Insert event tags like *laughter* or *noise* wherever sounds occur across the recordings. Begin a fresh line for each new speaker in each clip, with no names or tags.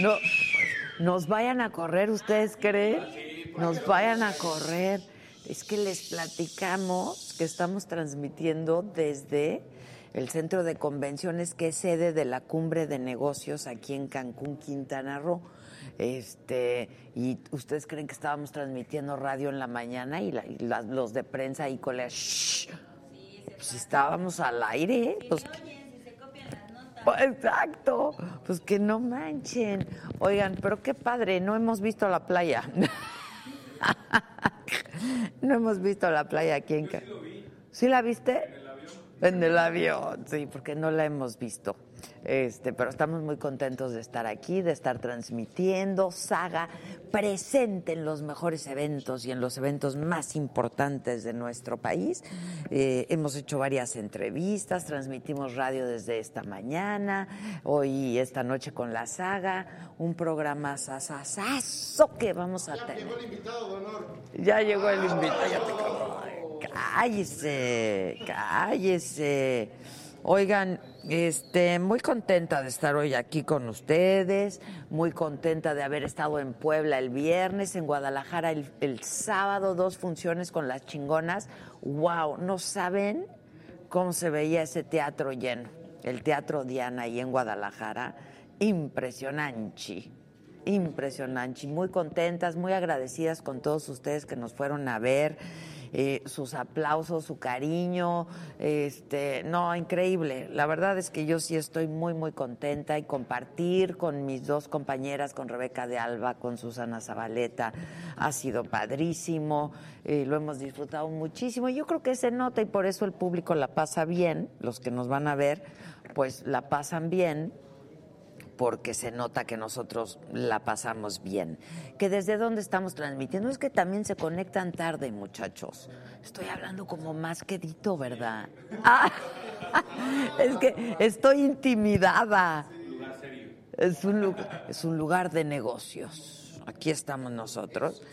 No, nos vayan a correr, ¿ustedes creen? Nos vayan a correr. Es que les platicamos que estamos transmitiendo desde el centro de convenciones que es sede de la cumbre de negocios aquí en Cancún, Quintana Roo. Este, y ustedes creen que estábamos transmitiendo radio en la mañana y, la- y la- los de prensa ahí con la shh. Pues estábamos al aire, ¿eh? Pues, pues, Exacto, pues que no manchen. Oigan, pero qué padre, no hemos visto la playa. *laughs* no hemos visto la playa aquí en Ca- ¿Sí la viste? En el avión, sí, porque no la hemos visto. Este, pero estamos muy contentos de estar aquí, de estar transmitiendo Saga presente en los mejores eventos y en los eventos más importantes de nuestro país. Eh, hemos hecho varias entrevistas, transmitimos radio desde esta mañana, hoy esta noche con la Saga, un programa sasasazo que vamos a tener. Ya llegó el invitado. ya te acabo. Cállese, cállese. Oigan, este, muy contenta de estar hoy aquí con ustedes, muy contenta de haber estado en Puebla el viernes, en Guadalajara el, el sábado, dos funciones con las chingonas. ¡Wow! ¿No saben cómo se veía ese teatro lleno? El Teatro Diana ahí en Guadalajara. Impresionante. Impresionante, muy contentas, muy agradecidas con todos ustedes que nos fueron a ver, eh, sus aplausos, su cariño, este, no, increíble. La verdad es que yo sí estoy muy, muy contenta y compartir con mis dos compañeras, con Rebeca de Alba, con Susana Zabaleta, ha sido padrísimo, eh, lo hemos disfrutado muchísimo. Yo creo que se nota y por eso el público la pasa bien, los que nos van a ver, pues la pasan bien porque se nota que nosotros la pasamos bien. Que desde dónde estamos transmitiendo es que también se conectan tarde, muchachos. Estoy hablando como más quedito, ¿verdad? Ah, *laughs* es que estoy intimidada. Es un lugar, es un lugar de negocios. Aquí estamos nosotros.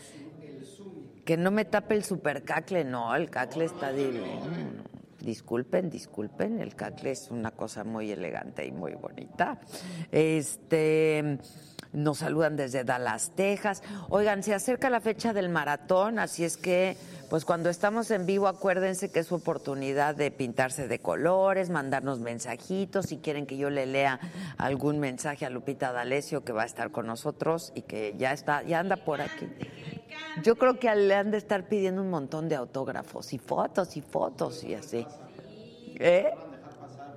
Que no me tape el supercacle, no, el cacle está divino. Disculpen, disculpen, el cacle es una cosa muy elegante y muy bonita. Este nos saludan desde Dallas, Texas. Oigan, se acerca la fecha del maratón, así es que pues cuando estamos en vivo acuérdense que es su oportunidad de pintarse de colores, mandarnos mensajitos, si quieren que yo le lea algún mensaje a Lupita D'Alessio que va a estar con nosotros y que ya está ya anda por aquí. Yo creo que le han de estar pidiendo un montón de autógrafos y fotos y fotos y así. ¿Eh?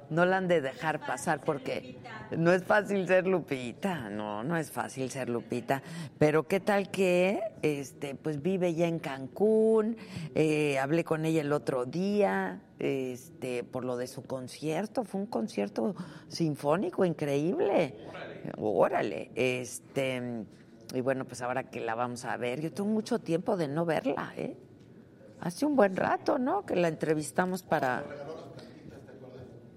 no la han de dejar pasar porque no es fácil ser Lupita, no, no es fácil ser Lupita, pero qué tal que este pues vive ya en Cancún, eh, hablé con ella el otro día, este, por lo de su concierto, fue un concierto sinfónico increíble. Órale, este y bueno, pues ahora que la vamos a ver, yo tengo mucho tiempo de no verla, ¿eh? Hace un buen rato, ¿no? Que la entrevistamos para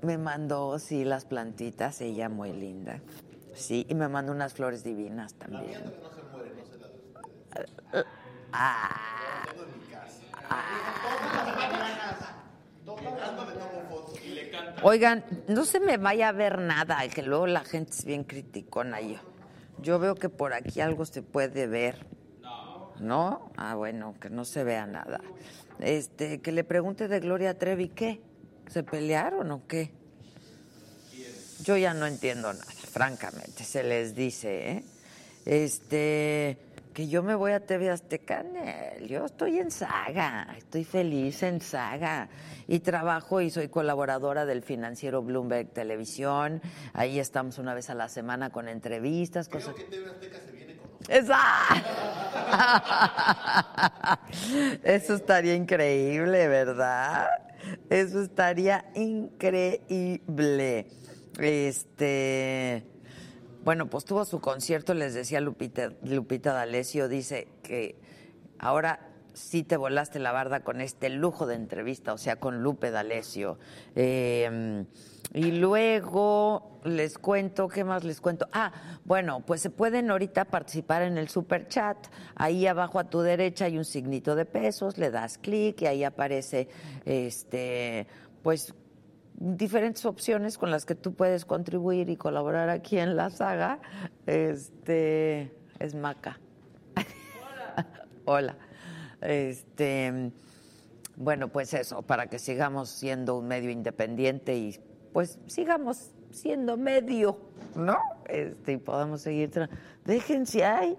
me mandó, sí, las plantitas, ella muy linda. Sí, y me mandó unas flores divinas también. Ah, Oigan, no se me vaya a ver nada, que luego la gente es bien criticona yo. Yo veo que por aquí algo se puede ver. ¿No? Ah, bueno, que no se vea nada. Este, que le pregunte de Gloria Trevi qué. ¿Se pelearon o qué? Yo ya no entiendo nada, francamente, se les dice, ¿eh? Este, que yo me voy a TV Azteca, Nel, yo estoy en Saga, estoy feliz en Saga y trabajo y soy colaboradora del financiero Bloomberg Televisión, ahí estamos una vez a la semana con entrevistas, cosas... ¡Esa! *laughs* Eso estaría increíble, ¿verdad? Eso estaría increíble. Este. Bueno, pues tuvo su concierto, les decía Lupita, Lupita D'Alessio, dice que ahora sí te volaste la barda con este lujo de entrevista, o sea, con Lupe D'Alessio. Eh, y luego les cuento, ¿qué más les cuento? Ah, bueno, pues se pueden ahorita participar en el super chat. Ahí abajo a tu derecha hay un signito de pesos, le das clic y ahí aparece este pues diferentes opciones con las que tú puedes contribuir y colaborar aquí en la saga. Este es Maca. Hola. Este bueno, pues eso, para que sigamos siendo un medio independiente y pues sigamos siendo medio, ¿no? Este, y podamos seguir. tra- Déjense ahí.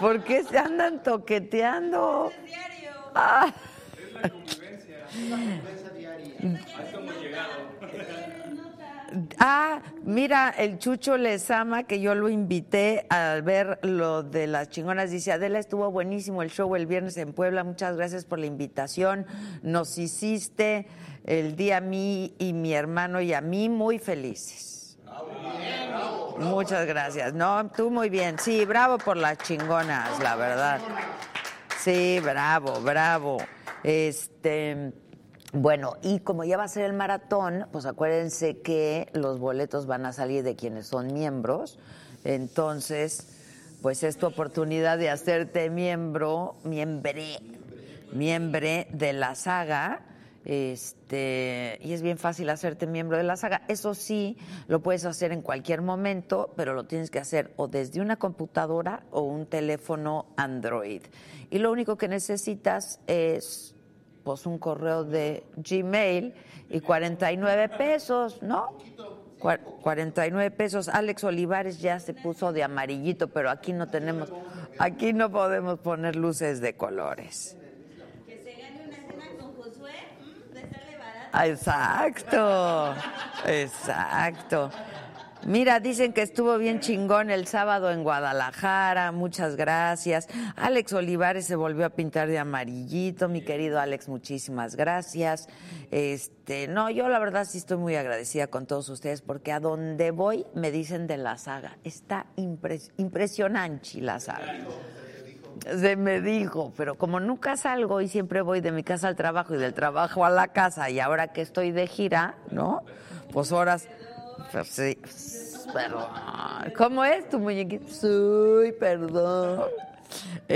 ¿Por qué se andan toqueteando? Ah. Ah, mira, el Chucho les ama que yo lo invité al ver lo de las chingonas. Dice, Adela, estuvo buenísimo el show el viernes en Puebla. Muchas gracias por la invitación. Nos hiciste el día a mí y mi hermano y a mí muy felices. Muchas gracias. No, tú muy bien. Sí, bravo por las chingonas, la verdad. Sí, bravo, bravo. Este, bueno, y como ya va a ser el maratón, pues acuérdense que los boletos van a salir de quienes son miembros. Entonces, pues es tu oportunidad de hacerte miembro, miembre, miembre de la saga. Este, y es bien fácil hacerte miembro de la saga. Eso sí, lo puedes hacer en cualquier momento, pero lo tienes que hacer o desde una computadora o un teléfono Android. Y lo único que necesitas es pues un correo de Gmail y 49 pesos, ¿no? Cua- 49 pesos. Alex Olivares ya se puso de amarillito, pero aquí no tenemos, aquí no podemos poner luces de colores.
Que se gane una cena con Josué, ¿m? de estarle barato.
Ah, Exacto, exacto. Mira, dicen que estuvo bien chingón el sábado en Guadalajara, muchas gracias. Alex Olivares se volvió a pintar de amarillito, mi querido Alex, muchísimas gracias. Este, no, yo la verdad sí estoy muy agradecida con todos ustedes porque a donde voy me dicen de la saga. Está impres- impresionante la saga. Se me dijo, pero como nunca salgo y siempre voy de mi casa al trabajo y del trabajo a la casa y ahora que estoy de gira, ¿no? Pues horas... Pues sí, pues, perdón. ¿Cómo es tu muñequito? Soy, perdón.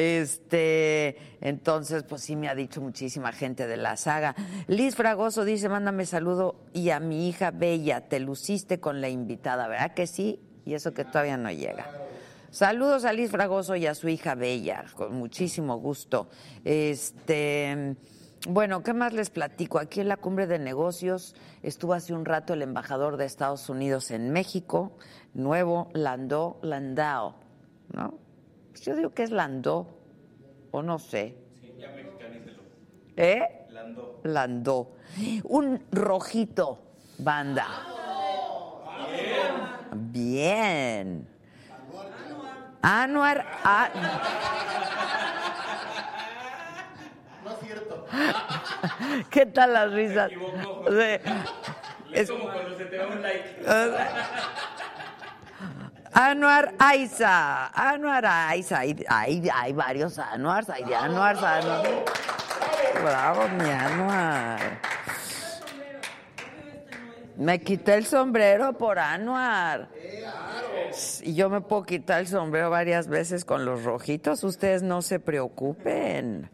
Este, entonces, pues sí me ha dicho muchísima gente de la saga. Liz Fragoso dice, mándame saludo y a mi hija Bella, te luciste con la invitada, ¿verdad que sí? Y eso que todavía no llega. Saludos a Liz Fragoso y a su hija Bella, con muchísimo gusto. Este, bueno, ¿qué más les platico? Aquí en la cumbre de negocios estuvo hace un rato el embajador de Estados Unidos en México, nuevo Landó Landau, ¿no? Pues Yo digo que es Landó, o no sé. ¿Eh? Landó. Un rojito Banda. Bien. Anuar. A- *laughs* ¿Qué tal las risas? Sí. Es-
cuando se te va un like.
Anuar Aiza, Anuar Aiza, hay, hay, hay varios Anuars, hay de Anuars, Anuar. Bravo, mi Anuar. Me quité el sombrero por Anuar. Pues, Y yo me puedo quitar el sombrero varias veces con los rojitos, ustedes no se preocupen.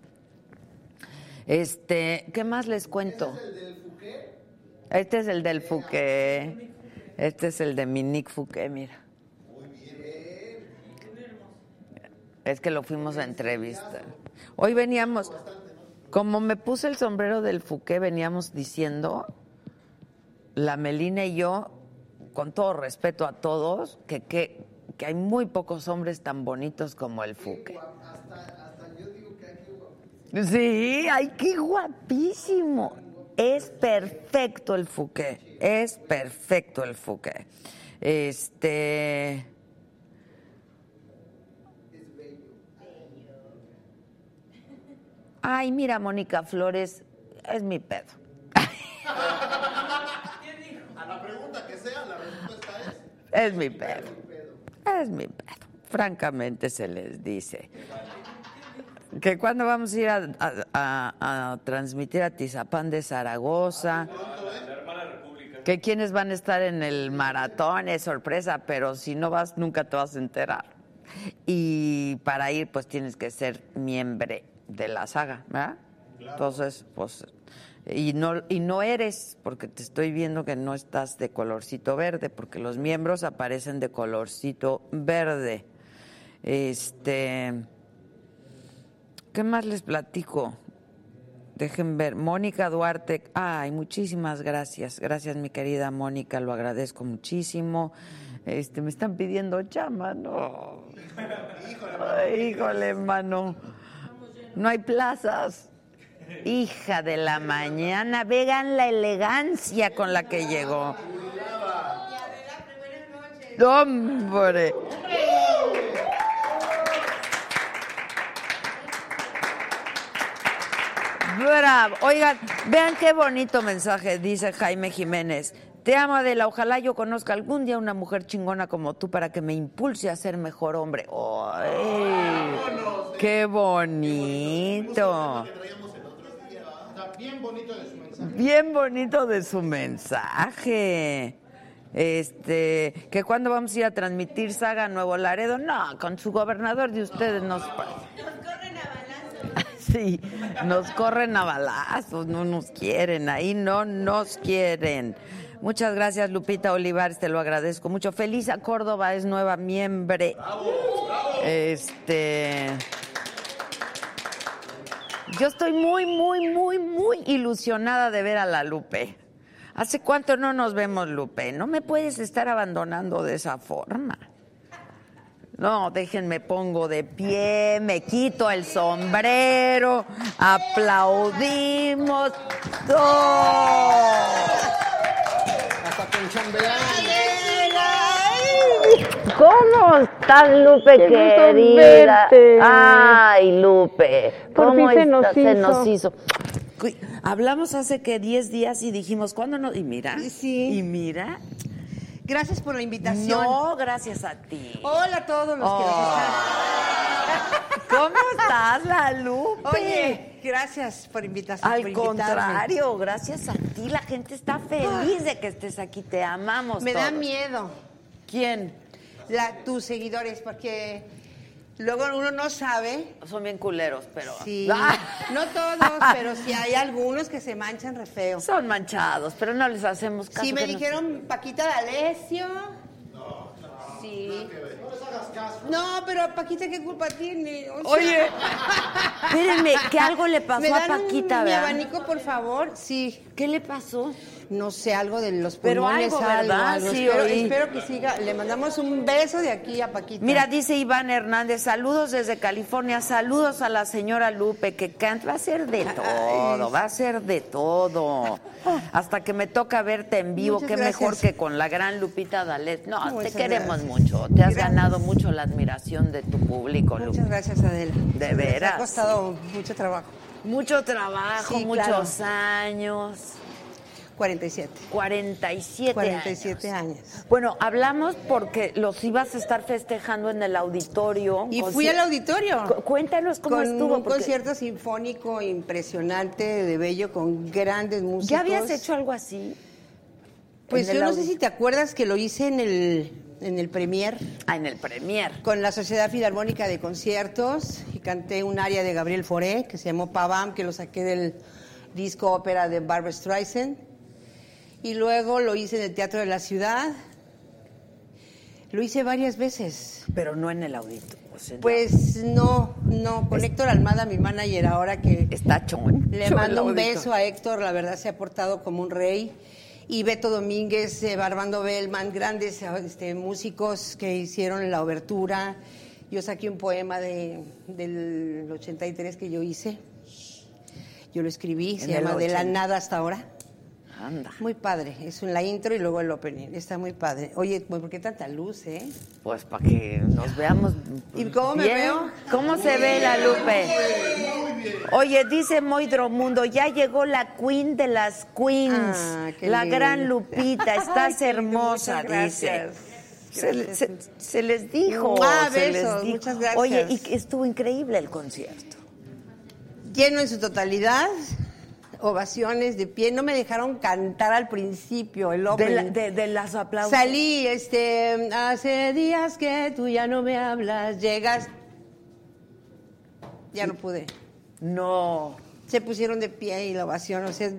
Este, ¿qué más les cuento? Este es el del Fouquet. Este es el de mi Nick Fouquet, mira. Es que lo fuimos a entrevistar. Hoy veníamos, como me puse el sombrero del Fouquet, veníamos diciendo, la Melina y yo, con todo respeto a todos, que, que, que hay muy pocos hombres tan bonitos como el Fouquet. Sí, ay, qué guapísimo. Es perfecto el Fouquet. Es perfecto el Fouquet. Este. Ay, mira, Mónica Flores, es mi pedo. Es mi pedo. Es mi pedo. Francamente se les dice. Que cuando vamos a ir a, a- a- a transmitir a Tizapán de Zaragoza. Que quienes van a estar en el maratón es sorpresa, pero si no vas nunca te vas a enterar. Y para ir pues tienes que ser miembro de la saga, ¿verdad? Entonces, pues y no y no eres porque te estoy viendo que no estás de colorcito verde, porque los miembros aparecen de colorcito verde. Este ¿Qué más les platico? Dejen ver. Mónica Duarte. Ay, muchísimas gracias. Gracias, mi querida Mónica. Lo agradezco muchísimo. Este, me están pidiendo chama, no. Ay, Híjole, mano. No hay plazas. Hija de la mañana, vean la elegancia con la que llegó. ¡Hombre! Bravo. Oigan, vean qué bonito mensaje dice Jaime Jiménez. Te amo, Adela. Ojalá yo conozca algún día una mujer chingona como tú para que me impulse a ser mejor hombre. ¡Ay! ¡Qué bonito! Bien bonito de su mensaje. Este, que cuando vamos a ir a transmitir saga a Nuevo Laredo, no, con su gobernador de ustedes nos pasa.
Nos corren a balazos.
*laughs* Sí, nos corren a balazos, no nos quieren, ahí no nos quieren. Muchas gracias, Lupita Olivares, te lo agradezco mucho. Felisa Córdoba es nueva miembro. Este. Yo estoy muy, muy, muy, muy ilusionada de ver a la Lupe. ¿Hace cuánto no nos vemos, Lupe? No me puedes estar abandonando de esa forma. No, déjenme pongo de pie, me quito el sombrero, aplaudimos. ¡Oh!
Hasta con chambear.
¿Cómo estás, Lupe,
Qué gusto
querida?
verte.
Ay, Lupe,
Por
¿cómo
fin se nos
estás? Se
hizo.
nos hizo. Cu- Hablamos hace que 10 días y dijimos, ¿cuándo no? Y mira,
Sí.
y mira.
Gracias por la invitación.
No, gracias a ti.
Hola a todos los que nos están.
¿Cómo estás, la Lupe?
Oye, gracias por invitación. por
Al
invitarme.
contrario, gracias a ti la gente está feliz de que estés aquí, te amamos.
Me da
todos.
miedo
¿Quién?
la, tus seguidores porque luego uno no sabe.
Son bien culeros, pero *laughs*
Sí.
Ah.
No todos, pero sí hay algunos que se manchan re feo.
son manchados, pero no les hacemos caso.
Sí, me
que no-
dijeron Paquita D'Alessio. Sí. No, pero Paquita, ¿qué culpa tiene? O sea,
Oye, espérenme, que algo le pasó
*laughs* ¿Me
a
dan
Paquita,
mi
¿verdad?
abanico, por favor? Sí.
¿Qué le pasó?
No sé, algo de los
Pero
pulmones,
algo,
algo,
¿verdad?
algo.
Sí,
espero,
oí.
espero que siga. Le mandamos un beso de aquí a Paquita.
Mira, dice Iván Hernández, saludos desde California, saludos a la señora Lupe, que canta, va a ser de todo, va a ser de todo. Hasta que me toca verte en vivo,
Muchas
qué
gracias.
mejor que con la gran Lupita Dalet. No,
Muchas
te queremos
gracias.
mucho, te has
Gracias.
ganado mucho la admiración de tu público,
Muchas
Lupe.
gracias, Adela.
De
Me
veras.
ha costado mucho trabajo.
Mucho trabajo,
Sí, claro.
muchos años.
47.
47,
47
años.
años.
Bueno, hablamos porque los ibas a estar festejando en el auditorio.
Y
Con-
fui al auditorio.
Cu- Cuéntanos cómo
con
estuvo.
un
porque
concierto sinfónico impresionante de Bello con grandes músicos.
¿Ya habías hecho algo así?
Pues
en
yo
el
no sé
audi-
si te acuerdas que lo hice en el, en el Premier
Ah, en el premier.
con la Sociedad Filarmónica de Conciertos y canté un área de Gabriel Foré que se llamó Pavam, que lo saqué del disco ópera de Barbra Streisand. Y luego lo hice en el Teatro de la Ciudad. Lo hice varias veces.
Pero no en el auditorio. o sea,
Pues no, no, con Héctor Almada, mi manager, ahora que
Está chon.
le
chon el
mando un
auditorio.
beso a Héctor, la verdad se ha portado como un rey. Y Beto Domínguez, eh, Barbando Bellman, grandes este, músicos que hicieron la obertura. Yo saqué un poema de, del 83 que yo hice. Yo lo escribí, se
En el
llama De la
80.
nada hasta ahora.
Anda.
Muy padre, es en la intro y luego el opening. Está muy padre. Oye, pues, ¿por qué tanta luz, eh?
Pues para que nos veamos.
¿Y cómo me
bien.
veo?
¿Cómo se ve la Lupe? Oye, dice Moidromundo, ya llegó la queen de las queens,
Ah, qué
la
lindo.
gran
*laughs*
Lupita,
Ay,
estás
qué lindo,
hermosa,
muchas
dice.
gracias.
Se, se- se les dijo.
Ah,
se les
besos,
dijo.
muchas gracias.
Oye, y que estuvo increíble el concierto.
lleno en su totalidad, ovaciones de pie. No me dejaron cantar al principio el
De,
opening.
la- de- de las aplausos.
Salí, este, hace días que tú ya no me hablas, llegas. Ya no pude.
No.
Se pusieron de pie y la ovación, o sea,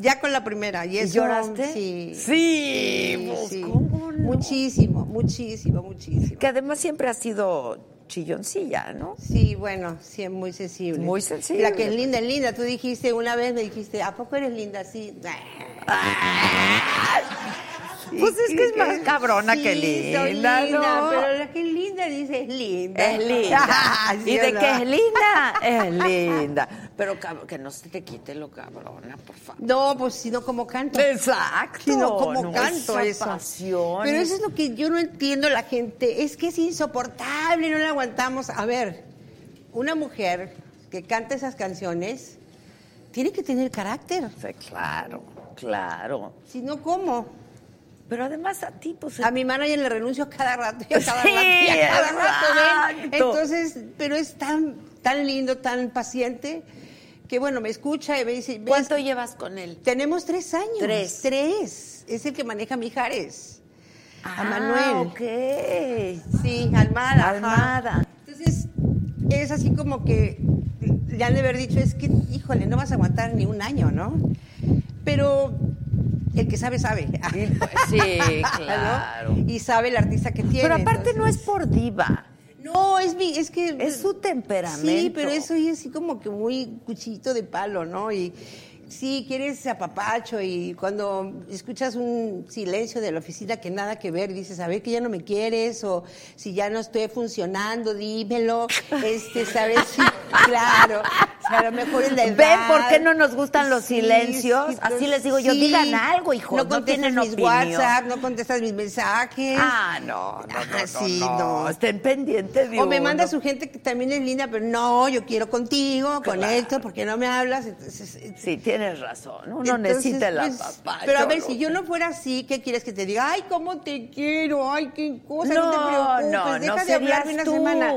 ya con la primera. ¿Y,
¿Y
eso,
lloraste?
Sí.
Sí, pues,
sí.
¿cómo no?
Muchísimo, muchísimo, muchísimo.
Que además siempre ha sido chilloncilla, ¿no?
Sí, bueno, sí, es muy sensible.
Muy sensible.
La que es linda, es linda. Tú dijiste una vez, me dijiste, ¿a poco eres linda? Sí.
Pues es
Sí,
que es más cabrona que
sí,
linda,
soy linda,
¿no?
Pero la que es linda dice, es linda. *laughs* Ah,
Es linda.
¿Sí
¿Y
o
de
no?
qué es
*laughs*
linda? Es linda. Pero cab- que no se te quite lo cabrona, por favor.
No, pues si no, como canto.
Exacto.
Si no, como
no,
canto
esa
eso.
pasión.
Pero eso es lo que yo no entiendo la gente. Es que es insoportable, no la aguantamos. A ver, una mujer que canta esas canciones tiene que tener carácter.
Sí, Claro, claro.
Si no, ¿cómo?
Pero además a ti, pues.
A mi manager le renuncio a
*laughs*
cada rato y a cada
Sí,
rato y a cada rato. ¿ven?
exacto.
Entonces, pero es tan, tan lindo, tan paciente, que bueno, me escucha y me dice, "Ves,
¿Cuánto llevas con él?
tenemos tres años.
Tres.
Tres. Es el que maneja Mijares. a
Ah,
Manuel. Pues
ok.
Sí, Almada. ajá.
Almada.
Entonces, es así como que le han de haber dicho, es que, híjole, no vas a aguantar ni un año, ¿no? Pero el que sabe, sabe.
Y,
*laughs*
pues, *laughs* sí, claro.
¿no? Y sabe el artista que tiene.
Pero aparte
entonces-
no es por diva,
No, es mi, es que
es su temperamento.
Sí, pero eso es así como que muy cuchillito de palo, ¿no? Y sí, quieres apapacho y cuando escuchas un silencio de la oficina que nada que ver, dices, a ver que ya no me quieres o si ya no estoy funcionando, dímelo, este, ¿sabes? Sí, *laughs* claro. O sea, a lo mejor es la edad.
¿Ven por qué no nos gustan los silencios? Así les digo yo, digan algo, hijo, no
contestas
tienen
mis
opinión.
WhatsApp, no contestas mis mensajes.
Ah, no, no, no,
Ah,
no,
sí,
no,
no.
Estén pendientes de
O me
uno.
manda su gente que también es linda, pero no, yo quiero contigo, con esto, porque no me hablas. Entonces,
Sí, tienes razón. Uno
entonces,
necesita la
pues,
papá.
Pero a ver, si yo no fuera así, ¿qué quieres que te diga? Ay, cómo te quiero, ay, qué cosa, no, te
No,
preocupes,
no, no
deja de hablarme
serías
una
tú.
semana.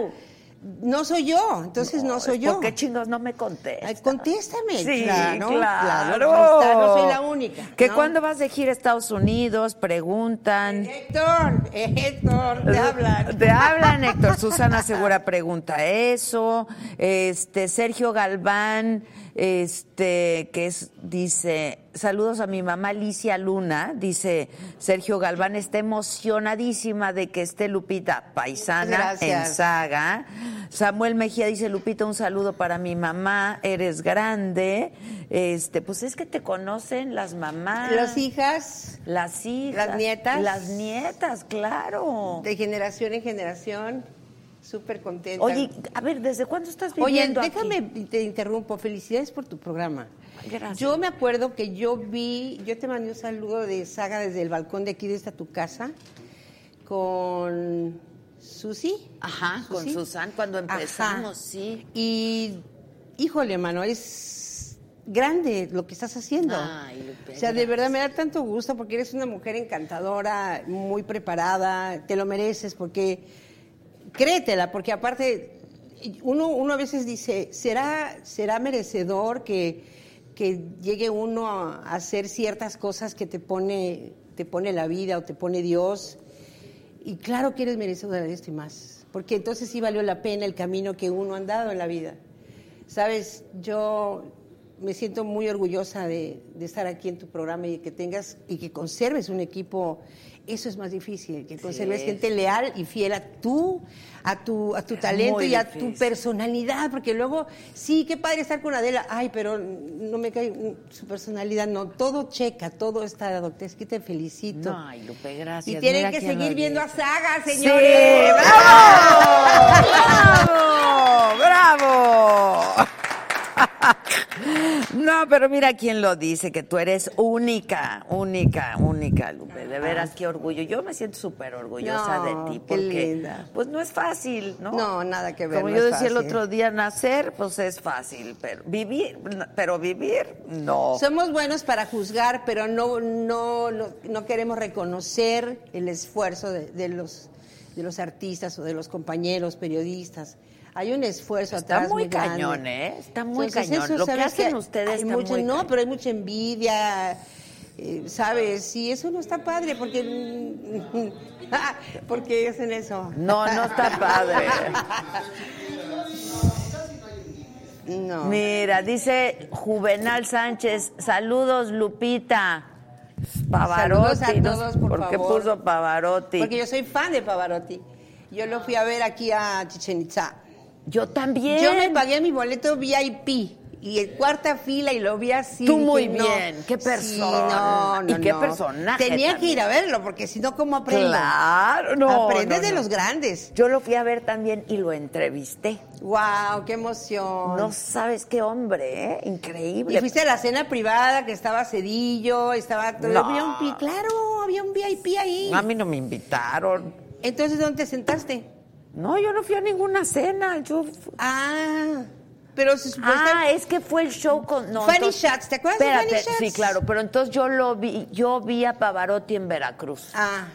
No soy yo, entonces no, soy yo.
¿Por qué chingos no me contestas?
Ay, contéstame,
Sí,
claro,
claro.
claro, ahí está, no soy la única,
Que
¿no? Eh,
cuando vas de gira a Estados Unidos, preguntan.
Héctor, Héctor, te hablan.
Te hablan, Héctor. Susana Segura pregunta eso. Este, Sergio Galván, este, este que es dice saludos a mi mamá Alicia Luna dice Sergio Galván está emocionadísima de que esté Lupita paisana
Gracias.
en saga Samuel Mejía dice Lupita un saludo para mi mamá eres grande este pues es que te conocen las mamás
Las hijas
las hijas
las nietas.
las nietas claro
de generación en generación, súper contenta.
oye a ver desde cuándo estás
Oye,
viviendo aquí?
déjame, te interrumpo. Felicidades por tu programa.
Gracias.
Yo me acuerdo que yo vi, yo te mandé un saludo de saga desde el balcón de aquí, de esta tu casa, con Susi.
Ajá, con Susan, cuando empezamos,
Ajá.
sí.
Y, híjole, mano, es grande lo que estás haciendo.
Ay, Lupe,
o sea, de verdad me da tanto gusto porque eres una mujer encantadora, muy preparada, te lo mereces porque créetela, porque aparte uno, uno a veces dice, ¿será, será merecedor que, que llegue uno a hacer ciertas cosas que te pone, te pone la vida o te pone Dios? Y claro que eres merecedora de esto y más, porque entonces sí valió la pena el camino que uno ha andado en la vida. Sabes, yo me siento muy orgullosa de, de estar aquí en tu programa y que tengas y que conserves un equipo. Eso es más difícil, que conserves
es.
gente leal y fiel a tú, a tu, a tu
Es
talento
muy
y a
difícil.
tu personalidad, porque luego, sí, qué padre estar con Adela, ay, pero no me cae mm, su personalidad, no, todo checa, todo está, doctor, es que te felicito.
No, ay, Lupe, gracias.
Y tienen
Mira
que
quién lo
seguir viendo a
dice.
Saga,
Sí,
señores.
¡Bravo! ¡Bravo! ¡Bravo! No, pero mira quién lo dice, que tú eres única, única, única, Lupe. De veras, qué orgullo. Yo me siento súper orgullosa
No,
de ti,
qué
porque
linda.
pues no es fácil, ¿no?
No, nada que ver,
Como
no
yo
es
decía el
fácil.
otro día, nacer, pues es fácil, pero vivir, pero vivir, no.
Somos buenos para juzgar, pero no, no, no, no queremos reconocer el esfuerzo de, de los, de los artistas o de los compañeros periodistas. Hay un esfuerzo
Está
atrás
muy
grande.
cañón, ¿eh? Está muy
Entonces,
cañón.
eso,
Lo que
¿sabes
hacen
qué?
ustedes
Hay
está
mucho-
muy
No,
cañón.
pero hay mucha envidia, eh, ¿sabes? Y eso no está padre porque... *laughs* mm, porque hacen eso. *laughs*
No, no está padre.
No.
Mira, dice Juvenal Sánchez, saludos Lupita. Pavarotti,
Saludos a
no
todos,
sé
por
qué
favor.
puso Pavarotti?
Porque yo soy fan de Pavarotti. Yo lo fui a ver aquí a Chichen Itza.
Yo también.
Yo me pagué mi boleto VIP y en cuarta fila y lo vi así.
Tú muy
dije, no,
bien, qué
sí,
persona.
no, no,
Y qué
no.
personaje
Tenía que
también.
ir a verlo porque si no, ¿cómo aprendo?
Claro, no.
Aprendes
no,
de
no.
los grandes.
Yo lo fui a ver también y lo entrevisté.
¡Wow! ¡Qué emoción!
No sabes qué hombre, ¿eh?
y
Increíble.
fuiste a la cena privada que estaba Cedillo, estaba todo.
No. Ah.
Había un pi- claro, había un VIP ahí.
A mí no me invitaron.
Entonces, ¿dónde te sentaste?
No, yo no fui a ninguna cena. Yo fu-
Ah, pero se supuesta-
Ah, es que fue el show con. No,
Fanny
entonces-
Shots, ¿te acuerdas de
Espérate,
Fanny Shots?
Sí, claro, pero entonces yo lo vi, yo vi a Pavarotti en Veracruz.
Ah.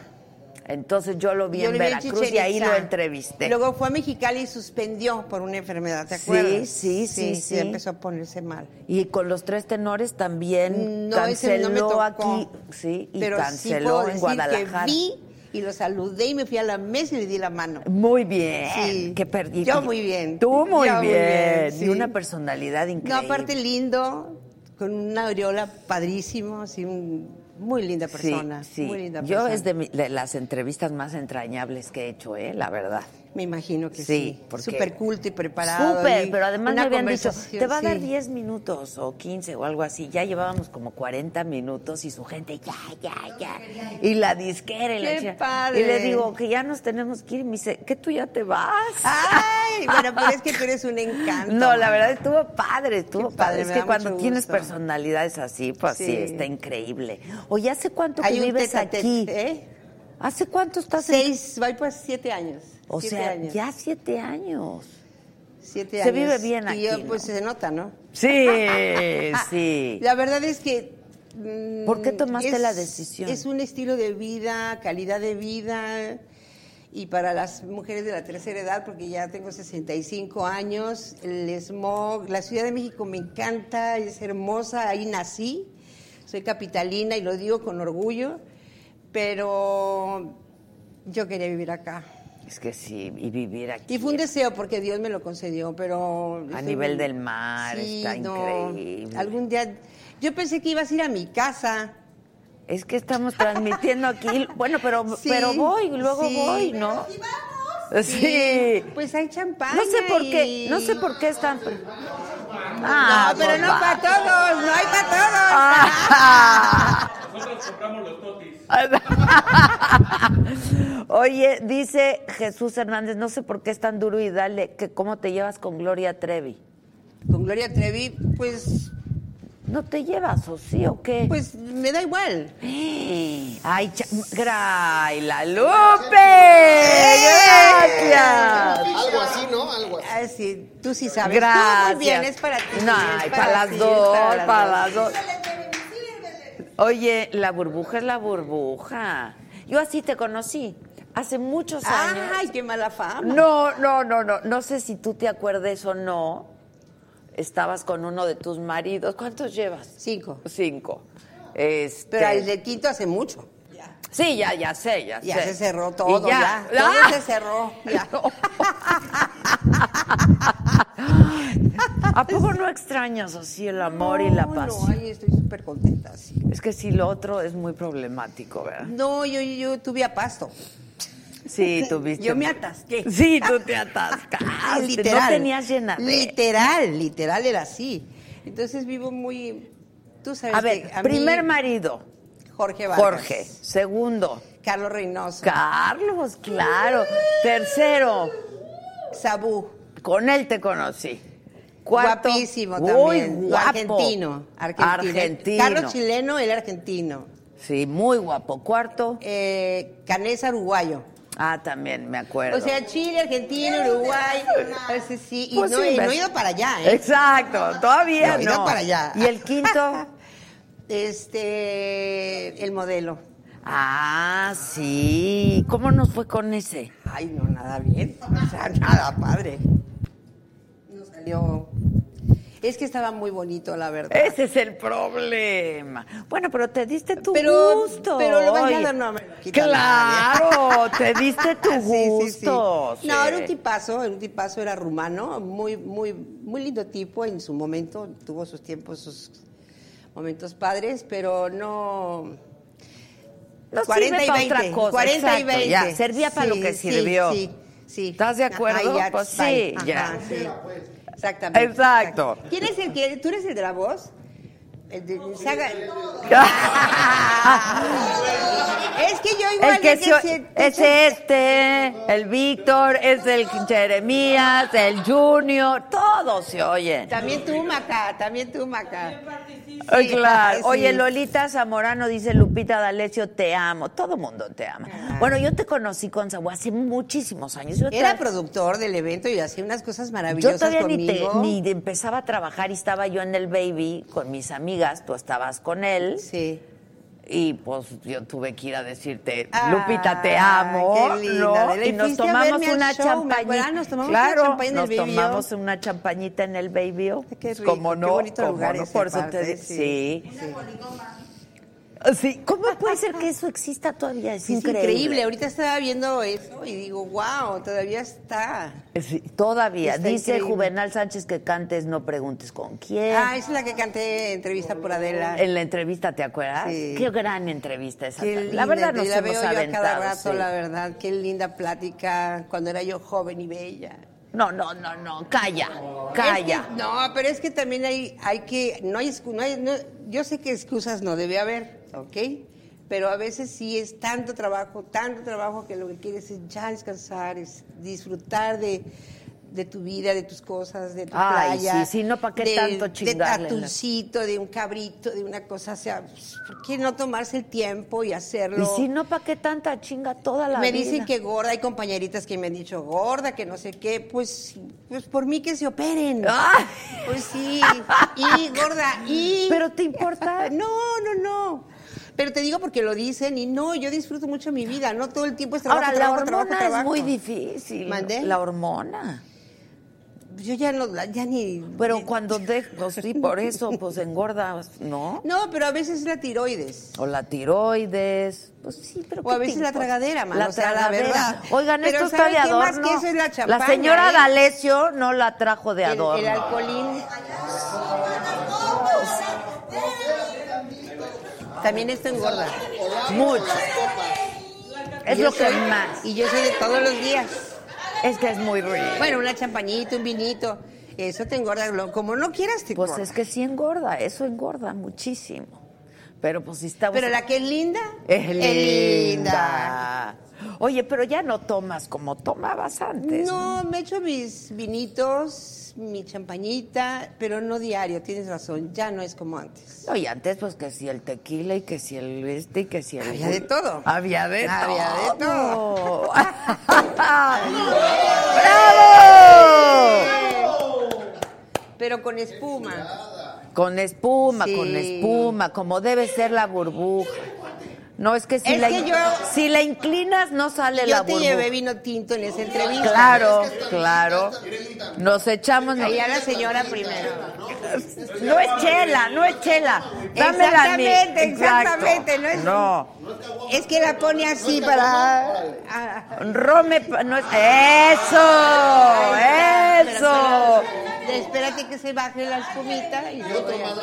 Entonces yo lo vi
Yo
en
lo vi en
Veracruz y
Chichén
ahí
Itzá.
lo entrevisté.
Luego fue a Mexicali y suspendió por una enfermedad, ¿te
Sí,
acuerdas?
sí, sí, sí.
empezó a ponerse mal.
y con los tres tenores también
No, ese
Mm, canceló
no me tocó.
aquí, sí, y
Pero sí
canceló
puedo
en
decir
Guadalajara.
Que vi y lo saludé y me fui a la mesa y le di la mano.
Muy bien,
Sí.
que perdí.
Yo muy bien.
Tú muy
Yo muy
bien.
bien, sí.
Y una personalidad
No,
increíble.
aparte lindo, con una aureola padrísimo, así un- muy linda
Sí,
persona.
sí.
Muy linda
Yo
persona.
es de, mi- de las entrevistas más entrañables que he hecho, eh, la verdad.
Me imagino que sí.
Sí, porque-
Súper culto y preparado.
Súper,
y
pero además me
una
habían dicho,
conversación,
te va a dar
sí.
10 minutos o 15 o algo así. Ya llevábamos como 40 minutos y su gente, ya, ya, ya. Y la disquera y la
¡Qué
chingada.
padre!
Y le digo, que ya nos tenemos que ir. Y me dice, ¿qué tú ya te vas?
Ah, Ay, bueno, pero es que tú eres un encanto.
*laughs* No, la verdad estuvo padre, estuvo
Qué
padre.
padre,
Es
me
que
da
cuando
mucho
tienes
gusto.
personalidades así, pues sí,
Sí.
está increíble. Oye, ¿hace cuánto que
Hay un
vives
tete-a-tete,
aquí?
¿eh?
¿Hace cuánto estás en-
Seis, voy pues siete años.
O
siete
sea,
años,
ya siete años.
siete
se
años.
vive bien
Y
aquí,
yo,
¿no?
pues se nota, ¿no?
Sí, *laughs* sí.
La verdad es que. mm,
¿Por qué tomaste la decisión?
Es un estilo de vida, calidad de vida. Y para las mujeres de la tercera edad, porque ya tengo 65 años, el smog, la Ciudad de México me encanta, es hermosa, ahí nací, soy capitalina y lo digo con orgullo, pero yo quería vivir acá.
Es que sí, y vivir aquí.
Y fue un deseo porque Dios me lo concedió, pero...
A
estoy
nivel
muy-
del mar, está increíble.
Algún día... Yo pensé que ibas a ir a mi casa.
Es que estamos transmitiendo
*laughs*
aquí. Bueno, pero,
Sí,
pero voy, luego
sí.
voy, ¿no? Sí.
Pues hay champán.
No sé por qué, no sé por qué están. pre- Ah,
no, pero
pues
no
va.
para todos, no hay para todos.
Ah. *laughs* Oye, dice Jesús Hernández, no sé por qué es tan duro y dale que cómo te llevas con Gloria Trevi.
Con Gloria Trevi, pues,
¿No te llevas o sí o qué?
pues me da igual.
Ay, cha- ¡Gray, la Lupe! ¡Gracias!
Algo así, ¿no? Algo así.
Ah, sí, tú sí sabes.
Gracias.
Tú muy bien, es para ti.
No,
es
ay, para las
ti, es
dos,
para
para, las dos. Oye, la burbuja es la burbuja. Yo así te conocí hace muchos años.
Ay, qué mala fama.
No, no, no, no. No sé si tú te acuerdes o no. Estabas con uno de tus maridos. ¿Cuántos llevas?
Cinco.
Cinco. Este-
Pero al del quinto hace mucho.
Sí, ya, ya sé, ya,
Ya
sé.
se cerró
Y
todo, ya. Todo
¡Ah!
se cerró,
*laughs*
ya.
¿A poco no extrañas así el amor y la
No,
paz?
No, ay, estoy súper contenta, sí.
Es que si lo otro es muy problemático, ¿verdad?
No, yo, yo tuve a pasto.
Sí, tuviste.
*laughs* Yo me atasqué.
Sí, tú te
*laughs*
atascaste.
Ah, literal.
Ah, este, No tenías llena.
Literal, literal era así. Entonces vivo muy... Tú sabes
A
que
ver,
este, mí-
primer marido,
Jorge Vargas.
Jorge. Segundo,
Carlos Reynoso.
Carlos, claro. Tercero,
Sabú.
con él te conocí. Cuarto,
Guapísimo
muy
también.
guapo.
Argentino, argentino.
Argentino.
Carlos chileno, él argentino.
Sí, muy guapo. Cuarto,
Eh, Canesa uruguayo.
ah, también me acuerdo.
O sea, Chile, Argentina, Uruguay. ese sí, y
Pues
no,
sí,
y no
ves.
he ido para allá, ¿eh?
Exacto, todavía
No,
no.
iba para allá.
Y el
*laughs*
quinto,
Este, el modelo.
ah, sí. ¿Cómo nos fue con ese?
Ay, no, nada bien. O sea, *laughs* nada, padre. No salió. Es que estaba muy bonito, la verdad.
Ese es el problema. Bueno, pero te diste tu
Pero-
gusto.
pero lo bailado no me lo quita
Claro, *laughs* te diste tu
*laughs* Sí, sí, sí.
gusto.
No, era un
sí.
tipazo, era un tipazo, era rumano, muy, muy, muy lindo tipo en su momento, tuvo sus tiempos, sus momentos padres, pero no.
No sirve para otra cosa.
40 y
exacto,
20.
ya, servía para
Sí,
lo que
sí,
sirvió.
Sí, sí.
¿Estás de acuerdo?
Ajá, ya,
Pues sí,
bye.
ya.
Ajá, sí. Exactamente.
Exacto.
*laughs* ¿Quién es el que, tú eres el de la voz? El de- Saga-
*laughs*
es que yo igual
Ah, El que
de
se o-
se-
es este, el Víctor, es el Jeremías, el Junior, todos se oyen.
También tú, Maca, también tú, Maca.
Ay, claro.
sí.
Oye, Lolita Zamorano dice Lupita D'Alessio, te amo. Todo mundo te ama. Bueno, yo te conocí con Zaguá hace muchísimos años. Yo
Era
te-
productor del evento y hacía unas cosas
Yo
maravillosas
todavía ni, te-
conmigo.
ni de- empezaba a trabajar y estaba yo en el baby con mis amigas, tú estabas con él
Sí.
y pues yo tuve que ir a decirte,
Ah,
Lupita, te amo.
qué linda,
¿no?
Adela.
Y nos
Fuiste a
tomamos
verme al
una
show, me acuerdo.
champañita.
Ah, nos tomamos una
claro,
champaña en el
nos
Baby O.
tomamos una champañita en el baby. O.
Ay, qué rico,
Cómo
qué
no,
bonito
cómo
lugar
no,
ese,
por eso te
aparte,
di-
sí.
sí. Ah, sí. ¿Cómo puede ser que eso exista todavía? Es,
Sí, *laughs* es
increíble.
increíble. Ahorita estaba viendo eso y digo, wow, todavía está.
Sí, todavía.
Está
Dice
increíble.
Juvenal Sánchez que cantes, no preguntes con quién.
Ah, esa es la que canté entrevista por Adela.
En la entrevista, ¿te acuerdas?
Sí.
Qué gran entrevista esa.
Qué
la
linda,
verdad
y
nos
la
hemos
veo yo a cada
aventado.
rato,
sí.
la verdad. Qué linda plática cuando era yo joven y bella.
No, no, no, no, calla,
Es
calla.
que- no, pero es que también hay, hay que, no hay, excu- no hay- no- yo sé que excusas no debe haber, ¿ok? Pero a veces sí es tanto trabajo, tanto trabajo que lo que quieres es ya descansar, es disfrutar de, de tu vida, de tus cosas, de tu
Ay,
playa.
sí, sí, no, ¿pa' qué
del-
tanto chingarle,
De tatucito, de un cabrito, de una cosa, o sea, pues, ¿por qué no tomarse el tiempo y hacerlo?
Y si no, ¿para qué tanta chinga toda la
me
vida?
dicen que gorda, hay compañeritas que me han dicho gorda, que no sé qué, pues, pues por mí que se operen. *laughs*
¡Ah!
Pues sí, y gorda, y...
¿Pero te importa?
No, no, no. Pero te digo porque lo dicen y no, yo disfruto mucho mi vida, no todo el tiempo es trabajo,
Ahora, la
trabajo,
hormona
trabajo,
es
trabajo.
muy difícil.
¿Mandé?
La hormona.
yo ya no, ya ni.
Pero cuando de, pues sí, por eso, pues engordas, ¿no?
*laughs* No, pero a veces es la tiroides.
O la tiroides. Pues sí, pero
O a
¿qué
veces
te
la
importa?
tragadera, mano,
La
o sea, la
tragadera.
verdad.
Oigan,
Pero
esto está
¿saben
de
qué más
adorno.
que eso es la champaña,
señora
¿eh?
D'Alessio no la trajo de
El,
adorno.
el alcoholín. También esto engorda.
Mucho. Es
Y
lo
yo
que
soy-
más.
Y yo soy de todos los días.
Es que es muy rico.
Bueno, una champañita, un vinito. Eso te engorda. lo- Como no quieras, te
Pues
engorda.
es que sí engorda, eso engorda muchísimo. Pero pues si estamos...
Pero la que es linda.
*laughs* Es
linda.
linda. Oye, pero ya no tomas como tomabas antes.
No, me echo mis vinitos, mi champañita, pero no diario, tienes razón, ya no es como antes.
No, y antes, pues que si el tequila y que si el este y que si el.
Había de todo.
Había de
Había
todo.
de todo.
*laughs* ¡Bravo!
Pero con espuma.
Con espuma,
Sí.
con espuma, como debe ser la burbuja. No, es que si,
Es
la,
que
in-
yo-
si la inclinas, no sale la
Yo te
burbuja.
llevé vino tinto en esa entrevista.
Claro, claro. Nos echamos.
Ahí a la señora primero.
No es chela, no es chela. Dámela a mí.
Exactamente,
Exacto.
exactamente, no es-
No.
Es que la pone así para... Ah,
Rome, pa- no es... ¡Eso!
ahí está,
Oh, ¡Eso!
pero solo- Espérate que se baje la espumita y luego ya-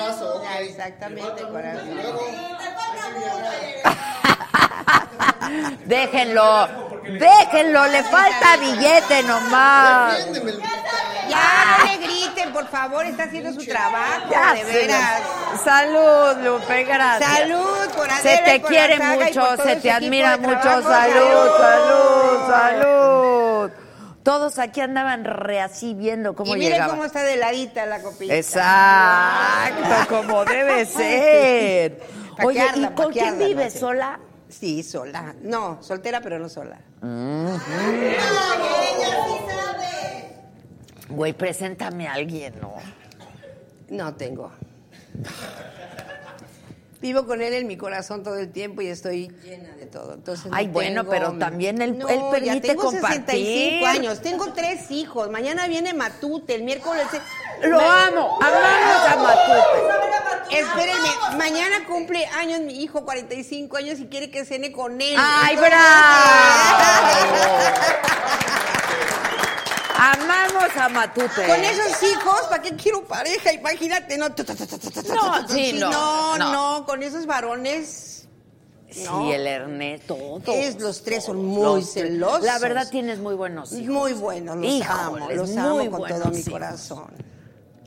Ah, Exactamente, corazón.
Déjenlo, déjenlo, le falta billete nomás.
Ya no le griten, por favor, está haciendo su trabajo,
Ya,
de
se-
veras.
Salud, Lupe, gracias.
Salud, por
Se
Adela y
te
por
quiere
Artaga y por
mucho,
todo
se
su
te
equipo de
admira mucho.
trabajo.
Salud, salud, salud. Todos aquí andaban re así viendo cómo
Y miren
llegaban.
cómo está de ladita la copita.
Exacto, como
*laughs*
debe ser.
Ah. Pa'
Oye,
que arda,
¿y
pa'
con
que
quién
arda,
vives
Nacho.
sola?
Sí, sola. No, soltera, pero no sola.
Güey, preséntame a alguien, ¿no?
No tengo. Vivo con él en mi corazón todo el tiempo y estoy llena de todo. Entonces, no
Ay, bueno,
tengo-
pero también él- él
ya
permite
tengo
compartir.
65 años, tengo tres hijos. Mañana viene Matute, el miércoles.
Lo
Me-
amo, amamos a Matute.
Espérenme, mañana cumple años mi hijo, 45 años, y quiere que cene con él.
¡Ay,
Entonces- *laughs*
bravo! Amamos a Matute.
Con esos hijos, ¿para qué quiero pareja? Imagínate, no. tu, tu, tu, tu, tu, tu,
No,
tu, tu,
sí,
sí,
no,
No,
no.
no, con esos varones.
Sí,
No.
el Ernesto. todos.
Es, los tres son muy
Los-
celosos.
La verdad, tienes muy buenos hijos.
Muy buenos, los
Híjole,
amo, los
muy
amo con
buenos
todo mi
hijos.
corazón.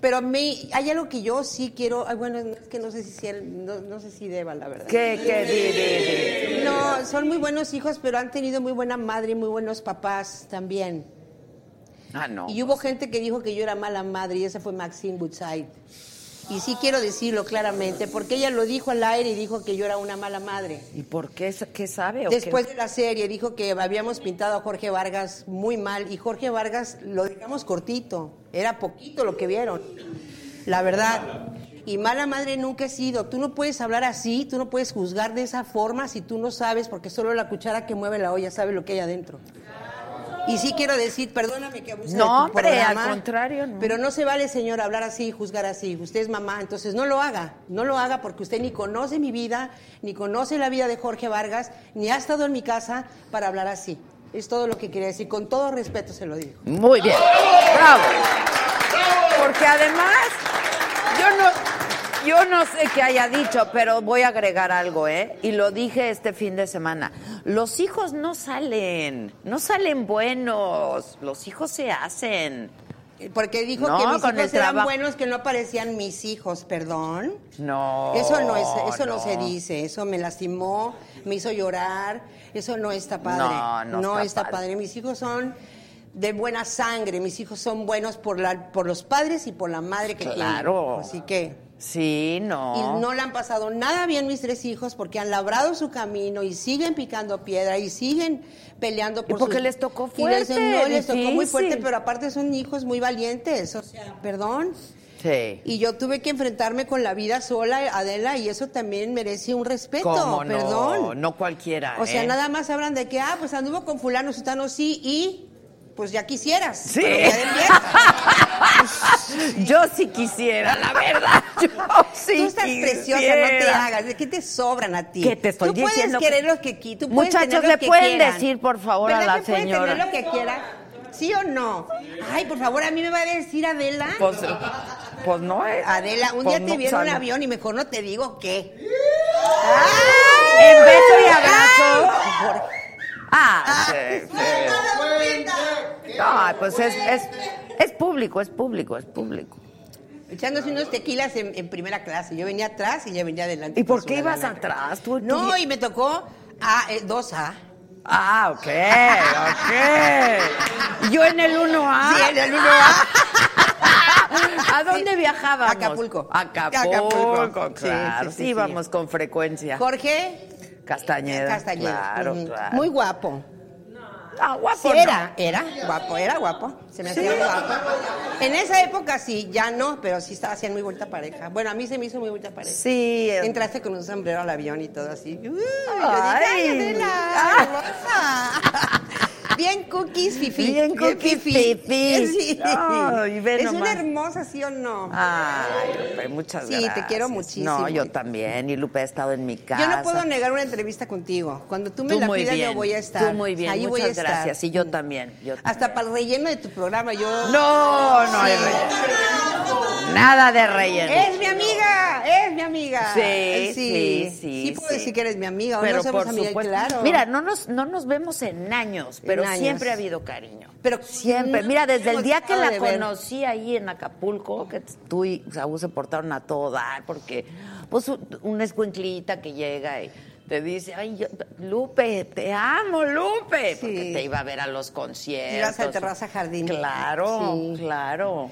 Pero a mí, hay algo que yo sí quiero. Ay, bueno, es que no sé si, sea el- no, no sé si deba, la verdad.
¿Qué, qué, di, di, di?
No, son muy buenos hijos, pero han tenido muy buena madre y muy buenos papás también.
Ah, no.
Y hubo gente que dijo que yo era mala madre y esa fue Maxine Woodside. Y sí quiero decirlo claramente, porque ella lo dijo al aire y dijo que yo era una mala madre.
¿Y por qué? ¿Qué sabe? o qué?
Después de la serie dijo que habíamos pintado a Jorge Vargas muy mal y Jorge Vargas lo dejamos cortito, era poquito lo que vieron, la verdad. Y mala madre nunca he sido, tú no puedes hablar así, tú no puedes juzgar de esa forma si tú no sabes, porque solo la cuchara que mueve la olla sabe lo que hay adentro. Y sí quiero decir, perdóname que abuse de
No,
tu
hombre, al
programa,
contrario, no.
Pero no se vale, señor, hablar así, juzgar así. Usted es mamá, entonces no lo haga. No lo haga porque usted ni conoce mi vida, ni conoce la vida de Jorge Vargas, ni ha estado en mi casa para hablar así. Es todo lo que quería decir. Con todo respeto se lo digo.
Muy bien. Bravo. Porque además, yo no, yo no sé qué haya dicho, pero voy a agregar algo, ¿eh? Y lo dije este fin de semana. Los hijos no salen, no salen buenos. Los hijos se hacen.
Porque dijo
No,
que mis
con
hijos
el
eran
trabajo.
buenos, que no parecían mis hijos, perdón.
No.
Eso no es,
Oh,
eso no. se dice, eso me lastimó, me hizo llorar, eso no está padre.
No, no está padre.
padre. Mis hijos son de buena sangre, mis hijos son buenos por la, por los padres y por la madre que tienen.
Claro.
Así que
Sí, no.
y no le han pasado nada bien mis tres hijos porque han labrado su camino y siguen picando piedra y siguen peleando por
porque
sus-
les tocó
Y les-
fuerte,
no, les tocó muy fuerte,
difícil.
pero aparte son hijos muy valientes, o sea, perdón.
Sí.
Y yo tuve que enfrentarme con la vida sola, Adela, y eso también merece un respeto,
¿Cómo no?
perdón.
No cualquiera.
o sea,
¿eh?
nada más hablan de que, ah, pues anduvo con fulano, sutano, sí, y pues ya quisieras.
Sí.
pero ya de fiesta.
Yo sí quisiera, la verdad. *laughs* Yo *laughs* sí
Tú estás
quisiera.
preciosa, no te hagas. ¿De qué te sobran a ti?
¿Qué te estoy
tú
diciendo?
puedes querer lo que qui- tú puedes
Muchachos,
tener lo
¿le
que
pueden
quieran.
decir, por favor, a
¿Verdad
la
que puedes
señora?
tener lo que quieras? ¿Sí o no? Ay, por favor, a mí me va a decir Adela.
Pues, pues no es.
Adela, un
pues
día
no,
te
o
viene
sea,
un
no.
avión y mejor no te digo qué.
En beso y abrazo. Ah, sí, sí. No, pues es, es, es público, es público, es público.
Echándose unos tequilas en, en primera clase. Yo venía atrás y ella venía adelante.
¿Y por
con
qué
su
ibas
banana.
atrás? Tú- tú-
No, y me tocó a, eh, 2A.
Ah, ok, ok. Yo en el 1A.
Sí, en el
ah,
1A.
¿A dónde
Sí.
viajábamos?
Acapulco.
Acapulco,
Acapulco.
claro. Sí,
Sí, sí, sí, sí.
íbamos con frecuencia.
Jorge
Castañeda.
Castañeda.
Eh, Claro,
Ujú.
claro.
Muy guapo.
Ah, guapo.
Sí,
¿no?
era, era guapo, era guapo. Se me hacía guapo. En esa época sí, ya no, pero sí estaba haciendo muy vuelta pareja. Bueno, a mí se me hizo muy vuelta pareja.
Sí. eh,
Entraste con un sombrero al avión y todo así. Uy,
Ay.
Yo dije,
Ah.
ay, Adela, hermosa. *laughs* Bien cookies, fifi.
Bien cookies, fifí.
*laughs* Sí.
No, y ve
es
nomás.
una hermosa, ¿sí o no?
Ay, Lupe, muchas
Sí, te
gracias.
quiero muchísimo.
No, yo también. Y Lupe ha estado en mi casa.
Yo no puedo negar una entrevista contigo. Cuando tú me
Tú
la
muy
pidas,
bien.
yo voy a estar.
Tú muy bien.
Ahí voy a
muchas
estar.
gracias. Y yo también. yo
Hasta para el relleno de tu programa, yo.
también. No, no hay relleno. Nada de relleno.
Es mi amiga, es mi amiga.
Sí, sí, sí,
Sí, puedo
sí.
decir que eres mi amiga, o
Pero
no somos
por
amigas,
supuesto.
claro.
Mira, no nos, no nos vemos en años, pero
En años.
siempre ha habido cariño.
Pero
siempre.
no
Mira,
nos
desde el
hemos
día que
dejado
la
de ver.
conocí ahí en Acapulco, que tú y Saúl se portaron a todo dar, porque pues un- una escuinclita que llega y te dice, ay, yo- Lupe, te amo, Lupe,
Sí.
porque te iba a ver a los conciertos.
Ibas a Terraza Jardín.
Claro,
Sí.
claro.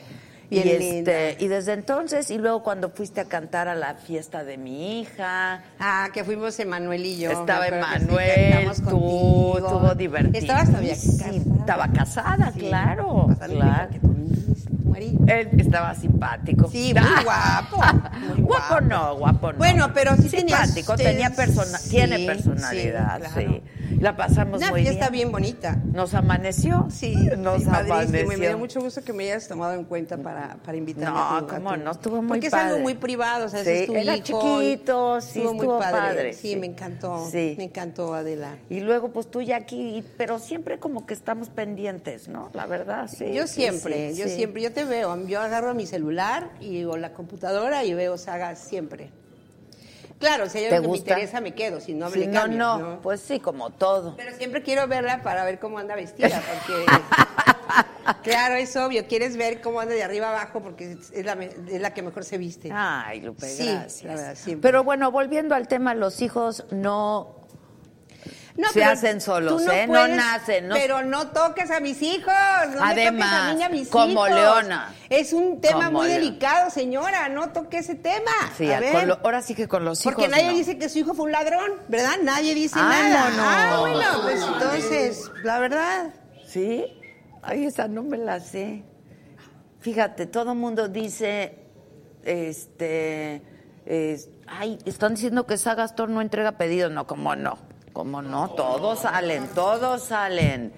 Bien
y
linda.
este, y desde entonces, y luego cuando fuiste a cantar a la fiesta de mi hija,
Ah, que fuimos Emanuel y yo.
estaba
me acuerdo que sí,
Emanuel,
cantamos
tú,
contigo.
estuvo divertido.
Estabas todavía
Sí,
casada.
Estaba casada,
Sí,
claro,
casada,
claro.
que comiste, María.
Él estaba simpático. Ah,
Sí, muy guapo,
*laughs*
muy
guapo
guapo.
no, guapo no.
Bueno, pero sí tenía
simpático,
usted-
tenía persona,
sí,
tiene
sí,
personalidad, sí,
claro.
La pasamos
Una
muy
fiesta
bien.
bien bonita.
Nos amaneció.
Sí,
nos
sí, padrísimo. Y me dio
amaneció.
mucho gusto que me hayas tomado en cuenta para, para invitarme
No,
a tu- a
cómo
tu-
no, estuvo muy
Porque es
padre.
algo muy privado, o sea,
Sí,
es tu
era
hijo y
chiquito, sí, estuvo padre,
Sí,
sí.
me encantó,
Sí.
me encantó, Adela.
Y luego, pues tú ya aquí, y- pero siempre como que estamos pendientes, ¿no? La verdad, sí.
Yo
Este, sí,
siempre,
sí,
yo
sí.
siempre, yo te veo, yo agarro mi celular y, o la computadora y veo sagas siempre. Claro, si hay
¿Te
algo que me
gusta?
interesa me quedo, si no
Sí,
me le
no,
cambio,
no,
¿no?
pues sí, como todo.
Pero siempre quiero verla para ver cómo anda vestida,
*laughs*
porque claro, es obvio, quieres ver cómo anda de arriba abajo porque es- es la, me- es la que mejor se viste.
Ay, Lupe,
Sí,
gracias.
la verdad, siempre.
Pero bueno, volviendo al tema, los hijos no.
No,
Se
pero
hacen solos,
tú
¿eh? No nacen, no-
Pero no toques a mis hijos. No
Además,
me toques a mí ni a mis
como
hijos.
leona.
Es un tema
Como
muy
leona.
delicado, señora. No toque ese tema.
Sí,
a ver,
con lo- ahora sí que con los hijos.
porque nadie
no.
dice que su hijo fue un ladrón, ¿verdad? Nadie dice
Ah,
nada.
no, no.
Ah, bueno, pues entonces, la verdad.
¿Sí? Ay, esa no me la sé. Fíjate, todo el mundo dice, este, es- ay, están diciendo que Sagastor no entrega pedidos. No, ¿cómo no? ¿Cómo no? Todos salen, todos salen.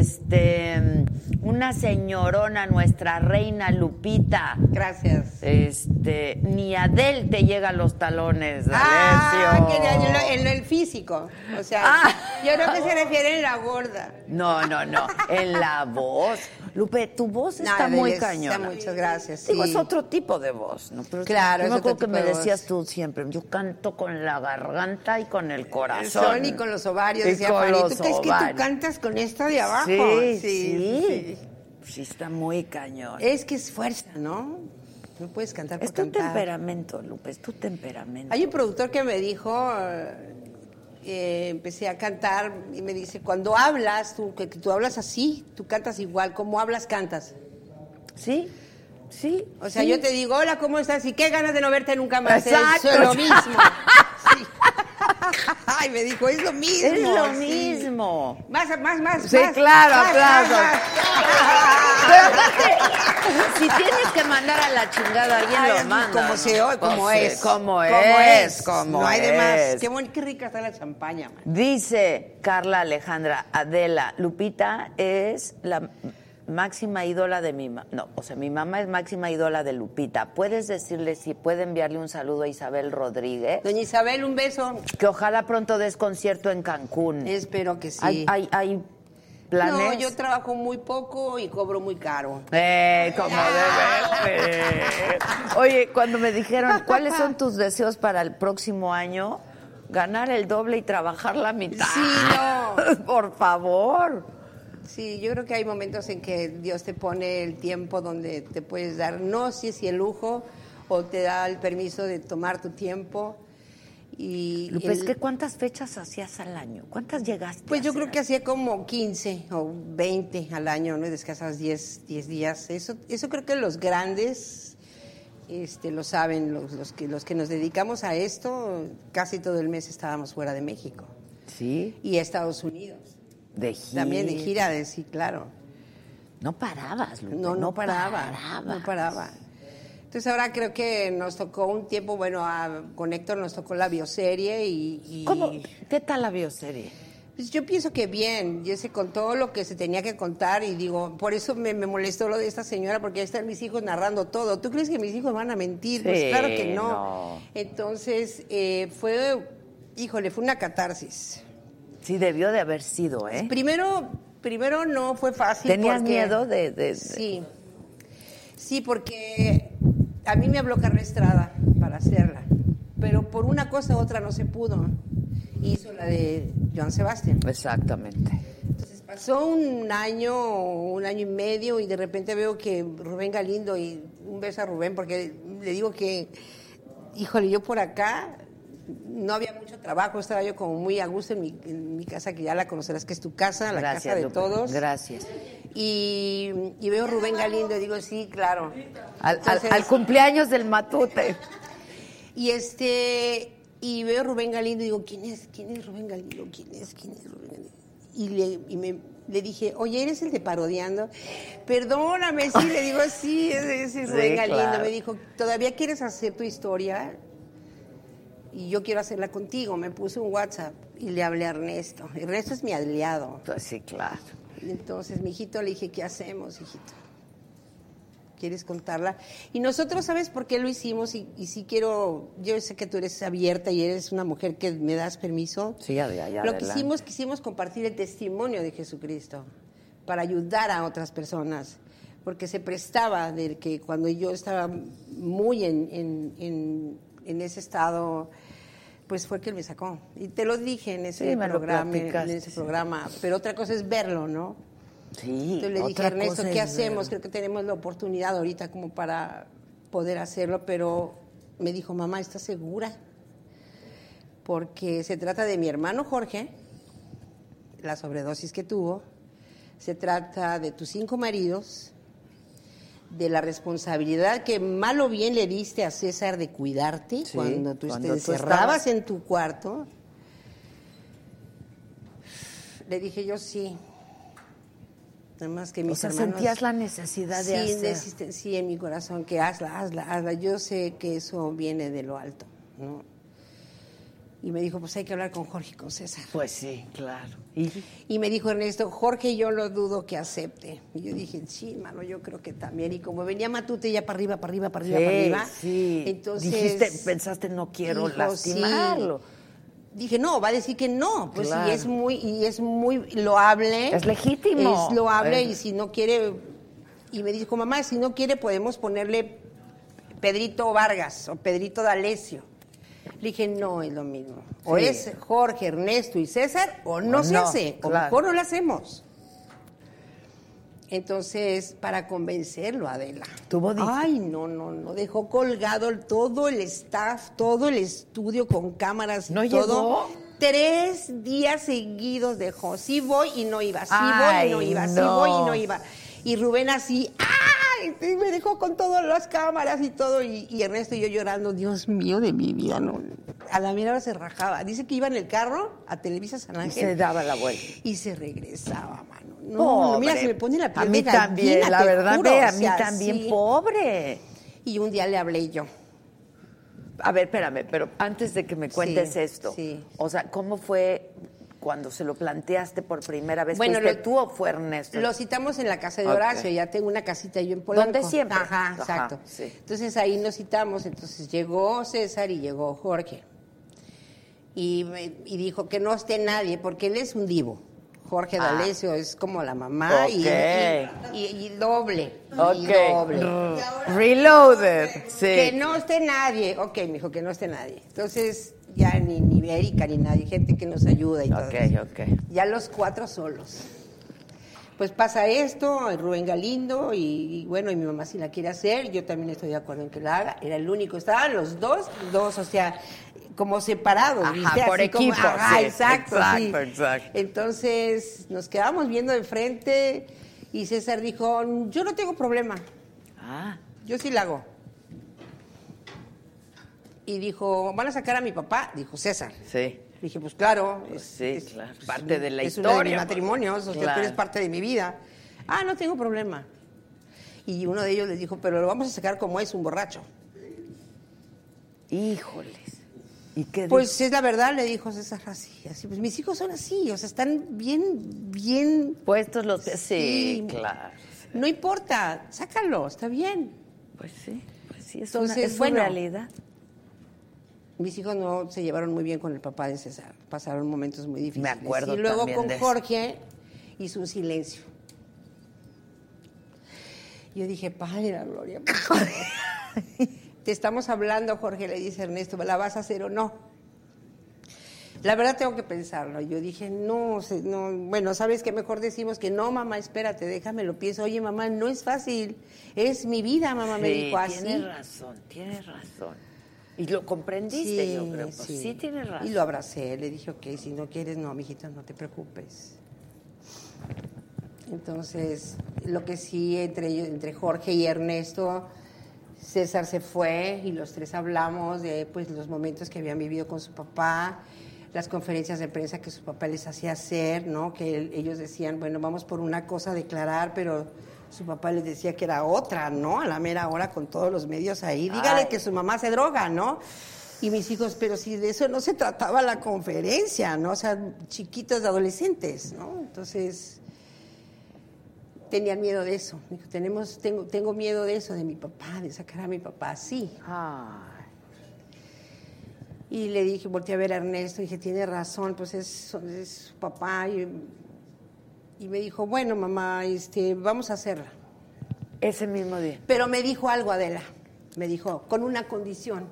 Este, una señorona, nuestra reina Lupita.
Gracias.
Este, ni Adel te llega a los talones,
Ah,
D'Alessio.
que en lo- en el físico. O sea,
Ah.
yo creo que se refiere a la gorda.
No, no, no. En la voz. Lupe, tu voz está
Nada,
muy
está
cañona.
muchas gracias,
Digo,
sí.
es otro tipo de voz, ¿no? Pero yo
Claro, es
me
otro
acuerdo que
tipo
me
de voz.
decían tú siempre, yo canto con la garganta y con el
El
corazón.
sol y con los ovarios.
Ah, Y
decía
con
Fanny, ¿tú
los
crees que
ovarios.
tú cantas con esta de abajo?
Sí, sí,
sí.
sí. está muy cañón.
Es que es fuerza, ¿no? No puedes cantar por
Es tu
cantar.
temperamento, Lupe, es tu temperamento.
Hay un productor que me dijo, eh, empecé a cantar y me dice, cuando hablas, tú, que, que tú hablas así, tú cantas igual, como hablas, cantas.
¿Sí? Sí.
O sea,
sí.
yo te digo, hola, ¿cómo estás? Y qué ganas de no verte nunca más.
Exacto.
Es
*laughs*
lo mismo. Sí. Ay, me dijo, es lo mismo.
Es lo
sí.
mismo.
Más, más, más.
Sí,
más,
claro,
más,
claro.
más, más.
Pero aparte, si tienes que mandar a la chingada a alguien,
Ay,
lo manda.
Como se oye, como es.
Como es, como
no hay de más.
es.
Qué, buen- qué rica está la champaña, man.
Dice Carla Alejandra Adela, Lupita es la máxima ídola de mi mamá. No, o sea, mi mamá es máxima ídola de Lupita. ¿Puedes decirle si puede enviarle un saludo a Isabel Rodríguez?
Doña Isabel, un beso.
Que ojalá pronto des concierto en Cancún.
Espero que sí.
Hay, hay, hay planes.
No, yo trabajo muy poco y cobro muy caro.
Eh, como debe ser. Oye, cuando me dijeron, ¿cuáles son tus deseos para el próximo año? Ganar el doble y trabajar la mitad.
Sí,
*laughs*
no.
Por favor.
Sí, yo creo que hay momentos en que Dios te pone el tiempo donde te puedes dar no sé si el lujo o te da el permiso de tomar tu tiempo. Y
Lupe, es
el-
que ¿cuántas fechas hacías al año? ¿Cuántas llegaste?
Pues
a
yo
hacer
creo que hacía como 15 o 20 al año, ¿no? Y descansabas 10, 10 días. Eso, eso creo que los grandes este, lo saben, los, los que, los que nos dedicamos a esto, casi todo el mes estábamos fuera de México
al- Sí,
y Estados Unidos.
de gira.
También de gira, de sí, claro.
No parabas, Lupe.
No, no paraba,
parabas.
no paraba. Entonces ahora creo que nos tocó un tiempo, bueno, a- con Héctor nos tocó la bioserie y... y-
¿Cómo? ¿Qué tal la bioserie?
Pues yo pienso que bien, yo sé con todo lo que se tenía que contar y digo, por eso me, me molestó lo de esta señora, porque ahí están mis hijos narrando todo. ¿Tú crees que mis hijos van a mentir?
Sí,
pues claro que no.
no.
Entonces, eh, fue, híjole, fue una catarsis.
Sí, debió de haber sido, ¿eh?
Primero, primero no fue fácil.
¿Tenías
porque-
miedo de, de- de-
Sí. Sí, porque a mí me habló Carla Estrada para hacerla, pero por una cosa u otra no se pudo. Hizo la de Joan Sebastián.
Exactamente.
Entonces pasó un año, un año y medio y de repente veo que Rubén Galindo, y un beso a Rubén porque le digo que, híjole, yo por acá no había mucho trabajo, estaba yo como muy a gusto en mi, en mi casa, que ya la conocerás, que es tu casa, la
Gracias,
casa de
Lupe.
todos.
Gracias.
Y, y veo a Rubén Galindo y digo, sí, claro.
Al, al-
Entonces-
al cumpleaños del matute.
y este y veo a Rubén Galindo y digo, ¿quién es? ¿Quién es Rubén Galindo? ¿Quién es? ¿Quién es Rubén Galindo? Y le, y me- le dije, oye, ¿eres el de parodiando? Perdóname, sí, le digo, sí, ese es
*laughs*
Rubén
Sí,
Galindo.
claro.
Me dijo, ¿todavía quieres hacer tu historia? Y yo quiero hacerla contigo. Me puse un WhatsApp y le hablé a Ernesto. Ernesto es mi aliado.
Pues sí, claro.
Entonces, mi hijito, le dije, ¿qué hacemos, hijito? ¿Quieres contarla? Y nosotros, ¿sabes por qué lo hicimos? Y, y si quiero, yo sé que tú eres abierta y eres una mujer que me das permiso.
Sí, ya, ya, ya,
Lo
adelante.
que hicimos, quisimos compartir el testimonio de Jesucristo para ayudar a otras personas. Porque se prestaba de que cuando yo estaba muy en, en- en- en ese estado, pues fue que él me sacó. Y te lo dije en ese,
Sí, me lo
programa, en
platicaste.
ese programa. Pero otra cosa es verlo, ¿no?
Sí.
Entonces le dije,
otra
Ernesto,
cosa
¿qué
es
hacemos?
ver-
Creo que tenemos la oportunidad ahorita como para poder hacerlo, pero me dijo, mamá, ¿estás segura? Porque se trata de mi hermano Jorge, la sobredosis que tuvo, se trata de tus cinco maridos, de la responsabilidad que mal o bien le diste a César de cuidarte
Sí,
cuando tú
cuando
te
tú
encerrabas
estabas-
en tu cuarto. Le dije yo sí. Nada más que mis
O sea,
hermanos-
sentías la necesidad de
sí,
hacer.
necesite- sí, en mi corazón, que hazla, hazla, hazla. Yo sé que eso viene de lo alto, ¿no? Y me dijo, pues hay que hablar con Jorge y con César.
Pues sí, claro. Y
Y me dijo Ernesto, Jorge, yo lo dudo que acepte. Y yo dije, sí, mano, yo creo que también. Y como venía Matute ya para arriba, para arriba, para arriba, para arriba.
sí.
Entonces.
Dijiste, pensaste, no quiero
dijo,
lastimarlo.
sí. Dije, no, va a decir que no. Pues
Claro.
y es muy, y es muy loable.
Es legítimo.
Es loable
Es-
y si no quiere. Y me dijo, mamá, si no quiere, podemos ponerle Pedrito Vargas o Pedrito D'Alessio. Le dije, no es lo mismo. O
Sí.
es Jorge, Ernesto y César, o no
O
se
no,
hace. O
claro.
mejor no lo hacemos. Entonces, para convencerlo, Adela.
Tuvo dif-
Ay, no, no, no. Dejó colgado el- todo el staff, todo el estudio con cámaras y
¿No
todo.
llegó?
Tres días seguidos dejó. Sí voy y no iba, sí voy y no
Ay,
iba, sí
no.
voy y no iba. Y Rubén así, ¡ay! Y me dejó con todas las cámaras y todo. Y, y Ernesto y yo llorando, Dios mío de mi vida, no. A la mierda se rajaba. Dice que iba en el carro a Televisa San
Y
Ángel
se daba la vuelta.
y se regresaba, mano. No, mira,
Pobre.
se me pone la piel
A mí
de gallina,
también, la
te
verdad,
juro,
ve, a
o
mí
sea,
también,
sí.
pobre.
Y un día le hablé yo.
A ver, espérame, pero antes de que me cuentes
Sí,
esto,
sí.
o sea, ¿cómo fue cuando se lo planteaste por primera vez?
Bueno,
¿Fuiste
lo-
tú o fue Ernesto?
Lo citamos en la casa de
Ok.
Horacio, ya tengo una casita yo en Polanco.
Donde siempre.
Ajá,
Ajá,
exacto.
sí.
Entonces ahí nos citamos, entonces llegó César y llegó Jorge. Y, me- y dijo que no esté nadie, porque él es un divo. Jorge
Ah.
D'Alessio es como la mamá y-
Ok.
y, y- y doble. Y doble.
Ok. Reloaded. Sí.
Que no esté nadie. Ok, me dijo que no esté nadie. Entonces ya ni, ni Erika ni nadie, gente que nos ayuda y todo.
Ok,
eso.
ok.
Ya los cuatro solos. Pues pasa esto, Rubén Galindo, y, y bueno, y mi mamá si la quiere hacer, yo también estoy de acuerdo en que la haga. Era el único, estaban los dos, dos, o sea, como separados.
Ajá,
¿viste?
por
como-
equipo,
ajá,
sí,
exacto,
exacto,
sí.
exacto.
Entonces nos quedamos viendo de frente y César dijo, yo no tengo problema,
Ah,
yo sí la hago. Y dijo, ¿van a sacar a mi papá? Dijo César.
sí.
Le dije, pues claro.
Pues sí, claro, parte de la
es uno de
historia,
mis
pues.
matrimonios, o sea, tú
Claro.
eres parte de mi vida. Ah, no tengo problema. Y uno de ellos les dijo, pero lo vamos a sacar como es, un borracho.
Híjoles. ¿Y qué
Pues es la verdad, le dijo César, así, así. Pues mis hijos son así, o sea, están bien, bien...
Puestos los pies. Sí,
Sí.
claro.
No importa, sácalo, está bien.
Pues sí, pues sí, es
Entonces,
una, es una
bueno.
realidad.
Mis hijos no se llevaron muy bien con el papá de César. Pasaron momentos muy difíciles.
Me acuerdo
Y luego
también
con
de eso.
Jorge hizo un silencio. Yo dije, padre, la
*laughs*
gloria. por favor". Te estamos hablando, Jorge, le dice Ernesto, ¿la vas a hacer o no? La verdad tengo que pensarlo. Yo dije, no, se- no, bueno, ¿sabes qué? Mejor decimos que no, mamá, espérate, déjame, lo pienso. Oye, mamá, no es fácil. Es mi vida, mamá, me
Sí,
dijo así.
Tienes razón, tienes razón. Y lo comprendiste, yo creo. Pues sí. tienes razón.
Y lo abracé, le dije, ok, si no quieres, no, mijito, no te preocupes. Entonces, lo que sí, entre, ellos- entre Jorge y Ernesto, César se fue y los tres hablamos de pues, los momentos que habían vivido con su papá, las conferencias de prensa que su papá les hacía hacer, ¿no? que él- ellos decían, bueno, vamos por una cosa a declarar, pero su papá les decía que era otra, ¿no? A la mera hora con todos los medios ahí. Dígale
Ay.
que su mamá se droga, ¿no? Y mis hijos, pero si de eso no se trataba la conferencia, ¿no? O sea, chiquitos, adolescentes, ¿no? Entonces tenían miedo de eso. Me dijo, tenemos, tengo, tengo miedo de eso, de mi papá, de sacar a mi papá así.
Ay,
Y le dije, volteé a ver a Ernesto, y dije, tiene razón, pues es, es su papá. Y, y me dijo, bueno, mamá, este, vamos a hacerla.
ese mismo día.
Pero me dijo algo, Adela. Me dijo, con una condición.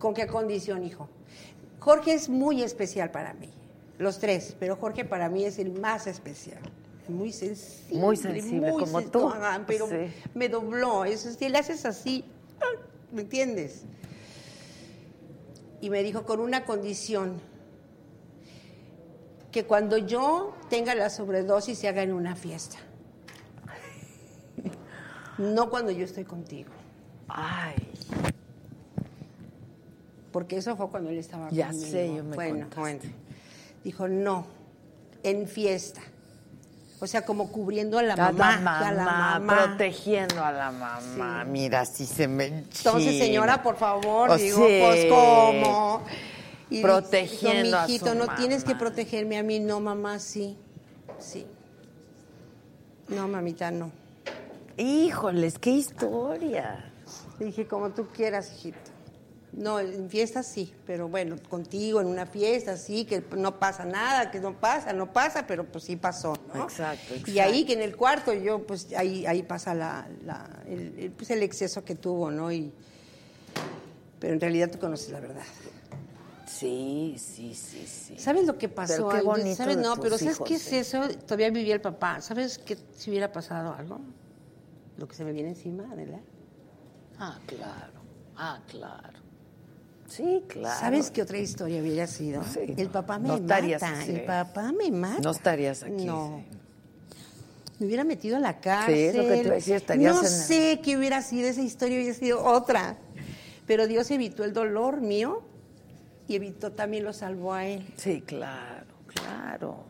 ¿Con qué condición, hijo? Jorge es muy especial para mí. Los tres, pero Jorge para mí es el más especial. Muy sensible.
Muy sensible, como
sen-
tú.
Ah, pero
Sí.
me dobló. Eso, si le haces así, ah, ¿me entiendes? Y me dijo, con una condición. Que cuando yo tenga la sobredosis se haga en una fiesta. No cuando yo estoy contigo,
Ay,
porque eso fue cuando él estaba
Ya
conmigo.
sé, yo me
Bueno,
contaste.
bueno. Dijo, no, en fiesta. O sea, como cubriendo a la mamá. a la mamá.
protegiendo a la mamá. Mira, si se me
Entonces,
enchina.
señora, por favor,
Oh,
digo,
sí.
pues, ¿cómo? Y dijo,
Protegiendo a su
mijito, no tienes que
mamá".
protegerme a mí, no, mamá, sí. Sí. No, mamita, no.
Híjoles, qué historia.
Le dije, como tú quieras, hijito. No, en fiestas sí, pero bueno, contigo en una fiesta sí, que no pasa nada, que no pasa, no pasa, pero pues sí pasó, ¿no?
Exacto,
Y ahí que en el cuarto yo, pues ahí, ahí pasa la, la- el, el- pues, el exceso que tuvo, ¿no? Y, pero en realidad tú conoces la verdad.
Sí, sí, sí, sí.
¿Sabes lo que pasó?
Pero qué
Ay,
bonito
¿Sabes?
de
No,
tus
pero ¿sabes
hijos, eh?
qué es
sí.
eso? Todavía vivía el papá. ¿Sabes que si hubiera pasado algo? Lo que se me viene encima, Adela.
Ah, claro. Ah, claro. Sí, claro.
¿Sabes qué otra historia hubiera sido?
Sí,
el
no,
papá me
no estarías
mata.
así.
El papá me mata.
No estarías aquí,
No.
sí.
Me hubiera metido a la cárcel.
Sí, es lo que te iba a decir, estarías
no
en el-
sé qué hubiera sido esa historia, hubiera sido otra. Pero Dios evitó el dolor mío y evitó también lo salvó a él.
Sí, claro, claro.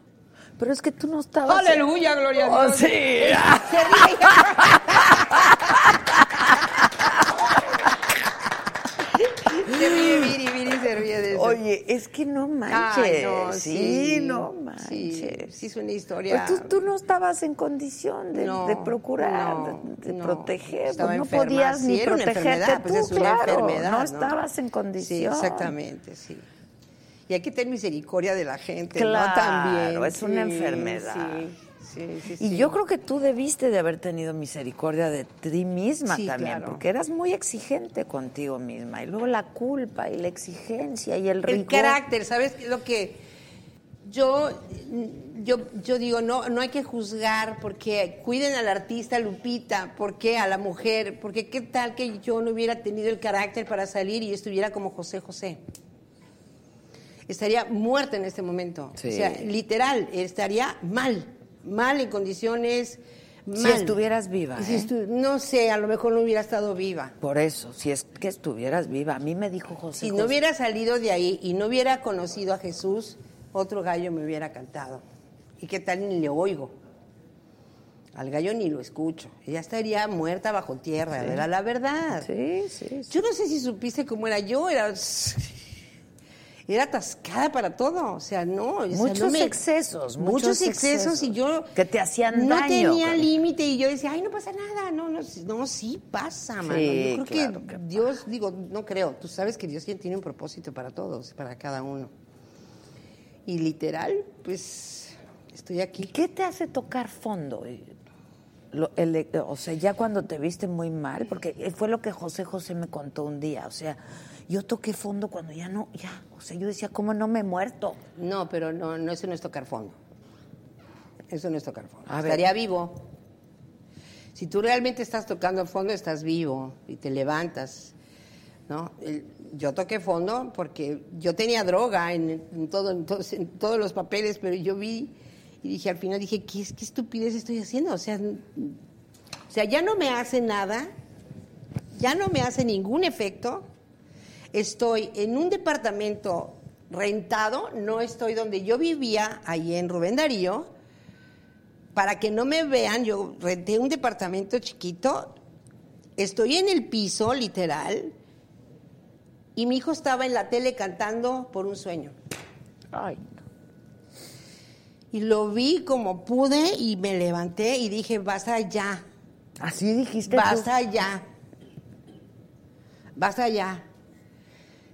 Pero es que tú no estabas.
Aleluya, gloria a
Oh,
Dios.
sí.
*laughs* Se ríe. Se ríe, Viri, Viri se ríe de eso.
Oye, es que no manches.
Ay, no,
sí,
sí es una historia.
Pues tú, tú no estabas en condición de,
No,
de procurar,
no,
de, de
no.
proteger,
Estaba
pues no
enferma,
podías
sí,
ni
era una
protegerte
enfermedad,
tú,
pues es una
claro,
enfermedad,
no
¿no?
estabas en
Sí,
condición.
exactamente, sí. Y hay que tener misericordia de la gente,
Claro,
¿no? También.
es una
sí,
enfermedad.
Sí, sí, sí.
Y
sí.
yo creo que tú debiste de haber tenido misericordia de ti misma
Sí,
también,
claro.
porque eras muy exigente contigo misma. Y luego la culpa y la exigencia y el rigor.
El carácter, ¿sabes? qué es Lo que yo, yo, yo digo, no, no hay que juzgar porque cuiden al artista Lupita, porque a la mujer, porque qué tal que yo no hubiera tenido el carácter para salir y estuviera como José José. Estaría muerta en este momento.
Sí.
O sea, literal, estaría mal, mal en condiciones.
Si
mal.
estuvieras viva,
Si
¿eh?
estu- no sé, a lo mejor no hubiera estado viva.
Por eso, si es que estuvieras viva. A mí me dijo José.
Si
José-
no hubiera salido de ahí y no hubiera conocido a Jesús, otro gallo me hubiera cantado. ¿Y qué tal ni le oigo? Al gallo ni lo escucho. Ella estaría muerta bajo tierra, era la verdad.
Sí, sí. sí.
Yo no sé si supiste cómo era yo, era... Era atascada para todo, o sea, no. o sea,
Muchos
no me-
excesos, muchos
muchos excesos, y yo...
que te hacían
no
daño,
tenía
caray.
límite y yo decía, ay, no pasa nada, no, no, sí- no sí pasa, mano.
Sí,
Yo creo
claro
que,
que
Dios, digo, no creo, tú sabes que Dios tiene un propósito para todos, para cada uno. Y literal, pues, estoy
¿Y
aquí.
qué te hace tocar fondo? Y lo- el- eh, o sea, ya cuando te viste muy mal, porque eh, fue lo que José José me contó un día. O sea, yo toqué fondo cuando ya no, ya. O sea, yo decía, ¿cómo no me he muerto?
No, pero no, no, eso no es tocar fondo. Eso no es tocar fondo.
A ver.
Estaría vivo. Si tú realmente estás tocando fondo, estás vivo y te levantas. ¿no? El- yo toqué fondo porque yo tenía droga en, en todo, en, todos- en todos los papeles, pero yo vi y dije al final, dije, ¿qué, es- qué estupidez estoy haciendo? O sea, n- o sea, ya no me hace nada, ya no me hace ningún efecto. Estoy en un departamento rentado, no estoy donde yo vivía, ahí en Rubén Darío. Para que no me vean, yo renté un departamento chiquito, estoy en el piso, literal, y mi hijo estaba en la tele cantando por un sueño.
Ay,
Y lo vi como pude y me levanté y dije, basta ya,
así dijiste. tú.
Basta ya. Basta ya.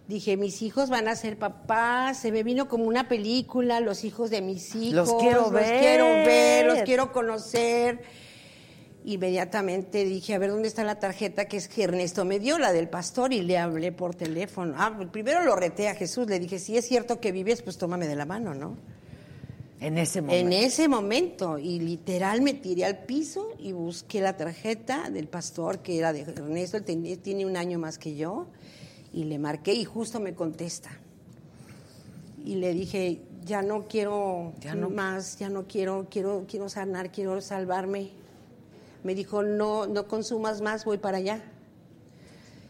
Dije, mis hijos van a ser papás, se me vino como una película, los hijos de mis hijos.
Los quiero ver.
Los quiero ver, los quiero conocer. Inmediatamente dije, a ver, ¿dónde está la tarjeta que es que Ernesto me dio, la del pastor? Y le hablé por teléfono. Ah, primero lo reté a Jesús, le dije, si es cierto que vives, pues tómame de la mano, ¿no?
En ese momento.
En ese momento, y literal me tiré al piso y busqué la tarjeta del pastor que era de Ernesto, él ten- tiene un año más que yo, y le marqué y justo me contesta. Y le dije, ya no quiero
Ya no-
más, ya no quiero, quiero, quiero sanar, quiero salvarme. Me dijo, no, no consumas más, voy para allá.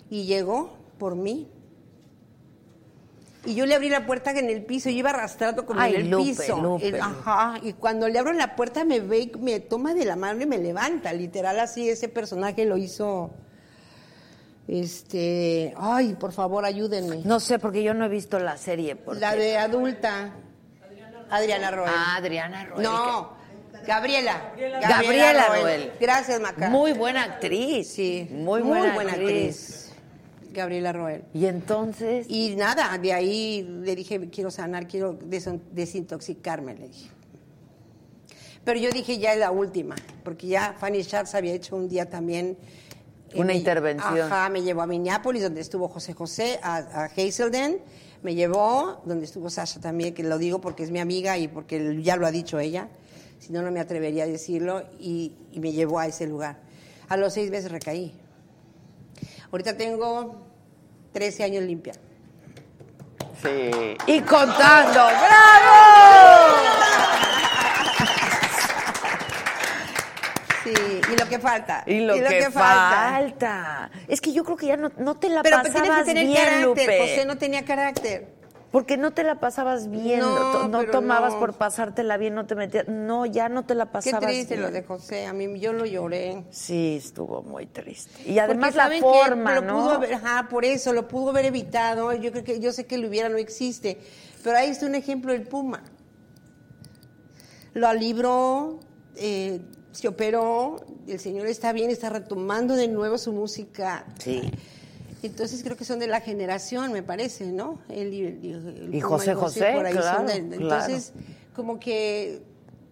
Y llegó por mí. Y yo le abrí la puerta en el piso, yo iba arrastrando como
Ay,
en el
Lupe,
piso.
Lupe,
El-
Lupe.
ajá, y cuando le abro la puerta me ve, y me toma de la mano y me levanta, literal así, ese personaje lo hizo, este, ay, por favor, ayúdenme.
No sé, porque yo no he visto la serie. Porque...
La de adulta, Adriana Roel.
Ah, Adriana Roel.
No, Gabriela.
Gabriela Roel.
Gracias,
que-
Maca.
Muy buena actriz.
sí,
Muy buena, actriz.
Gabriela Roel.
Y entonces.
Y nada, de ahí le dije, quiero sanar, quiero deson- desintoxicarme, le dije. Pero yo dije, ya es la última, porque ya Fanny Schatz había hecho un día también... eh,
Una
me-
intervención.
Ajá, me llevó a Minneapolis, donde estuvo José José, a, a Hazelden, me llevó, donde estuvo Sasha también, que lo digo porque es mi amiga y porque ya lo ha dicho ella, si no, no me atrevería a decirlo, y, y me llevó a ese lugar. A los seis meses recaí. Ahorita tengo 13 años limpia.
Y contando. ¡Bravo!
Sí, y lo que falta.
Y lo, que, falta. Es que yo creo que ya no, no te la
Pero pues,
pasabas
tienes que tener
bien,
carácter.
Lupe.
José no tenía carácter.
Porque no te la pasabas bien, no,
No,
to- no
pero
tomabas
no.
por pasártela bien, no te metías. No, ya no te la
Qué
pasabas
triste
bien.
lo de José. A mí yo lo lloré.
Sí, estuvo muy triste. Y además
Porque,
la
¿saben qué?
forma,
lo
¿no?
Pudo haber, ajá, por eso, lo pudo haber evitado. Yo creo que yo sé que lo hubiera, no existe. Pero ahí está un ejemplo el Puma. lo libró, eh, se operó, el señor está bien, está retomando de nuevo su música.
Sí.
Entonces creo que son de la generación, me parece, ¿no? Él y, el- el
Y
Puma
José José,
por ahí son
claro,
de-
claro.
Entonces, como que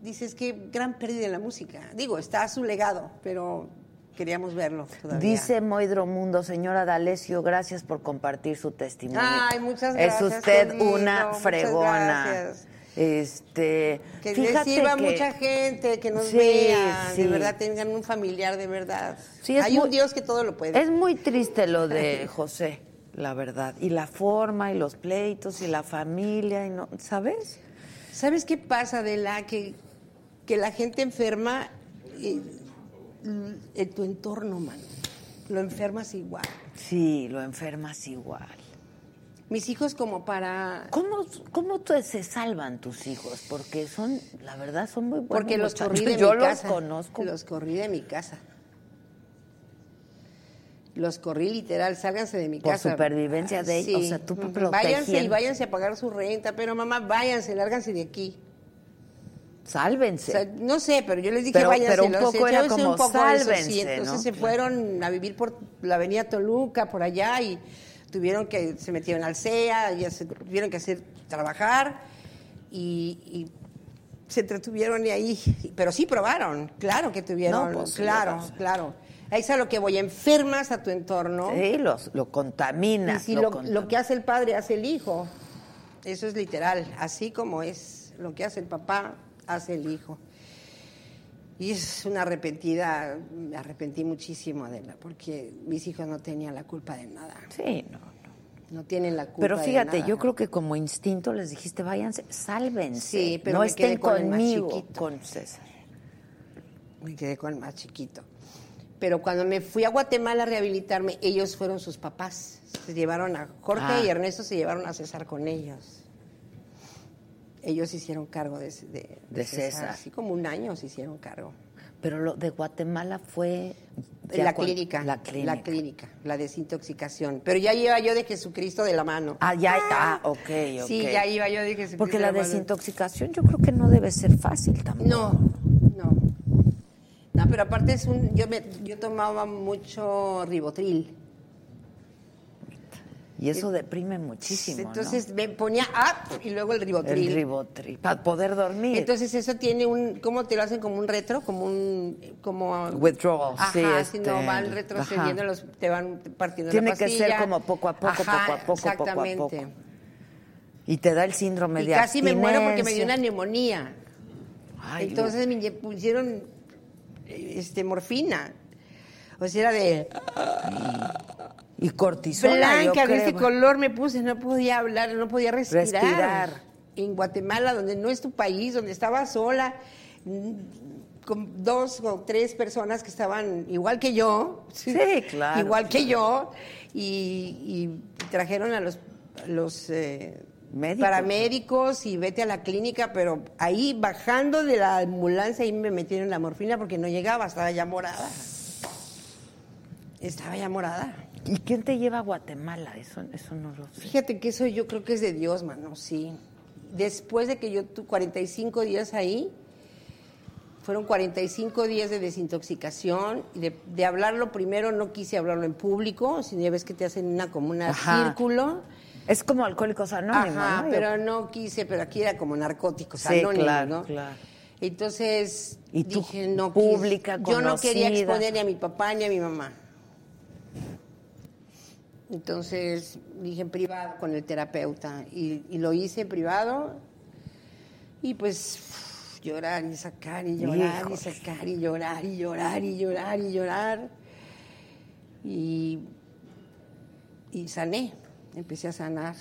dices que gran pérdida en la música. Digo, está su legado, pero queríamos verlo todavía.
Dice Moidro Mundo, señora D'Alessio, gracias por compartir su testimonio.
Ay, muchas
Es
gracias,
usted
querido,
una
muchas
fregona.
gracias.
Este,
que les
fíjate
sirva a
que-
mucha gente, que nos
Sí,
vea,
sí.
de verdad tengan un familiar de verdad.
Sí, es
Hay
muy-
un Dios que todo lo puede.
Es muy triste lo de José, la verdad, y la forma y los pleitos y la familia y no, ¿sabes?
¿Sabes qué pasa de la que, que la gente enferma eh, en tu entorno, mano? Lo enfermas igual.
Sí, lo enfermas igual.
Mis hijos como para
¿Cómo, cómo te- se salvan tus hijos? Porque son, la verdad, son muy buenos.
porque los
muchachos.
corrí de
Yo
mi
los
casa.
conozco.
Los corrí de mi casa. Los corrí literal, sálganse de mi
Por
casa.
supervivencia de ellos,
Sí.
o sea, tú
Ujú.
protegiendo.
Váyanse y váyanse a pagar su renta, pero mamá, váyanse, lárganse de aquí.
Sálvense.
O sea, no sé, pero yo les dije,
Pero-
váyanse.
pero un
los
poco
echados
era
en
como,
de eso, sí.
"Sálvense", ¿no?
Entonces se fueron a vivir por la avenida Toluca, por allá, y tuvieron que, se metieron al CEA, ya se tuvieron que hacer, trabajar, y, y se entretuvieron y ahí, pero sí probaron, claro que tuvieron,
No, pues, sí,
claro,
pasa.
claro. Ahí es a lo que voy, enfermas a tu entorno.
Sí, los, lo
Y
contaminas.
si lo,
contam-
lo que hace el padre hace el hijo, eso es literal, así como es lo que hace el papá, hace el hijo. Y es una arrepentida, me arrepentí muchísimo, Adela, porque mis hijos no tenían la culpa de nada.
Sí, no, no.
No tienen la culpa.
Pero
de
fíjate,
nada.
yo creo que como instinto les dijiste, váyanse, sálvense.
Sí, pero
no
me
estén
quedé con el más
conmigo,
chiquito.
con César.
Me quedé con el más chiquito. Pero cuando me fui a Guatemala a rehabilitarme, ellos fueron sus papás. Se llevaron a Jorge
Ah.
y Ernesto, se llevaron a César con ellos. Ellos se hicieron cargo de, de- de
De César.
Así como un año se hicieron cargo.
Pero lo de Guatemala fue... ya
La
cuan-
clínica,
La clínica.
la clínica, la desintoxicación. Pero ya iba yo de Jesucristo de la mano.
Ah, ya, ah, ok, ok.
Sí, ya iba yo de Jesucristo
Porque
de
la
la mano.
desintoxicación yo creo que no debe ser fácil tampoco.
No, no. No, pero aparte es un. Yo, me, yo tomaba mucho ribotril.
Y eso deprime muchísimo, ¿no?
Entonces me ponía ah, y luego el ribotril.
El ribotril, para poder dormir.
Entonces eso tiene un, ¿cómo te lo hacen como un retro? Como un, como...
Withdrawal,
Ajá,
sí,
si
este,
no van retrocediendo,
ajá.
los, te van partiendo
Tiene
la
que ser
pastilla.
como poco a poco, poco a poco, poco a poco.
exactamente.
y te da el síndrome
Y
de
casi me muero porque me dio una
abstinencia.
neumonía.
Ay,
Entonces me inye- pusieron eh, este, morfina. O sea, era de
Y cortisol.
blanca, de ese color me puse, no podía hablar, no podía respirar.
Respirar.
En Guatemala, donde no es tu país, donde estaba sola, mm, con dos o tres personas que estaban igual que yo.
Sí, claro.
Igual que yo. Y, y trajeron a los, los eh,
Médicos.
paramédicos y vete a la clínica, pero ahí bajando de la ambulancia, ahí me metieron la morfina porque no llegaba, estaba ya morada. Estaba ya morada.
¿Y quién te lleva a Guatemala? Eso, eso no lo sé.
Fíjate que eso yo creo que es de Dios, mano, sí. Después de que yo tuve 45 días ahí, fueron 45 días de desintoxicación, y de, de hablarlo primero no quise hablarlo en público, si ya ves que te hacen una como un
Ajá.
círculo.
Es como Alcohólicos Anónimos,
Ajá,
¿no?
pero no quise, pero aquí era como narcóticos
Sí,
anónimos,
claro,
¿no?
claro.
Entonces
Y tú,
dije, no quis-
pública,
Yo no quería
conocida.
exponer ni a mi papá ni a mi mamá. Entonces dije en privado con el terapeuta y, y lo hice en privado y pues uf, llorar y sacar y llorar
Híjole.
y sacar y llorar y llorar y llorar y llorar y, y sané, empecé a sanar.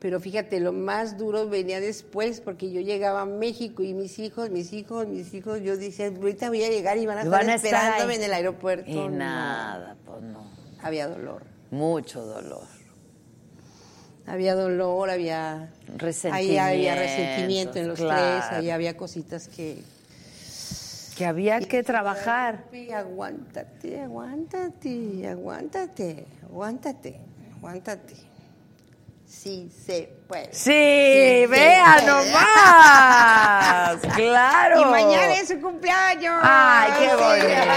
Pero fíjate, lo más duro venía después porque yo llegaba a México y mis hijos, mis hijos, mis hijos, yo decía, ahorita voy a llegar y van a
Y
estar
van a estar
esperándome
ahí.
en el aeropuerto.
Y
No,
nada, pues no.
había dolor.
Mucho dolor.
Había dolor, había Ahí había
Resentimientos,
resentimiento en los
claro.
tres, ahí había cositas que
Que había que trabajar.
Ay, Aguántate, aguántate, aguántate, aguántate, aguántate. Sí, se puede.
Sí, vea
*laughs*
nomás. Claro.
Y mañana es su cumpleaños.
Ay, qué
Sí. *laughs*
bonito.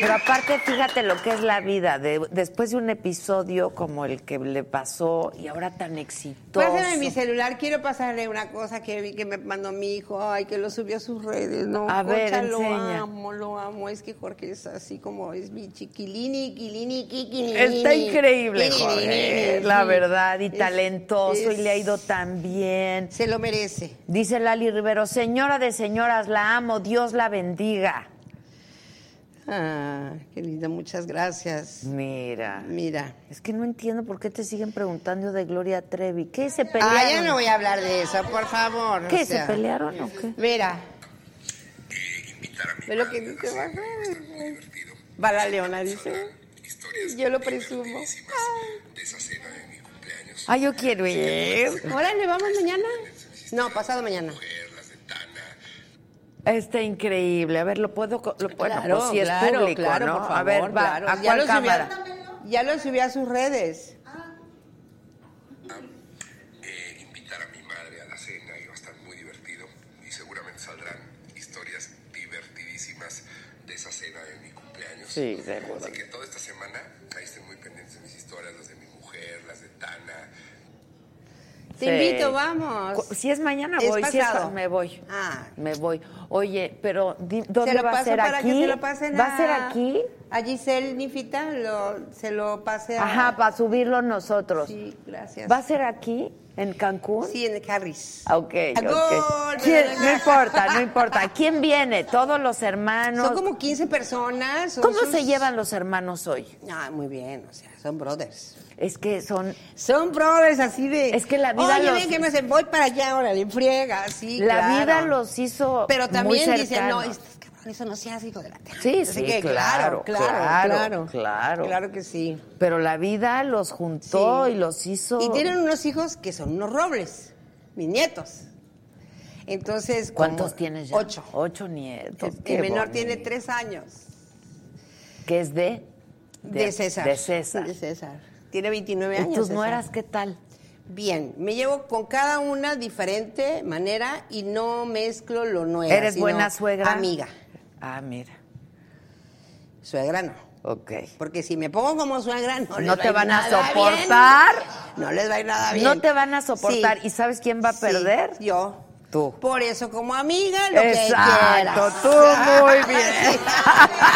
Pero aparte, fíjate lo que es la vida. de- después de un episodio como el que le pasó y ahora tan exitoso.
Pásame mi celular, quiero pasarle una cosa que vi que me mandó mi hijo, ay, que lo subió a sus redes, no,
A ver,
Concha, lo
enseña.
amo, lo amo, es que Jorge es así como es mi chiquilini, quilini, quiquilini.
Está increíble,
Quilini,
Jorge,
sí.
la verdad, y
Es-
talentoso, y
es-
le ha ido tan bien.
Se lo merece.
Dice Lali Rivero, señora de señoras, la amo, Dios la bendiga.
Ah, qué linda, muchas gracias.
Mira,
Mira.
es que no entiendo por qué te siguen preguntando de Gloria Trevi. ¿Qué se pelearon?
Ah, ya no voy a hablar de eso, por favor. o
¿Qué
sea.
se pelearon o qué?
Mira. Ve lo que dice Bárbara. Va la leona, dice. Yo lo presumo.
Ah, yo quiero ir.
Órale, vamos mañana. No, pasado mañana.
Está increíble. A ver, lo puedo, co- lo, bueno,
Claro,
pues si es
claro,
público,
claro,
¿no?
por
a
favor,
ver, va,
claro.
¿a
Ya
cuál
lo subí a-
cámara?
ya lo subí a sus redes.
eh, invitar a mi madre a la cena y va a estar muy divertido y seguramente saldrán historias divertidísimas de esa cena de mi cumpleaños.
Sí, seguro.
Así que toda esta semana ahí estén muy pendientes de mis historias, las de mi mujer, las de Tana.
Te
Sí.
invito, vamos.
Cu- Si es mañana
Es
voy, si es-
pasado.
me voy.
Ah.
Me voy. Oye, pero di- ¿dónde
se lo
va a
paso
ser
para
aquí?
que se lo pasen
¿Va a ser
a-
aquí?
A Giselle Nifita lo, se lo pase a...
Ajá, para subirlo nosotros.
Sí, gracias.
¿Va a ser aquí en Cancún?
Sí, en Harris.
Ah, Ok,
A gol,
ok. ¿Quién-
gol,
No
gol.
importa, no importa. ¿Quién viene? ¿Todos los hermanos?
Son como 15 personas. son
¿Cómo
sus-
se llevan los hermanos hoy?
Ah, muy bien, o sea, son brothers.
Es que son
Son brothers así de...
Es que la vida
Oye,
los-
ven, que me hacen, voy para allá, órale, friega, sí,
La
claro.
vida los hizo
Pero también
muy
dicen, no,
cercanos.
estos cabrones, eso no se hace, hijo de la tierra.
Sí,
Así
sí,
que,
claro,
claro,
claro,
claro, claro,
claro.
Claro que sí.
Pero la vida los juntó
Sí.
y los hizo.
Y tienen unos hijos que son unos robles, mis nietos. Entonces, como-
¿Cuántos tienes ya?
Ocho.
Ocho nietos.
El, el
Qué
menor
bonito.
tiene tres años.
Que es de.
De, César.
De César.
De César. Tiene 29
¿Y
años.
tus
César.
nueras qué tal?
Bien, me llevo con cada una diferente manera y no mezclo lo nuevo.
¿Eres
sino
buena suegra?
Amiga.
Ah, mira.
Suegra no.
Ok.
Porque si me pongo como suegra, no,
No
les va
te
a ir
van a
nada bien.
soportar.
No les va a ir nada bien.
No te van a soportar. ¿Y sabes quién va a
sí,
perder?
yo.
Tú.
Por eso, como amiga, lo
Exacto,
que quieras.
tú muy
*laughs*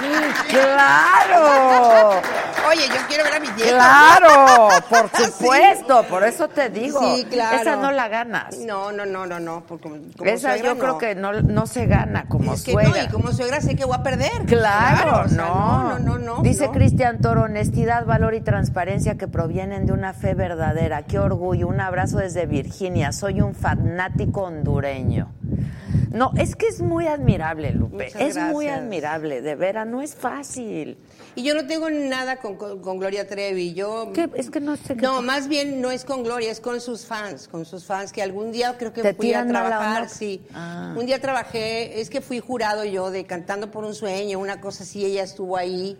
bien.
*laughs*
claro,
Oye, yo quiero ver a mi nietos.
claro, por
*laughs*
supuesto, por eso te digo.
Sí, claro.
Esa no la ganas.
No, no, no, no, no. Porque como, como
Esa
suegra,
yo creo
no.
que no, no se gana como
es que
suegra.
no, y como suegra sé que voy a perder.
Claro,
o sea,
no.
no, no, no, no,
Dice
no.
Cristian Toro, honestidad, valor y transparencia que provienen de una fe verdadera. Qué orgullo. Un abrazo desde Virginia. Soy un fanático hondureño. No, es que es muy admirable, Lupe.
Muchas
es muy
gracias.
admirable, de veras. No es fácil.
Y yo no tengo nada con, con- con Gloria Trevi. Yo.
¿Qué? Es que no sé qué-
No, más bien no es con Gloria, es con sus fans, con sus fans que algún día creo que
¿Te
fui a
tiran mala
trabajar,
onda?
sí.
Ah.
Un día trabajé, es que fui jurado yo de cantando por un sueño, una cosa así, ella estuvo ahí.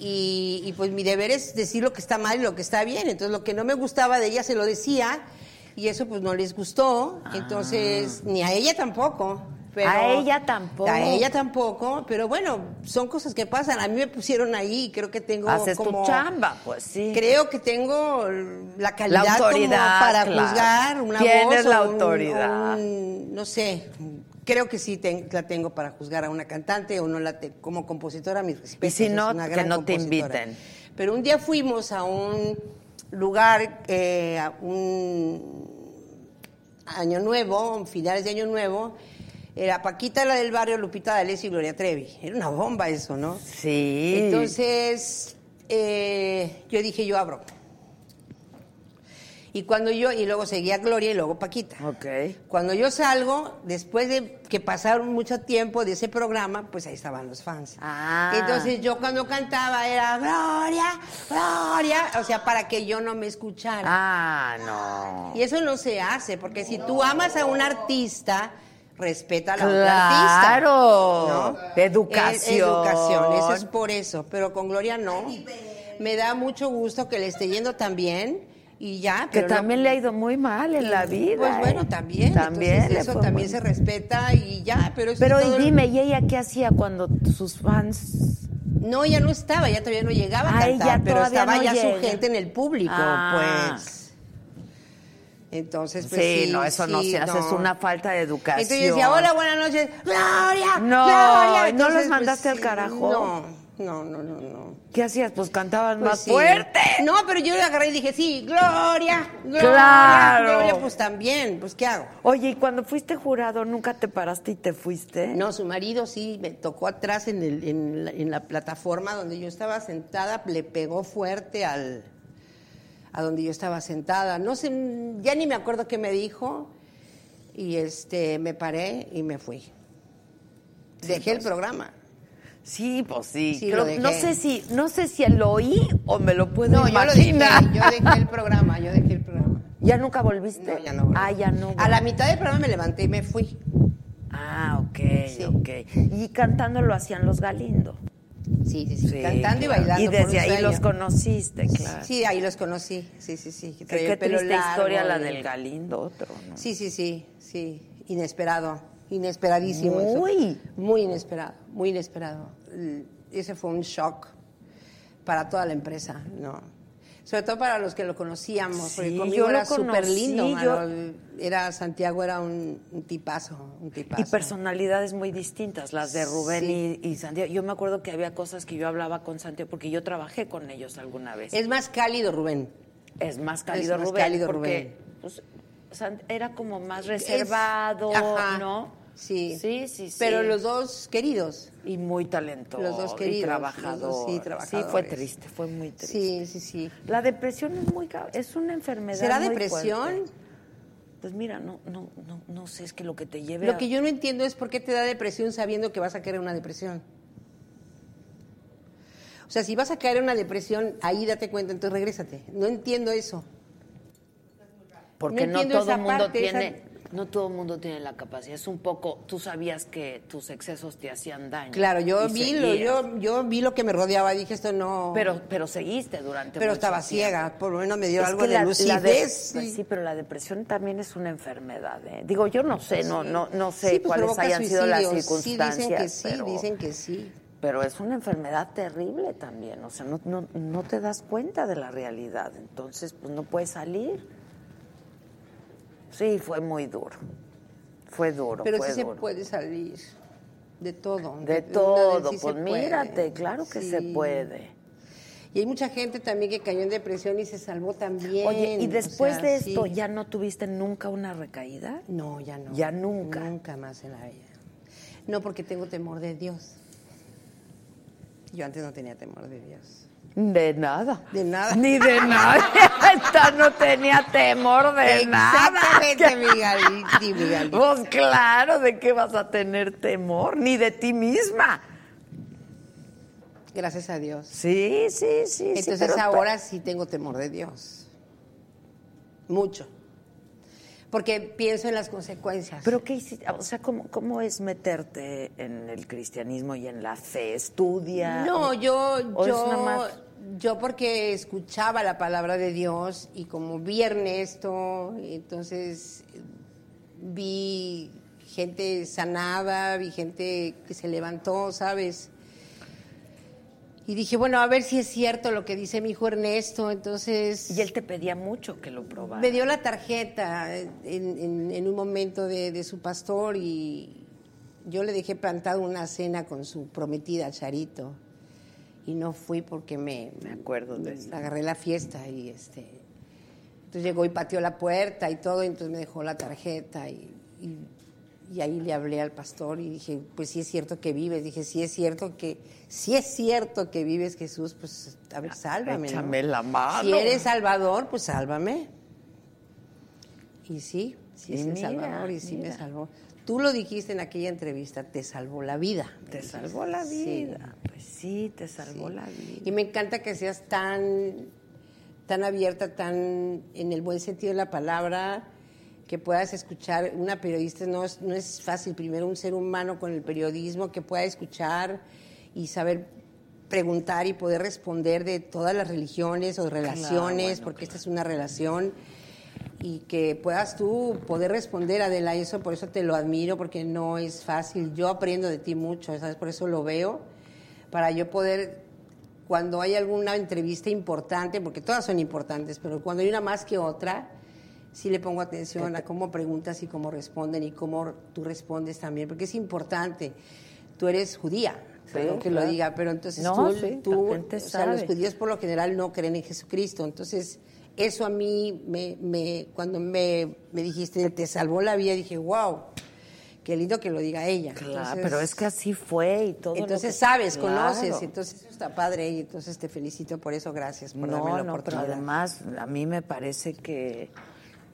Y, y, pues mi deber es decir lo que está mal y lo que está bien. Entonces lo que no me gustaba de ella se lo decía y eso pues no les gustó. Entonces ni a ella tampoco. Pero,
Ah. A ella tampoco.
A ella tampoco, pero bueno, son cosas que pasan. A mí me pusieron ahí y creo que tengo
Haces
como
tu chamba, pues sí.
Creo que tengo la
La
calidad
autoridad
como para
claro.
juzgar una
Tienes
voz o
la
un-
autoridad.
un- no sé, creo que sí ten- la tengo para juzgar a una cantante o no la te- como compositora mis respetos.
si
es
no,
una
que
gran
no te
compositora.
inviten.
Pero un día fuimos a un lugar, eh, a un año nuevo, finales de año nuevo. Era Paquita la del barrio, Lupita D'Alessio y Gloria Trevi. Era una bomba eso, ¿no?
Sí.
Entonces, eh, yo dije, yo abro. Y cuando yo, y luego seguía Gloria y luego Paquita.
Ok.
Cuando yo salgo, después de que pasaron mucho tiempo de ese programa, pues ahí estaban los fans.
Ah.
Entonces yo cuando cantaba era Gloria, Gloria, o sea, para que yo no me escuchara.
Ah, no.
Y eso no se hace, porque si tú amas a un artista, respeta a la
Claro.
otra artista. ¿no?
Educación.
Es- educación, eso es por eso, pero con Gloria no. Me da mucho gusto que le esté yendo tan bien y ya.
Que
pero no-
también le ha ido muy mal en la vida.
Pues
¿eh?
bueno, también.
También.
Entonces,
le
eso
fue
también
muy-
se respeta y ya, pero eso
Pero
es todo
y
lo-
dime, ¿y ella qué hacía cuando sus fans...
No, ya no estaba, ya todavía no llegaba a
Ah,
cantar,
ella
pero
todavía
estaba
no
ya
llega.
su gente en el público,
Ah.
pues. Entonces, pues
Sí, no, eso no
sí,
se hace, es una falta de educación.
Entonces yo decía, hola, buenas noches, Gloria,
No,
Gloria.
¿y no los
Entonces, pues,
mandaste al
sí,
carajo?
No, no, no, no, no.
¿Qué hacías? Pues cantaban
Pues
más
sí.
fuerte.
No, pero yo le agarré y dije, sí, Gloria, Gloria,
Claro.
Gloria, pues también, pues ¿qué hago?
Oye, y cuando fuiste jurado, ¿nunca te paraste y te fuiste?
No, su marido sí me tocó atrás en, el- en la, en la plataforma donde yo estaba sentada, le pegó fuerte al a donde yo estaba sentada. No sé, mm, ya ni me acuerdo qué me dijo y este me paré y me fui. Dejé el programa.
Sí, pues sí.
Sí,
Creo-
lo dejé.
no sé si, no sé si lo oí o me lo puedo
No, yo lo dejé,
imaginar.
yo dejé el programa, yo dejé el programa.
¿Ya nunca volviste?
No, ya no. volví.
Ah, ya no.
A la mitad del programa me levanté y me fui.
Ah, ok,
Sí.
ok. Y cantando lo hacían los Galindo.
Sí, sí, sí. Cantando y
claro.
bailando.
Y
por un
desde ahí
sueño.
los conociste, claro.
Sí, ahí los conocí. Sí, sí, sí.
Qué,
Traía
qué
el pelo
triste
largo
historia la
y-
del Galindo, otro. ¿no?
Sí, sí, sí, sí. Inesperado, inesperadísimo. eso.
Muy.
Muy inesperado, muy inesperado. L- Ese fue un shock para toda la empresa, ¿no? Sobre todo para los que lo conocíamos,
Sí,
porque conmigo
yo lo
era súper lindo,
conocí, yo-
Manol. Era, Santiago era un, un tipazo, un tipazo.
Y personalidades muy distintas, las de Rubén
Sí.
y, y Santiago. Yo me acuerdo que había cosas que yo hablaba con Santiago porque yo trabajé con ellos alguna vez.
Es más cálido, Rubén.
Es más cálido
Es más
Rubén.
cálido
porque,
Rubén.
pues, Sant- era como más reservado,
Es- ajá,
¿no?
Sí.
Sí, sí, sí.
Pero los dos queridos.
Y muy talentoso.
Los dos queridos,
Y
los
trabajador.
dos, sí,
Sí, fue
trabajadores.
triste, fue muy triste.
Sí, sí, sí.
La depresión es muy ca- es una enfermedad.
¿Será
muy
depresión?
fuerte. Pues mira, no, no, no, no sé, es que lo que te lleve
Lo
a-
que yo no entiendo es por qué te da depresión sabiendo que vas a caer en una depresión. O sea, si vas a caer en una depresión, ahí date cuenta, entonces regrésate. No entiendo eso.
Porque
no
no,
entiendo
todo
esa
el mundo
parte, esa-
tiene, no todo mundo tiene la capacidad. Es un poco, tú sabías que tus excesos te hacían daño.
Claro, yo
y
vi lo,
seguías.
yo, yo vi lo que me rodeaba, dije esto no.
Pero, pero seguiste durante.
pero
mucho
estaba
tiempo.
ciega, por lo menos me dio
Es
algo
que
de
la- la de-
lucidez.
pues
y-
sí, pero la depresión también es una enfermedad. ¿eh? Digo, yo no sé, no, no, no sé
Sí, pues,
cuáles
provoca
hayan sido las
suicidios.
circunstancias.
Sí, dicen que sí,
pero,
dicen que sí.
pero es una enfermedad terrible también. O sea, no, no, no te das cuenta de la realidad. Entonces, pues no puedes salir. Sí, fue muy duro. Fue duro.
Pero
fue
sí se
duro.
puede salir de todo.
De
una
todo,
sí se
pues
puede.
mírate, claro que se
Sí.
puede.
Y hay mucha gente también que cayó en depresión y se salvó también.
Oye, y
o
después
sea,
de esto,
sí.
¿ya no tuviste nunca una recaída?
No, ya no.
Ya nunca.
Nunca más en la vida. No, porque tengo temor de Dios. Yo antes no tenía temor de Dios.
De nada.
De nada.
Ni de nada. *laughs* Esta no tenía temor de
Exactamente,
nada.
mi Galiti, mi
*laughs*
Galiti.
Pues claro, ¿de qué vas a tener temor? Ni de ti misma.
Gracias a Dios.
Sí, sí, sí, sí.
Entonces
pero-
ahora sí tengo temor de Dios. Mucho. Porque pienso en las consecuencias.
¿Pero qué hiciste? O sea, ¿cómo, cómo es meterte en el cristianismo y en la fe? ¿Estudia?
No,
¿O-
yo,
o es nada
yo,
más-
yo porque escuchaba la palabra de Dios y como vierne esto, entonces eh, vi gente sanada, vi gente que se levantó, ¿sabes? Y dije, bueno, a ver si es cierto lo que dice mi hijo Ernesto, entonces...
Y él te pedía mucho que lo probara.
Me dio la tarjeta eh, en, en- en un momento de, de su pastor y yo le dejé plantado una cena con su prometida Charito y no fui porque me,
Me acuerdo de eso.
agarré la fiesta y este entonces llegó y pateó la puerta y todo y entonces me dejó la tarjeta y, y- y ahí le hablé al pastor y dije pues sí es cierto que vives dije sí es cierto que sí es cierto que vives Jesús pues a ver sálvame ¿no?
Échame la mano.
Si eres Salvador, pues sálvame. Y sí, sí
Y
es el
mira,
Salvador y sí
mira.
me salvó. Tú lo dijiste en aquella entrevista, te salvó la vida.
Te salvó la
Sí,
vida. Pues sí, te salvó
sí.
la vida.
Y me encanta que seas tan, tan abierta, tan en el buen sentido de la palabra, que puedas escuchar. Una periodista no es, no es fácil. Primero un ser humano con el periodismo que pueda escuchar y saber preguntar y poder responder de todas las religiones o relaciones,
bueno,
porque esta es una relación y que puedas tú poder responder, Adela, y eso por eso te lo admiro, porque no es fácil. Yo aprendo de ti mucho, ¿sabes? Por eso lo veo, para yo poder, cuando hay alguna entrevista importante, porque todas son importantes, pero cuando hay una más que otra, sí le pongo atención a cómo preguntas y cómo responden y cómo tú respondes también, porque es importante. Tú eres judía, perdón que lo
claro.
diga, pero entonces
No,
tú,
sí,
tú-
la gente
o sea, los
sabe.
judíos judíos por lo general no creen en Jesucristo. Entonces, eso a mí, me, me- cuando me, me dijiste, te salvó la vida, dije, wow, qué lindo que lo diga ella.
Claro,
Entonces-
pero es que así fue y todo. lo
Entonces
que-
sabes,
Claro.
conoces, entonces eso está padre y entonces te felicito por eso, gracias por darme
No, no,
la
pero
oportunidad.
además a mí me parece que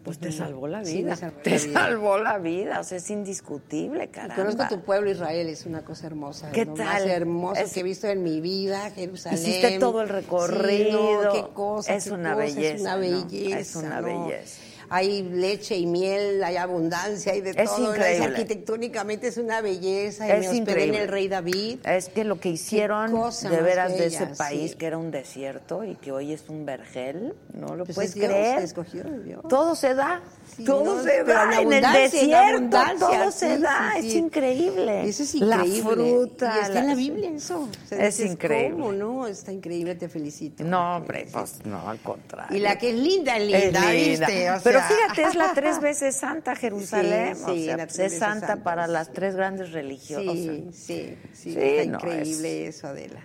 pues te salvó la
Sí, me
vida.
salvó la
te
vida.
salvó la vida, o sea, es indiscutible,
Y
caramba.
Conozco tu pueblo Israel, es una cosa hermosa.
¿Qué
lo
tal?
Más hermoso
Es-
que he visto en mi vida, Jerusalén.
Hiciste todo el
Sí, no,
recorrido.
qué cosa,
Es
qué
una
cosa,
belleza,
Es una
¿no?
belleza.
Es una
¿no?
belleza.
Hay leche y miel, hay abundancia, hay de
Es
todo. ¿no?
increíble.
arquitectónicamente es una belleza. Y
Es
me hospedé
increíble.
en el Rey David.
Es que lo que hicieron
Qué cosa
de
más
veras de
bella,
ese país
sí.
que era un desierto y que hoy es un vergel, no lo
Pues
puedes
es Dios,
creer.
te escogió Dios.
Todo se da,
Sí,
todo
no,
se
pero
da en, el
abundancia, en
desierto,
abundancia,
todo se
sí,
da,
sí,
es
sí.
increíble.
Eso es increíble.
La fruta,
Y está en
la-
la Biblia eso. O sea,
Es
dices,
increíble.
¿Cómo no? Está increíble, te felicito.
No, hombre, pues no, al contrario.
Y la que es linda, es
Es
linda,
linda.
¿viste? O
Pero
sea,
fíjate, es
*laughs*
la tres veces santa Jerusalén.
Sí,
o
sí,
sea,
la
pues
tres
es
veces
santa,
santa,
para
sí.
las tres grandes religiosas.
Sí, sí, sí,
Sí,
está
no,
increíble eso, Adela.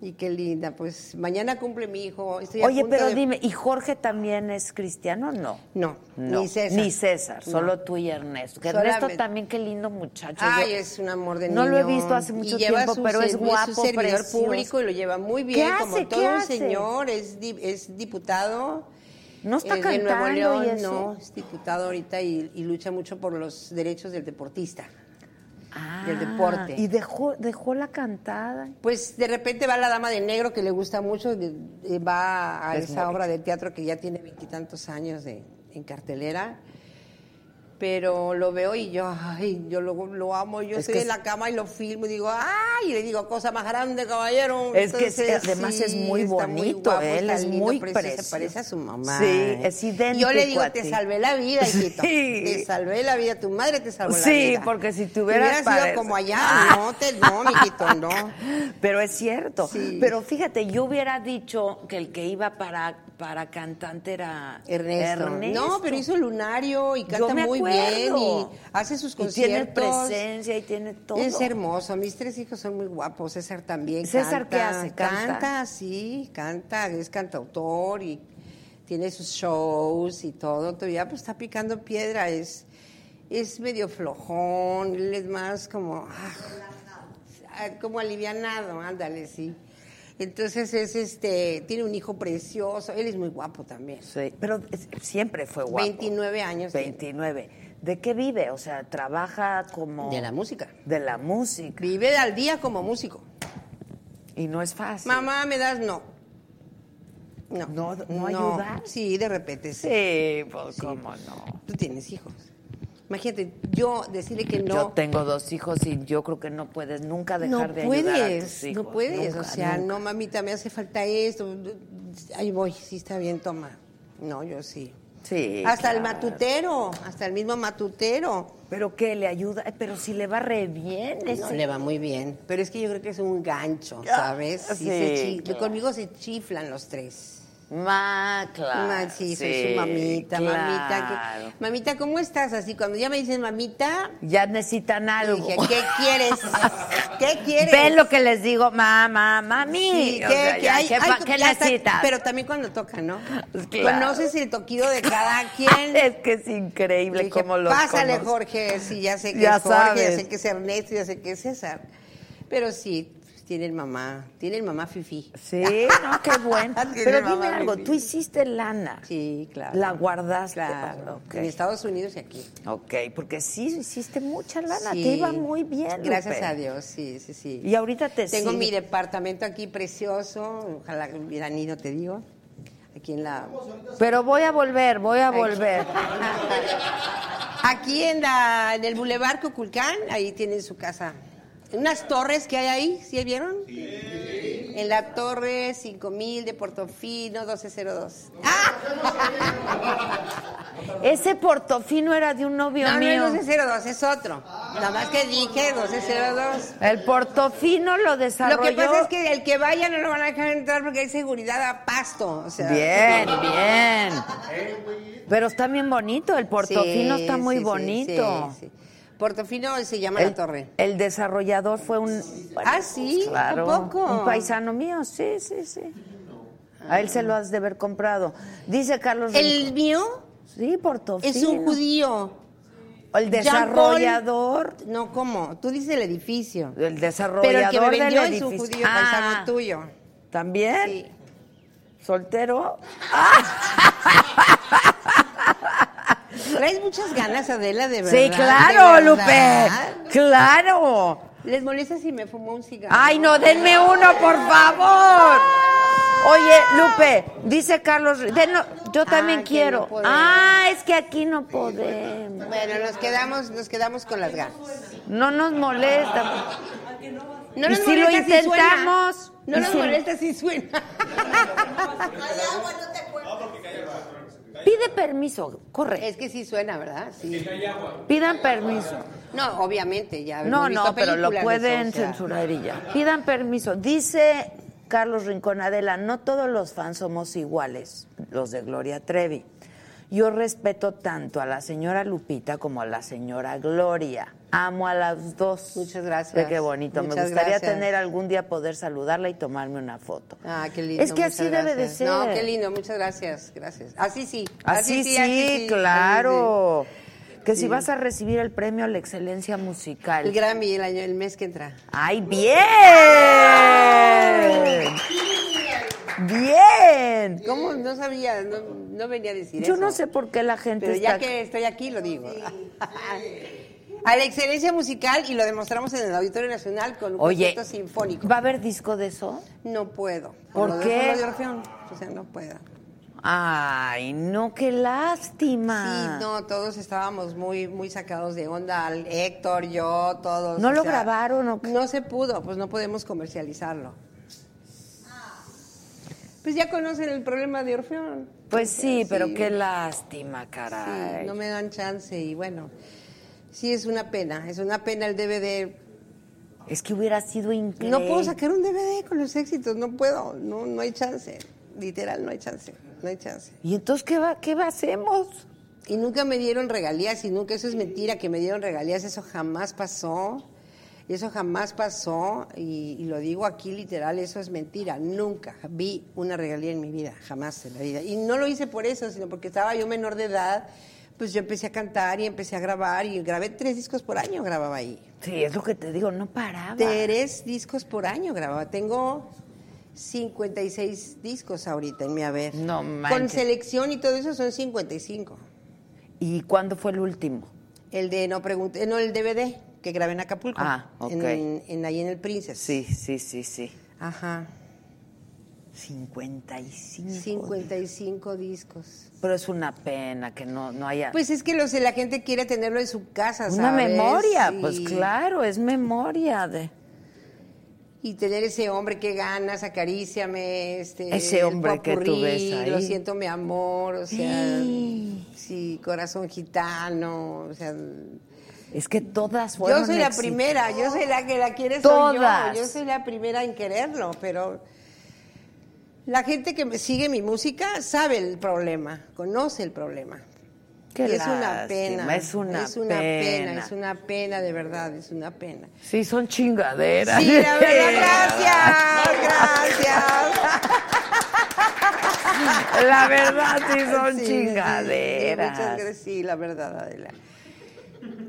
Y qué linda, pues mañana cumple mi hijo. estoy a
Oye,
punto
pero
de-
dime, ¿y Jorge también es cristiano o no?
No,
No,
ni César.
Ni César,
No.
solo tú y Ernesto. Que
Solamente-
Ernesto también, qué lindo muchacho.
Ay,
Yo-
es un amor de
No lo he
niño.
visto hace mucho
y lleva
tiempo,
su
pero es
servi-
guapo,
Es un servidor
precioso.
público y lo lleva muy
¿Qué
bien,
hace?
como todo
¿Qué
un
hace?
señor, es, di- es diputado.
No está
es de
cantando
Nuevo
y
León,
eso.
no, es diputado ahorita y, y lucha mucho por los derechos del deportista.
Ah,
del deporte.
Y dejó, dejó la cantada.
Pues de repente va la dama de negro que le gusta mucho, de- de- va a
Es
esa
muy-
obra de teatro que ya tiene veintitantos años de- en cartelera. Pero lo veo y yo, ay, yo lo, lo amo, yo
Es
estoy
que
en
es-
la cama y lo filmo y digo, ay, y le digo, cosa más grande, caballero.
Es que es- además es muy
está
bonito, él
está
es muy
precioso,
precioso.
Parece a su mamá.
Sí, es idéntico
Yo le digo,
a
te
ti".
salvé la vida,
*laughs*
hijito.
Sí.
Te salvé la vida, tu madre te salvó la
Sí,
vida.
porque si te hubieras
sido
parec- *laughs*
como allá,
Ah.
no, te, no, mijito, no.
Pero es cierto.
Sí.
Pero fíjate, yo hubiera dicho que el que iba para, para cantante era
Ernesto. No, pero hizo Lunario y
Yo
canta
me acuerdo.
muy bien y hace sus
Y tiene
conciertos.
presencia y tiene todo.
Es hermoso. Mis tres hijos son muy guapos. César también.
César,
canta,
¿qué hace? ¿Canta?
Canta, sí, canta. Es cantautor y tiene sus shows y todo. Todavía pues está picando piedra. Es, es medio flojón. Él es más como. ah, como alivianado, ándale, sí. Entonces es este, tiene un hijo precioso, él es muy guapo también.
Sí, pero es- siempre fue guapo.
29 años tiene.
29. ¿De qué vive? O sea, trabaja como...
De la música.
De la música.
Vive al día como músico.
Y no es fácil.
Mamá, ¿me das? No. No.
No- no ayudar.
Sí, de repente sí.
Sí, pues cómo no.
Tú tienes hijos. Imagínate, yo decirle que no.
Yo tengo dos hijos y yo creo que no puedes nunca dejar
no
de
puedes,
ayudar a tus hijos.
No puedes,
Nunca,
o sea,
nunca.
no, mamita, me hace falta esto. Ahí voy, sí está bien, toma. No, yo sí.
Sí,
hasta el
claro.
matutero, hasta el mismo matutero.
Pero qué, le ayuda. Ay, Pero si le va re bien. ese-
No, le va muy bien. Pero es que yo creo que es un gancho, ¿sabes? Sí,
Ah, Sí,
se chi-
claro.
Conmigo se chiflan los tres.
Ma, claro.
Ma, sí, soy su mamita, mamita.
claro.
que- mamita, ¿cómo estás? Así, cuando ya me dicen mamita,
Ya necesitan algo.
dije, ¿qué
*laughs*
quieres? ¿Qué quieres?
Ven lo que les digo, mamá, mami.
Sí,
O
¿qué-
sea,
qué
ya,
hay?
¿qué
Ay,
pa- qué
ya está-
necesitas? *laughs* Pues
pero también cuando toca, ¿no?
Claro.
Conoces el toquido de cada quien.
*laughs* es que es increíble
Le dije,
cómo lo
Pásale,
conoce".
Jorge. Sí, ya sé que
Ya
es Jorge,
sabes.
ya sé que es Ernesto, ya sé que es César. Pero sí, tienen mamá. Tienen mamá fifi.
Sí,
*laughs*
no, qué bueno.
Tiene
Pero dime
mamá
algo,
Mimi.
tú hiciste lana.
Sí, claro.
La guardaste.
Claro.
Ok.
En Estados Unidos y aquí.
Ok, porque sí hiciste mucha lana,
Sí.
te iba muy bien.
Gracias
Lupe.
a Dios, sí, sí, sí.
Y ahorita te
Tengo
sigue.
mi departamento aquí precioso. Ojalá que hubieran ido, te digo. Aquí en la. *laughs*
Pero voy a volver, voy a volver.
Aquí en, la- en el Boulevard Cuculcán, ahí tienen su casa. Unas torres que hay ahí, ¿sí vieron? Sí. En la Torre 5000 de Portofino 1202. ¡Ah!
Ese portofino era de un novio
No, no
mío.
es 1202, es otro. Nada más que dije 1202.
El portofino lo desarrolló.
Lo que pasa es que el que vaya no lo van a dejar entrar porque hay seguridad a pasto. o sea.
Bien, bien. Pero está bien bonito, el portofino
Sí,
está muy
sí, sí,
bonito.
sí, sí. Portofino se llama
El,
la torre.
el desarrollador fue un... pues,
Ah, sí,
claro,
tampoco.
Un paisano mío, sí, sí, sí. A él se lo has de haber comprado. Dice Carlos
El
Rincón-
mío
Sí, portofino.
es un judío.
El desarrollador...
Jean Paul- No, ¿cómo? Tú dices el edificio.
El desarrollador
Pero el que me
del
vendió es
edificio.
un judío
Ah,
paisano tuyo.
¿También?
Sí.
¿Soltero?
Traes muchas ganas, Adela, de verdad.
Sí,
de
claro, Lupe.
verdad.
Claro.
¿Les molesta si me fumo un cigarro?
Ay, no, denme uno, por favor. Oye, Lupe, dice Carlos, Ri- denlo- yo también
Ah, que
quiero.
no podemos.
ah, es que aquí no podemos.
Bueno, nos quedamos, nos quedamos con las ganas.
No nos molesta.
No
¿Y si lo intentamos?
Si suena. no
¿Y
nos
si-
molesta si suena.
Pide permiso, corre.
Es que sí suena, ¿verdad? Sí.
Pidan permiso.
No, obviamente, ya.
No,
hemos visto
no, pero lo
películas de
pueden
eso, o sea.
censurar y ya. Pidan permiso. Dice Carlos Rincón Adela, no todos los fans somos iguales, los de Gloria Trevi. Yo respeto tanto a la señora Lupita como a la señora Gloria. Amo a las dos.
Muchas gracias.
Ve qué bonito. Me
Muchas
gustaría
gracias.
tener algún día poder saludarla y tomarme una foto.
Ah, qué lindo.
Es que
muchas
así debe de
gracias.
ser.
No, qué lindo, muchas gracias, gracias. Así sí.
Así, Ah, sí,
así
claro. Que si vas a recibir el premio a la excelencia musical.
El Grammy el año, el mes que entra.
¡Ay, bien! ¡Bien!
¿Cómo? No sabía, no, no venía a decir eso.
Yo no sé por qué la gente
Pero
está...
ya que estoy aquí, lo digo. A la excelencia musical y lo demostramos en el Auditorio Nacional con un
Oye,
concierto sinfónico.
¿va a haber disco de eso?
No puedo.
¿Por
lo de
qué?
Flor de Orfeón, O sea, no puedo.
¡Ay, no, qué lástima!
Sí, no, todos estábamos muy, muy sacados de onda. al Héctor, yo, todos.
¿No lo grabaron o qué?
No se pudo, pues no podemos comercializarlo. Pues ya conocen el problema de Orfeón.
Pues sí, pero
Sí.
qué lástima,
Sí,
caray.
no me dan chance y bueno, sí es una pena, es una pena el DVD.
Es que hubiera sido increíble.
No puedo sacar un DVD con los éxitos, no puedo, no, no hay chance, literal no hay chance, no hay chance.
¿Y entonces qué, va, qué va- hacemos?
Y nunca me dieron regalías y nunca, eso es mentira, que me dieron regalías, eso jamás pasó. Y eso jamás pasó, y, y lo digo aquí literal, eso es mentira. Nunca vi una regalía en mi vida, jamás en la vida. Y no lo hice por eso, sino porque estaba yo menor de edad, pues yo empecé a cantar y empecé a grabar, y grabé tres discos por año, grababa ahí.
Sí, es lo que te digo, no paraba.
Tres discos por año grababa. Tengo 56 discos ahorita en mi haber.
No
Con
manches.
selección y todo eso son 55.
¿Y cuándo fue el último?
El de no pregunté, no el DVD que grabé en Acapulco.
Ah, ok.
En, en- ahí en el Princess.
sí, sí, sí.
Ajá.
55.
55 discos.
Pero es una pena que no, no haya...
Pues es que los, la gente quiere tenerlo en su casa,
Una
¿sabes?
memoria,
Y-
pues claro, es memoria de
Y tener ese hombre que ganas, acaríciame, este...
Ese
el
hombre que tú
popurrí,
ves ahí.
Lo siento, mi amor, o sea... sí, corazón gitano, o sea...
es que todas fueron
Yo soy la
exi-
primera, yo soy la que la quiere
Todas.
soy yo. Yo soy la primera en quererlo, pero la gente que me sigue mi música sabe el problema, conoce el problema.
Qué
Y es
lástima,
una pena.
es una pena.
es una pena de verdad, es una pena.
Sí, son chingaderas.
Sí, la verdad, gracias, gracias.
La verdad sí son
Sí, sí,
chingaderas.
Sí, muchas gracias, sí, la verdad, Adela.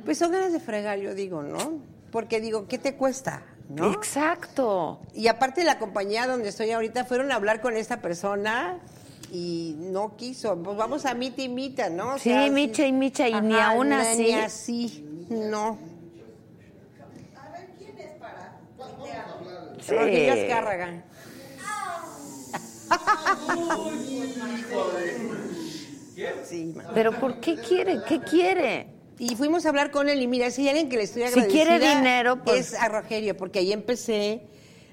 Pues son ganas de fregar, yo digo, ¿no? Porque digo, ¿qué te cuesta? ¿No?
Exacto.
Y aparte la compañía donde estoy ahorita fueron a hablar con esta persona y no quiso. Pues vamos a mita y mita, ¿no? O
Sí, micha y micha, y ni
Ajá,
aún
na-
así.
Ni así, no.
Sí.
Rogelio Azcárraga. Sí, ma.
Pero ¿por qué quiere? ¿Qué quiere?
Y fuimos a hablar con él y mira, si hay alguien que le estoy
Si
agradecida
quiere dinero, pues-
es a Rogelio, porque ahí empecé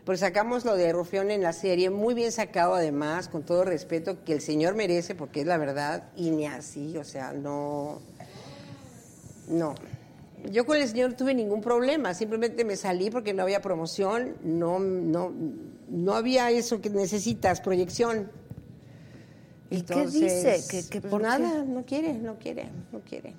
Pero sacamos lo de Rufión en la serie, muy bien sacado además, con todo respeto que el señor merece, porque es la verdad, y ni así, o sea, no. No. Yo con el señor no tuve ningún problema, simplemente me salí porque no había promoción, no, no, no había eso que necesitas, proyección.
¿Y qué dice? ¿Que- que
pues
por qué?
nada, no quiere, no quiere, no quiere.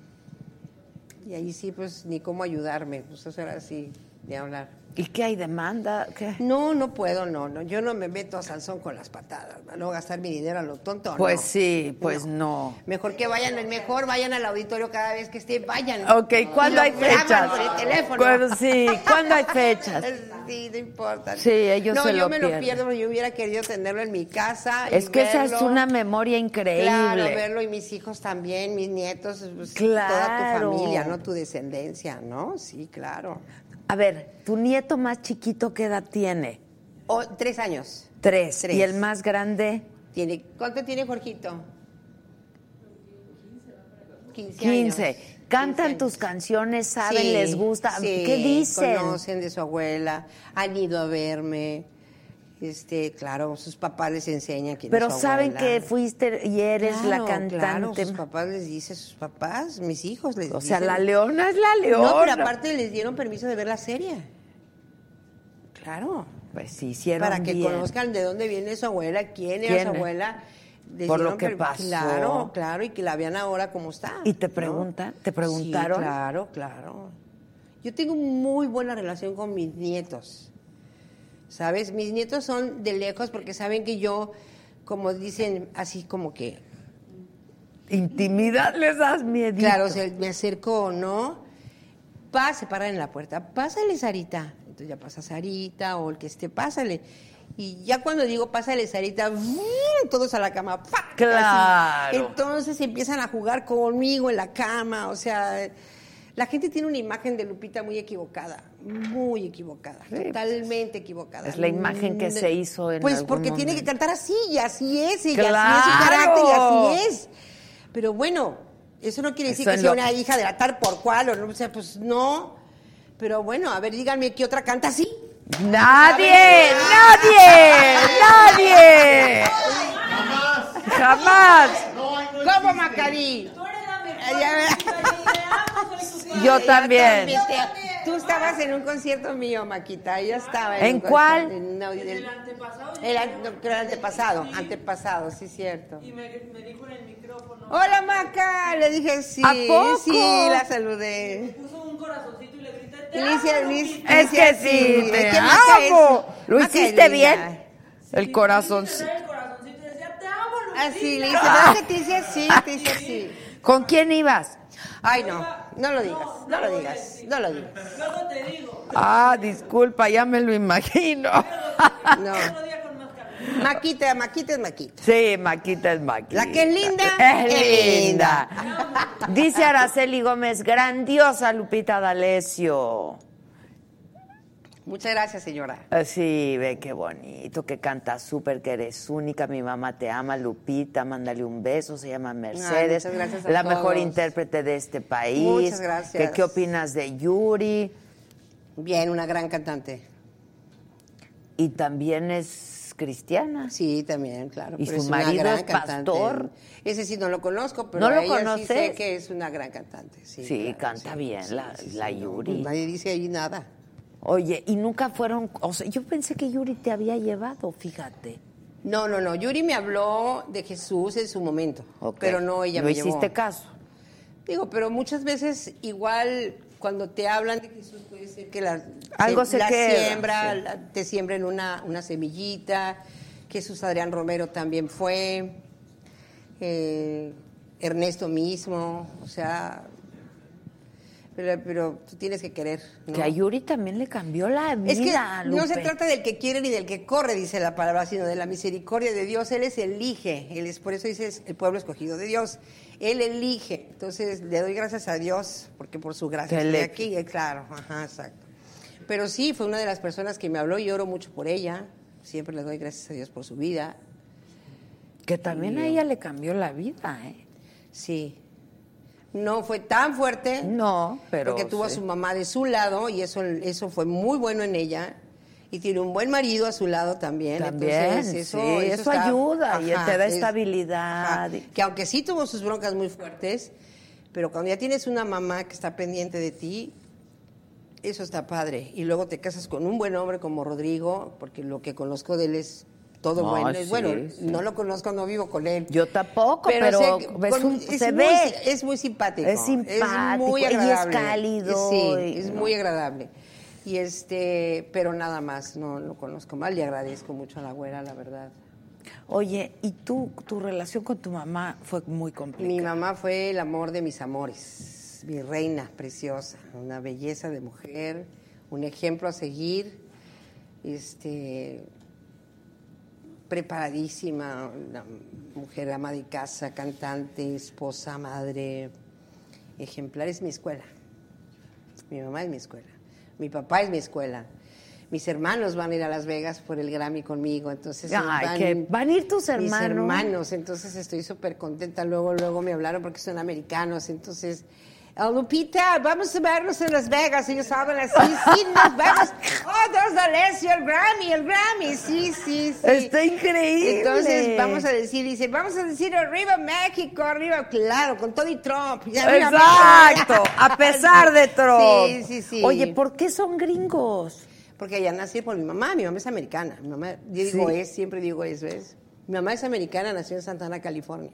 Y ahí sí, pues ni cómo ayudarme, pues eso era así, de hablar.
¿Y qué hay demanda? ¿Qué?
No, no puedo, no, no. Yo no me meto a Sansón con las patadas, ¿va? no gastar mi dinero a lo tonto.
Pues
no.
sí, pues no.
Mejor que vayan, mejor vayan al auditorio cada vez que estén, vayan.
Ok, ¿cuándo
Y lo
hay
graban
fechas?
Por el teléfono.
Bueno, sí, ¿cuándo hay fechas?
*laughs* Sí, no importa.
Sí, ellos
no,
se
yo
lo
me
pierden.
lo pierdo porque yo hubiera querido tenerlo en mi casa. y
Es que esa es
verlo.
una memoria increíble.
Claro, verlo y mis hijos también, mis nietos, pues, toda
Claro.
tu familia, ¿no? Tu descendencia, ¿no? Sí, claro.
A ver, tu nieto más chiquito, ¿qué edad tiene?
O, tres años.
Tres.
Tres.
¿Y el más grande?
Tiene, ¿Cuánto tiene Jorgito? 15 años.
Quince. ¿Cantan
15
tus
años.
canciones? ¿Saben?
Sí,
¿Les gusta?
sí,
¿Qué dicen?
Conocen de su abuela, han ido a verme. Este, claro, sus papás les enseñan quién
Pero
es su
saben
abuela.
que fuiste y eres
Claro,
la cantante.
Claro, sus papás les dicen, sus papás, mis hijos les
o sea,
dicen.
la leona es la leona.
No, pero aparte les dieron permiso de ver la serie. Claro.
Pues sí, hicieron
Para que
bien.
conozcan de dónde viene su abuela, quién era
¿Quién?
su abuela. Les
Por lo
dieron
que
per-
pasó.
Claro, claro, y que la vean ahora como está.
¿Y te
¿no?
preguntan? ¿Te preguntaron?
Sí, claro, claro. Yo tengo muy buena relación con mis nietos. ¿Sabes? Mis nietos son de lejos porque saben que yo, como dicen, así como que
Intimidad les das miedo.
Claro, se- me acercó, ¿no? Pa, se paran en la puerta. Pásale, Sarita. Entonces ya pasa Sarita o el que esté, pásale. Y ya cuando digo pásale, Sarita, ¡vum! todos a la cama. ¡pa! Así.
Claro.
Entonces empiezan a jugar conmigo en la cama. O sea, la gente tiene una imagen de Lupita muy equivocada. Muy equivocada. totalmente equivocada.
pues, es la imagen que se hizo en
Pues
algún
porque tiene que
momento.
cantar así, y así es, y así es
¡Claro!
su carácter, y así es es. Pero bueno, eso no quiere decir
Eso
que
es
sea
lo-
una hija de la tal por cual, o, no, o sea, pues no. Pero bueno, a ver, díganme qué otra canta así.
Nadie, nadie, nadie. Jamás.
¿Cómo, Macabí?
Tú eres la mejor.
Ay, ya ve.
Yo te amo, soy tu fan.
Yo también.
te- Tú estabas en un concierto mío, Maquita. Ella estaba en,
¿En
un
cuál?
concierto, en una- del- el antepasado. El, antepasado, antepasado, sí, cierto.
Y me, me dijo en el micrófono,
Hola, Maca. Le dije sí.
¿A poco?
Sí, la saludé.
puso un corazoncito y le grité, te
Alicia,
amo,
Luis-
Lupita".
Es que
Alicia,
sí, te
es que Maca es-
amo. Lo
Maca
hiciste
es linda.
bien. El
Y
corazón.
le grité el corazoncito y decía, te amo, Lupita".
Así, Ah,
*laughs*
le dice, "No, es que te hice así, te hice así.
¿Con quién ibas?
Ay, no, no lo digas, no lo digas, no lo digas.
Luego te digo,
Ah, disculpa, ya me lo imagino. *laughs*
No.
otro día con más cariño.
Maquita, Maquita es Maquita.
Sí, Maquita es Maquita.
La que es linda,
Es
es
linda.
linda.
Dice Araceli Gómez, grandiosa Lupita D'Alessio.
Muchas gracias, señora.
Ah, Sí, ve qué bonito, que canta súper, que eres única, mi mamá te ama, Lupita, mándale un beso, se llama Mercedes,
muchas gracias a
la
todos.
mejor intérprete de este país.
Muchas gracias.
Que, ¿Qué opinas de Yuri?
Bien, una gran cantante.
Y también es cristiana.
Sí, también, claro.
¿Y
pero
su
es una
marido
gran
es pastor?
cantante. Ese sí no lo conozco, pero
¿No lo
a ella sí
conoces?
sé que es una gran cantante. Sí,
Sí,
claro,
canta
sí,
bien
sí,
la,
sí, sí,
la
no, pues
Yuri.
Nadie dice ahí nada.
Oye, y nunca fueron, o sea, yo pensé que Yuri te había llevado, fíjate.
No, no, no. Yuri me habló de Jesús en su momento,
Ok.
pero no ella
No
me llevó.
hiciste caso.
Digo, pero muchas veces igual cuando te hablan de Jesús puede ser que la,
Algo se
la
queda,
siembra,
sí.
la- te siembren una, una semillita. Jesús Adrián Romero también fue. eh, Ernesto mismo, o sea, pero, pero tú tienes que querer. ¿no?
Que a Yuri también le cambió la vida.
Es que no se
Lupe.
trata del que quiere ni del que corre, dice la palabra, sino de la misericordia de Dios. Él es elige, él es, por eso dice es el pueblo escogido de Dios. Él elige. Entonces le doy gracias a Dios, porque por su gracia
Que
estoy
le-
aquí, eh, claro, ajá, exacto. Pero sí, fue una de las personas que me habló y oro mucho por ella. Siempre le doy gracias a Dios por su vida.
Que también a ella le cambió la vida, ¿eh?
Sí. No fue tan fuerte.
No, pero
Porque tuvo
sí.
a su mamá de su lado y eso, eso fue muy bueno en ella. y tiene un buen marido a su lado también.
También,
Entonces,
sí,
eso,
eso,
está-
ayuda y
Ajá,
te da
es-
estabilidad.
Ajá. Que aunque sí tuvo sus broncas muy fuertes, pero cuando ya tienes una mamá que está pendiente de ti, eso está padre. Y luego te casas con un buen hombre como Rodrigo, porque lo que conozco de él es todo
No,
bueno.
sí,
bueno,
sí.
no lo conozco, no vivo con él.
Yo tampoco, pero,
sé que-
es
con-
un-
es
se
muy-
ve.
Es muy simpático.
Es simpático,
muy
y es
agradable.
cálido,
Sí,
y-
es muy agradable. Y este, pero nada más, no lo conozco mal y agradezco mucho a la güera, la verdad.
Oye, ¿y tú, tu relación con tu mamá fue muy complicada?
Mi mamá fue el amor de mis amores, mi reina preciosa, una belleza de mujer, un ejemplo a seguir, este, preparadísima, una mujer ama de casa, cantante, esposa, madre, ejemplar es mi escuela. Mi mamá es mi escuela, mi papá es mi escuela. Mis hermanos van a ir a Las Vegas por el Grammy conmigo, entonces
Ay, que van a ir tus hermanos.
Mis hermanos, entonces estoy súper contenta. Luego, luego me hablaron porque son americanos, entonces. "Ah, Lupita, vamos a vernos en Las Vegas. Ellos hablan así, sí,
*laughs*
nos vemos. Oh, Dios D'Alessio, el Grammy, el Grammy. Sí, sí, sí.
Está increíble.
Entonces vamos a decir, dice, vamos a decir arriba México, arriba, claro, con Tony Trump. Y arriba
Exacto,
México. *laughs*
a pesar de Trump.
Sí, sí, sí.
Oye, ¿por qué son gringos?
Porque ya nací por mi mamá, mi mamá es americana. Mi mamá, yo digo
Sí.
es, siempre digo es, ¿ves? Mi mamá es americana, nació en Santana, California.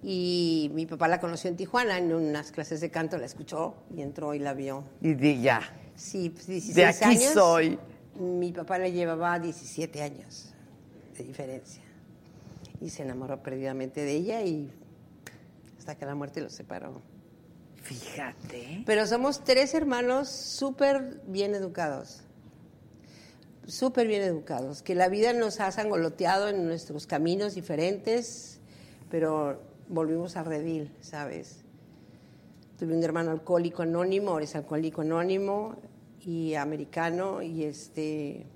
Y mi papá la conoció en Tijuana, en unas clases de canto, la escuchó y entró y la vio.
Y di ya.
Sí, pues, 16
De aquí
años.
soy.
Mi papá le llevaba 17 años de diferencia. Y se enamoró perdidamente de ella y hasta que la muerte los separó.
Fíjate.
Pero somos tres hermanos súper bien educados. Súper bien educados. Que la vida nos ha zangoloteado en nuestros caminos diferentes, pero volvimos a redil, ¿sabes? Tuve un hermano alcohólico anónimo, ahora es alcohólico anónimo y americano, y este.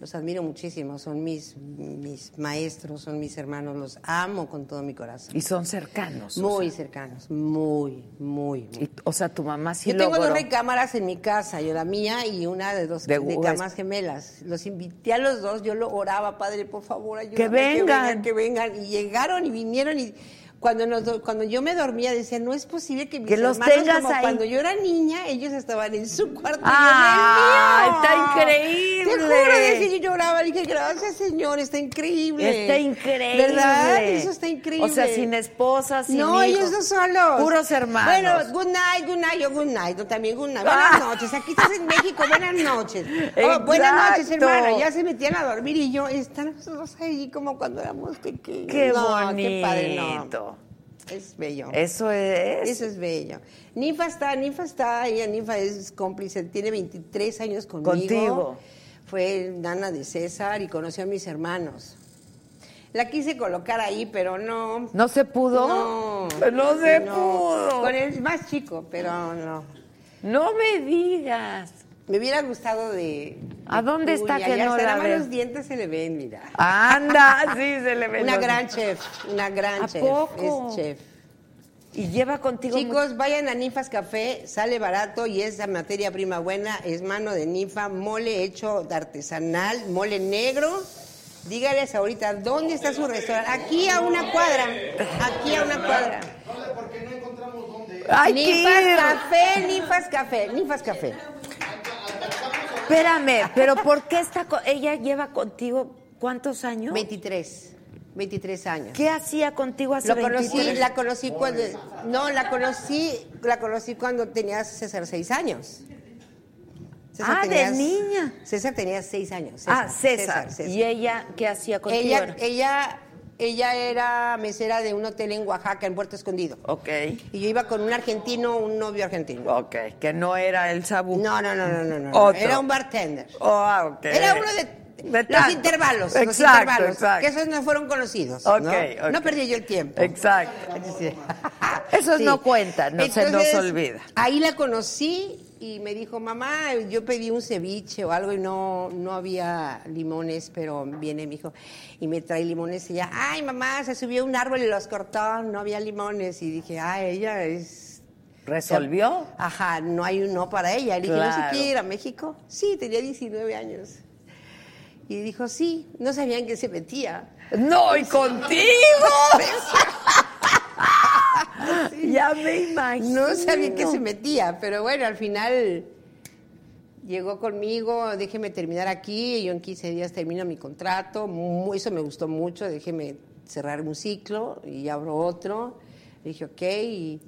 Los admiro muchísimo, son mis, mis maestros, son mis hermanos, los amo con todo mi corazón.
Y son cercanos. o
Muy
sea.
cercanos, muy, muy, muy.
Y- o sea, tu mamá sí
Yo tengo
logró.
dos recámaras en mi casa, yo la mía y una de dos
De
de,
Google.
camas gemelas. Los invité a los dos, yo lo oraba, padre, por favor, ayúdame.
vengan.
Que vengan, que vengan. Y llegaron y vinieron y cuando nos do- cuando yo me dormía decía, no es posible que mis
Que los
hermanos,
tengas
como
ahí.
cuando yo era niña, ellos estaban en su cuarto. y yo en el
Ah, está
mío".
increíble.
Te juro, decía, yo lloraba, dije, gracias, señor, está increíble.
Está increíble.
¿Verdad? Eso está increíble.
O sea, sin esposas, sin
No,
hijos.
ellos dos solos.
Puros hermanos.
Bueno, good night, good night, yo good night, yo también good night. Buenas
Ah.
noches, aquí estás en México, buenas noches. Oh, buenas noches,
Exacto.
hermano. Ya se metían a dormir y yo, están los dos ahí como cuando éramos pequeños.
Qué
No,
bonito.
Qué padre, no. Es bello.
Eso es.
Eso es bello. Ninfa está, Ninfa está, ella Ninfa es cómplice, tiene 23 años conmigo.
Contigo.
Fue nana de César y conoció a mis hermanos. La quise colocar ahí, pero no.
¿No se pudo?
No,
No se
no.
pudo.
Con el más chico, pero no.
No me digas.
Me hubiera gustado de.
¿A dónde
Uy,
está que
allá
no
hasta
la
nada más
ves?
los dientes se le ven, mira.
Anda, sí, se le ve.
Una
los-
gran chef, una gran
¿A
chef.
poco?
Es chef.
Y lleva contigo. mucho-
Chicos, vayan a Ninfas Café, sale barato y es la materia prima buena, es mano de ninfa, mole hecho de artesanal, mole negro. Dígales ahorita, ¿dónde está su restaurante? Aquí a una cuadra, aquí a una cuadra.
Ay,
Ninfas
qué-
Café, Ninfas Café, Ninfas Café.
Espérame, pero ¿por qué está co- ella lleva contigo cuántos años?
23, 23 años.
¿Qué hacía contigo hace
Lo conocí,
23?
la conocí cuando, no, la conocí, la conocí cuando tenía César seis años.
Ah, de niña.
César tenía seis años.
ah, César. ¿Y ella qué hacía contigo?
Ella, ella, ella era mesera de un hotel en Oaxaca, en Puerto Escondido.
Ok,
Y yo iba con un argentino, un novio argentino.
ok, que no era el sabu.
No, no, no, no, no, no.
Otro.
Era un bartender.
Oh, ah, ok.
Era uno de, los
tanto.
intervalos,
Exacto,
los intervalos,
exacto.
que esos no fueron conocidos.
Ok,
¿no?
ok.
No perdí yo el tiempo.
Exacto. *laughs* Esos
Sí.
no cuentan, no se nos
Entonces,
olvida.
Ahí la conocí y me dijo, mamá, yo pedí un ceviche o algo y no, no había limones, pero viene mi hijo y me trae limones y ya, ay, mamá, se subió a un árbol y los cortó, no había limones. Y dije, ah, ella es
¿Resolvió?
Ajá, no hay un no para ella. Le dije, ¿no
Claro.
se quiere ir a México? Sí, tenía 19 años. Y dijo, sí, no sabían que se metía.
¡No, y contigo!
*laughs*
ya me imagino.
No sabía que se metía, pero bueno, al final llegó conmigo, déjeme terminar aquí, yo en 15 días termino mi contrato, mu- eso me gustó mucho, déjeme cerrar un ciclo y abro otro. Le dije, ok, y,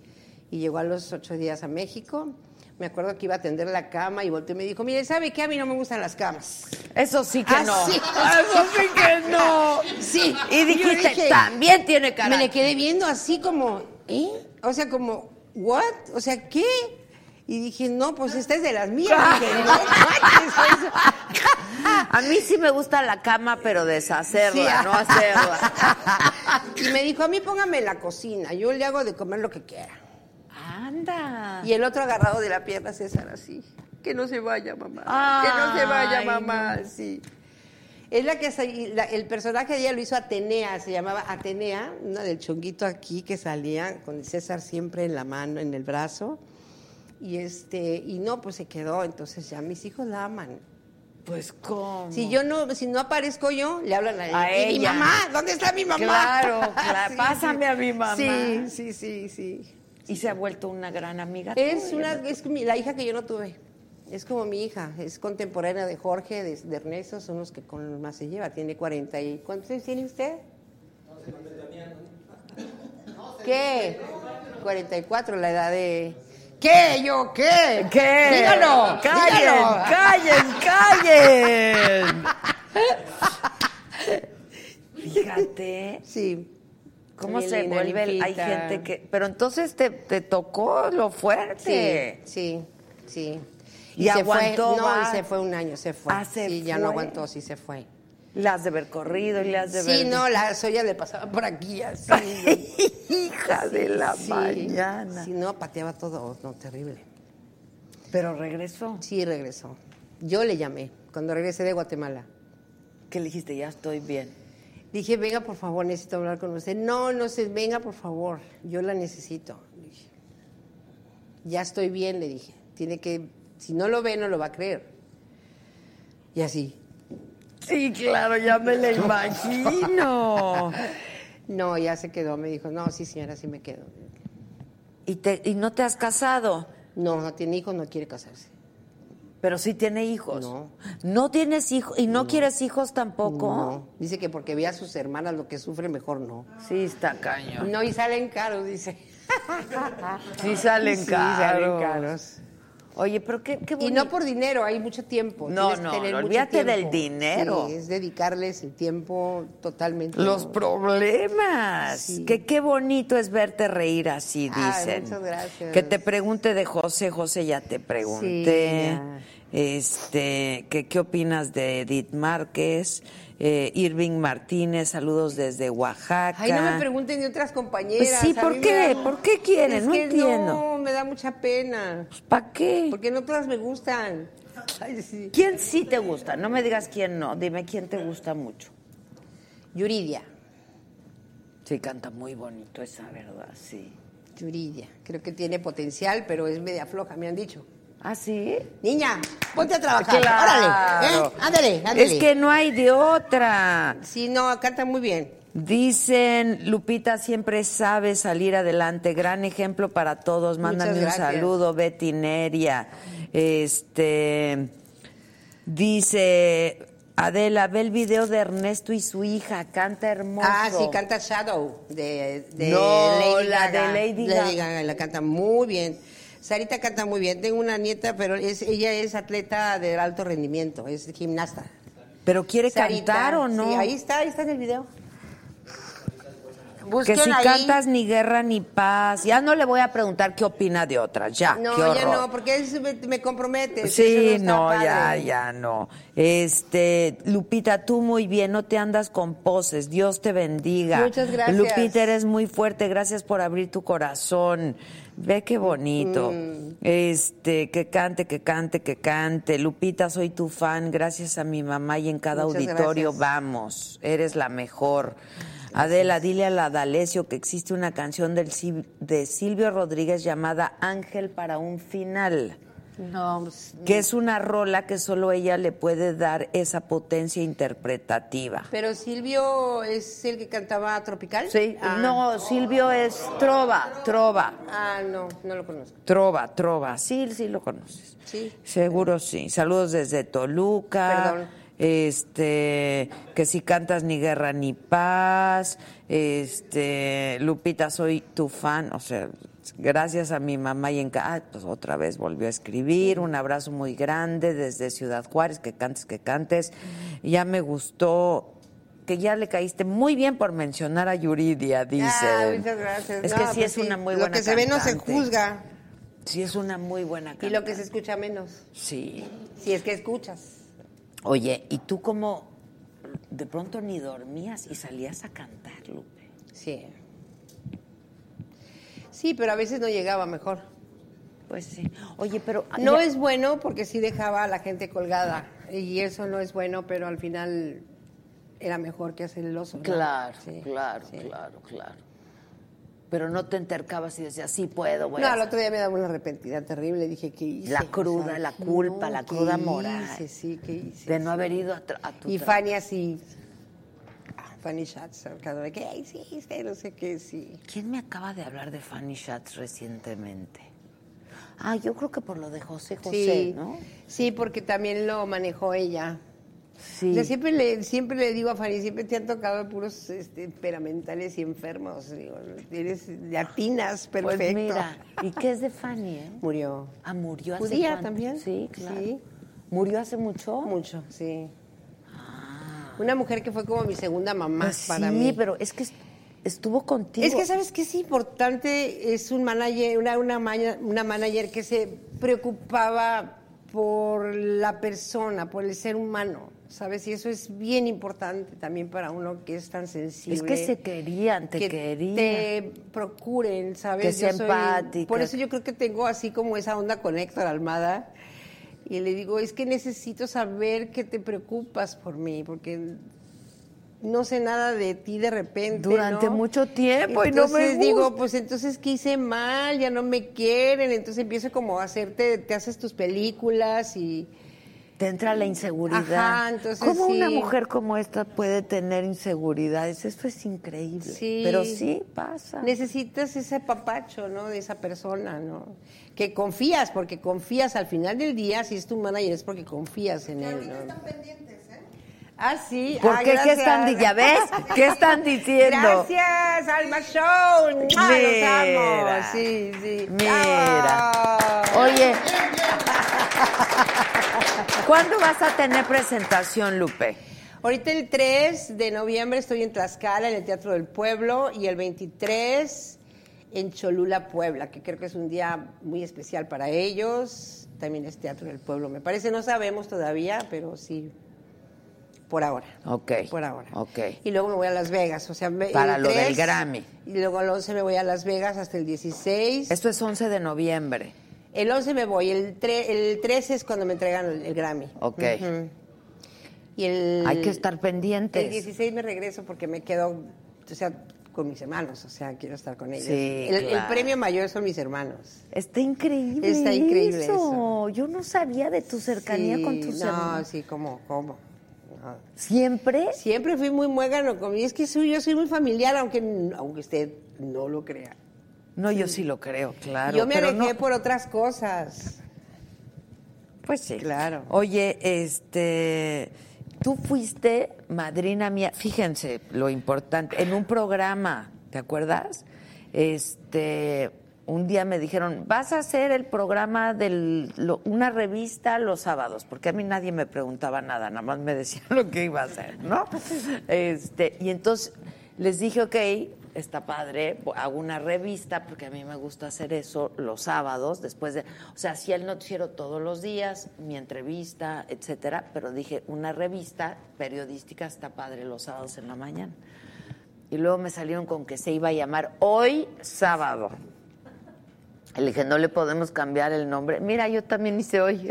y llegó a los ocho días a México. Me acuerdo que iba a tender la cama y volteó y me dijo, mire, ¿sabe qué? A mí no me gustan las camas.
Eso sí que
Ah,
no.
sí.
Eso sí que no.
Sí.
Y dijiste,
Yo dije,
también tiene
Me le
carácter.
quedé viendo así como, ¿eh? O sea, como, ¿what? O sea, ¿qué? Y dije, no, pues esta es de las mías.
*laughs*
Dije, no manches, eso.
A mí sí me gusta la cama, pero deshacerla,
Sí.
no hacerla.
Y me dijo, a mí póngame en la cocina, yo le hago de comer lo que quiera.
Anda.
Y el otro agarrado de la pierna, César, así. Que no se vaya, mamá. que no se vaya,
Ay,
mamá. Sí. Es la que se- la- el personaje de ella lo hizo Atenea, se llamaba Atenea, una del chonguito aquí que salía con el César siempre en la mano, en el brazo. Y este, y no, pues se quedó. Entonces ya mis hijos la aman.
*laughs* Pues cómo.
Si yo no, si no aparezco yo, le hablan a ella.
A
"¿Y mi
ella.
mamá? ¿Dónde está mi mamá?
Claro, claro. Pásame a mi mamá.
Sí, sí, sí, sí.
Y se ha vuelto una gran amiga.
Es
tuya.
una, es mi- la hija que yo no tuve. Es como mi hija, es contemporánea de Jorge, de, de Ernesto, son los que con los más se lleva. Tiene 40 y ¿cuántos años tiene usted? ¿Qué? 44, la edad de. ¿Qué? ¿Yo qué?
¿Qué?
Dígalo,
¡Callen!
dígalo.
¡Callen! ¡Callen! Fíjate
Sí.
cómo
Bien
se
linda,
vuelve. el- Hay
limpita.
gente que. Pero entonces te, te tocó lo fuerte.
Sí, sí, sí.
Y
se fue,
aguantó,
no,
va.
y se fue un año, se fue.
Ah, se
sí, ya no
fue.
aguantó, sí se fue.
La has de haber corrido y la has de
Sí,
haber-
no, la soya le pasaba por aquí así.
*laughs* Hija de la
Sí,
mañana.
Sí, no, pateaba todo, no, terrible.
Pero regresó.
Sí, regresó. Yo le llamé cuando regresé de Guatemala.
¿Qué le dijiste? Ya estoy bien.
Dije, venga, por favor, necesito hablar con usted. No, no sé, venga, por favor, yo la necesito. Le dije, ya estoy bien, le dije. Tiene que, si no lo ve, no lo va a creer. Y así.
Sí, claro, ya me la imagino.
No, ya se quedó. Me dijo, no, sí, señora, sí me quedo.
*laughs* ¿Y, te, y no te has casado,
No, no tiene hijos, no quiere casarse.
pero sí tiene hijos.
No.
No tienes hijos y no, quieres hijos tampoco.
No. Dice que porque ve a sus hermanas lo que sufre, mejor no.
Sí, está cañón.
No, y salen caros, dice.
Sí salen
*laughs* Sí,
caros.
salen caros.
Oye, pero qué, qué
Y
bonito.
no por dinero, hay mucho tiempo.
No,
tienes que
no,
tener
no,
mucho
olvídate del
tiempo.
dinero.
Sí, es dedicarles el tiempo totalmente.
Los
¿no?
problemas.
Sí.
Que qué bonito es verte reír así,
Ay,
dicen.
muchas gracias.
Que te pregunte de José, José ya te pregunté.
ya.
Este, que qué opinas de Edith Márquez, Eh, Irving Martínez, saludos desde Oaxaca.
Ay, no me pregunten de otras compañeras.
Pues sí,
a mí
¿por
me
qué?
da-
¿Por qué quieren?
Es
No
que
entiendo.
No, me da mucha pena.
¿Para qué?
Porque no todas me gustan. *laughs* Ay, sí.
¿Quién sí te gusta? No me digas quién no, dime quién te gusta mucho.
Yuridia.
Sí, canta muy bonito esa, ¿verdad? Sí.
Yuridia. Creo que tiene potencial, pero es media floja, me han dicho.
¿Ah, sí?
Niña, ponte a
Ah,
trabajar.
Claro.
Órale. ¿eh? Ándale, ándale.
Es que no hay de otra.
Sí, no, canta muy bien.
Dicen, Lupita siempre sabe salir adelante. Gran ejemplo para todos.
Muchas
Mándame un
gracias.
saludo, Betty Neria. Este. Dice. Adela, ve el video de Ernesto y su hija, canta hermoso.
Ah, sí, canta Shadow de, de
No,
Lady
la
Gaga.
de Lady Gaga.
la canta muy bien. Sarita canta muy bien. Tengo una nieta, pero es, ella es atleta de alto rendimiento, es gimnasta.
Pero quiere
Sarita,
cantar o no.
Sí, ahí está, ahí está en el video.
que
Busquen
si
ahí.
cantas ni guerra ni paz. Ya no le voy a preguntar qué opina de otras, ya.
No,
ah, qué
ya
horror.
no, porque es- me, me compromete.
Sí,
eso
no,
Este, está
ya,
padre.
ya no. Este, Lupita, tú muy bien, no te andas con poses. Dios te bendiga.
Muchas gracias.
Lupita, eres muy fuerte, gracias por abrir tu corazón. Ve qué bonito. Este, que cante, que cante, que cante. Lupita, soy tu fan, gracias a mi mamá y en cada
Muchas
auditorio
gracias.
vamos. Eres la mejor. Adela, dile a la D'Alessio que existe una canción del Sil- de Silvio Rodríguez llamada Ángel para un final,
No, pues,
que es una rola que solo ella le puede dar esa potencia interpretativa.
pero Silvio es el que cantaba Tropical.
Sí,
Ah.
no, Silvio es trova, trova,
Ah, no, no lo conozco.
trova, trova. Sí, sí lo conoces.
Sí.
Seguro sí. Saludos desde Toluca.
Perdón.
Este, que si cantas ni guerra ni paz. Este, Lupita, soy tu fan. O sea, gracias a mi mamá y en ca- ah, pues otra vez volvió a escribir. Un abrazo muy grande desde Ciudad Juárez. Que cantes, que cantes. Ya me gustó. Que ya le caíste muy bien por mencionar a Yuridia, dice.
Ah, muchas gracias.
Es
No,
que sí
pues
es una muy
Lo
buena
que se ve no se
cantante.
juzga
Sí es una muy buena
y
cantante.
lo que se escucha menos.
Sí.
Si es que escuchas.
Oye, ¿y tú cómo de pronto ni dormías y salías a cantar, Lupe?
Sí. Sí, pero a veces no llegaba mejor.
Pues sí. Oye, pero
Ah, No
Ah, ya-
es bueno porque sí dejaba a la gente colgada y eso no es bueno, pero al final era mejor que hacer el oso. ¿no?
claro,
Sí,
claro,
sí.
claro, claro. Pero no te entercabas y decías, "Sí puedo, voy
No,
a
al
hacer".
otro día me daba una arrepentida terrible. Dije, ¿qué hice?
La cruda, la culpa, la
¿qué
cruda moral.
hice? sí, ¿qué hice?
de no haber ido a, tra- a tu
Y
tra-
Fanny así. ah, Fanny Schatz, cada vez que "Ay, sí, sí, no sé qué, sí.
¿Quién me acaba de hablar de Fanny Schatz recientemente? Ah, yo creo que por lo de José José,
sí,
¿no?
sí, porque también lo manejó ella.
Sí.
O sea, siempre le, siempre le digo a Fanny, siempre te han tocado puros este, temperamentales y enfermos. Digo, eres latinas, perfecto.
Pues mira, ¿y qué es de Fanny, eh?
Murió.
Ah, murió hace
Judía
cuánto?
también.
Sí, claro.
Sí.
¿Murió hace mucho? Ah.
Mucho, sí. Una mujer que fue como mi segunda mamá
Pues
para
sí,
mí.
pero es que est- estuvo contigo.
Es que sabes que es importante, es un manager, una, una, maña- una manager que se preocupaba por la persona, por el ser humano, ¿sabes? Y eso es bien importante también para uno que es tan sensible.
Es que se querían, te
que
querían.
te procuren, ¿sabes?
Que sea empática.
Por eso yo creo que tengo así como esa onda con Héctor Almada. Y le digo, es que necesito saber que te preocupas por mí, porque no sé nada de ti de repente.
Durante
¿no?
mucho *laughs* tiempo y no me
Pues Entonces
gusta.
digo, pues entonces ¿qué hice mal? Ya no me quieren. Entonces empiezo como a hacerte, te haces tus películas y...
Te entra la inseguridad.
Ajá, entonces
¿Cómo una
sí.
mujer como esta puede tener inseguridades? Esto es increíble.
Sí.
Pero sí pasa.
Necesitas ese papacho, ¿no? De esa persona, ¿no? Que confías, porque confías al final del día, si es tu manager, es porque confías en él, ¿no? Ah, sí.
¿Por
Ah,
qué? ¿Qué
gracias.
están di- ya ves? ¿Qué
*laughs*
están diciendo?
Gracias, Alma Show. ¡Mua! Los
Mira.
amo. Sí, sí.
Mira.
¡Bravo!
Oye. *laughs* ¿Cuándo vas a tener presentación, Lupe?
Ahorita el 3 de noviembre estoy en Tlaxcala, en el Teatro del Pueblo, y el 23 en Cholula, Puebla, que creo que es un día muy especial para ellos. También es Teatro del Pueblo, me parece. No sabemos todavía, pero sí, por ahora.
Ok.
Por ahora.
Ok.
Y luego me voy a Las Vegas, o sea... me-
Para
el
lo del
3,
Grammy.
Y luego el 11 me voy a Las Vegas hasta el 16.
Esto es 11 de noviembre.
El 11 me voy, el, tre- el 13 es cuando me entregan el, el Grammy.
Ok.
Ujú. Y el...
Hay que estar pendientes.
El 16 me regreso porque me quedo, o sea, con mis hermanos, o sea, quiero estar con ellos.
Sí,
el, el
claro.
premio mayor son mis hermanos.
Está increíble.
Está increíble
eso.
eso.
Yo no sabía de tu cercanía
Sí,
con tus
No,
hermanos.
sí, ¿cómo? ¿Cómo? No.
¿Siempre?
Siempre fui muy muégano con Es que soy, yo soy muy familiar, aunque, aunque usted no lo crea.
No, yo sí lo creo, claro.
yo me
pero
alejé
no-
por otras cosas.
Pues sí.
Claro.
Oye, este. Tú fuiste madrina mía. Fíjense lo importante. En un programa, ¿te acuerdas? Este. Un día me dijeron, vas a hacer el programa de una revista los sábados, porque a mí nadie me preguntaba nada, nada más me decían *laughs* lo que iba a hacer, ¿no? Este, y entonces les dije, ok, está padre, hago una revista porque a mí me gusta hacer eso los sábados, después de, o sea, hacía el noticiero todos los días, mi entrevista, etcétera, pero dije, una revista periodística está padre los sábados en la mañana. Y luego me salieron con que se iba a llamar Hoy Sábado. Y Le dije, no le podemos cambiar el *laughs* nombre. Mira, yo también hice hoy.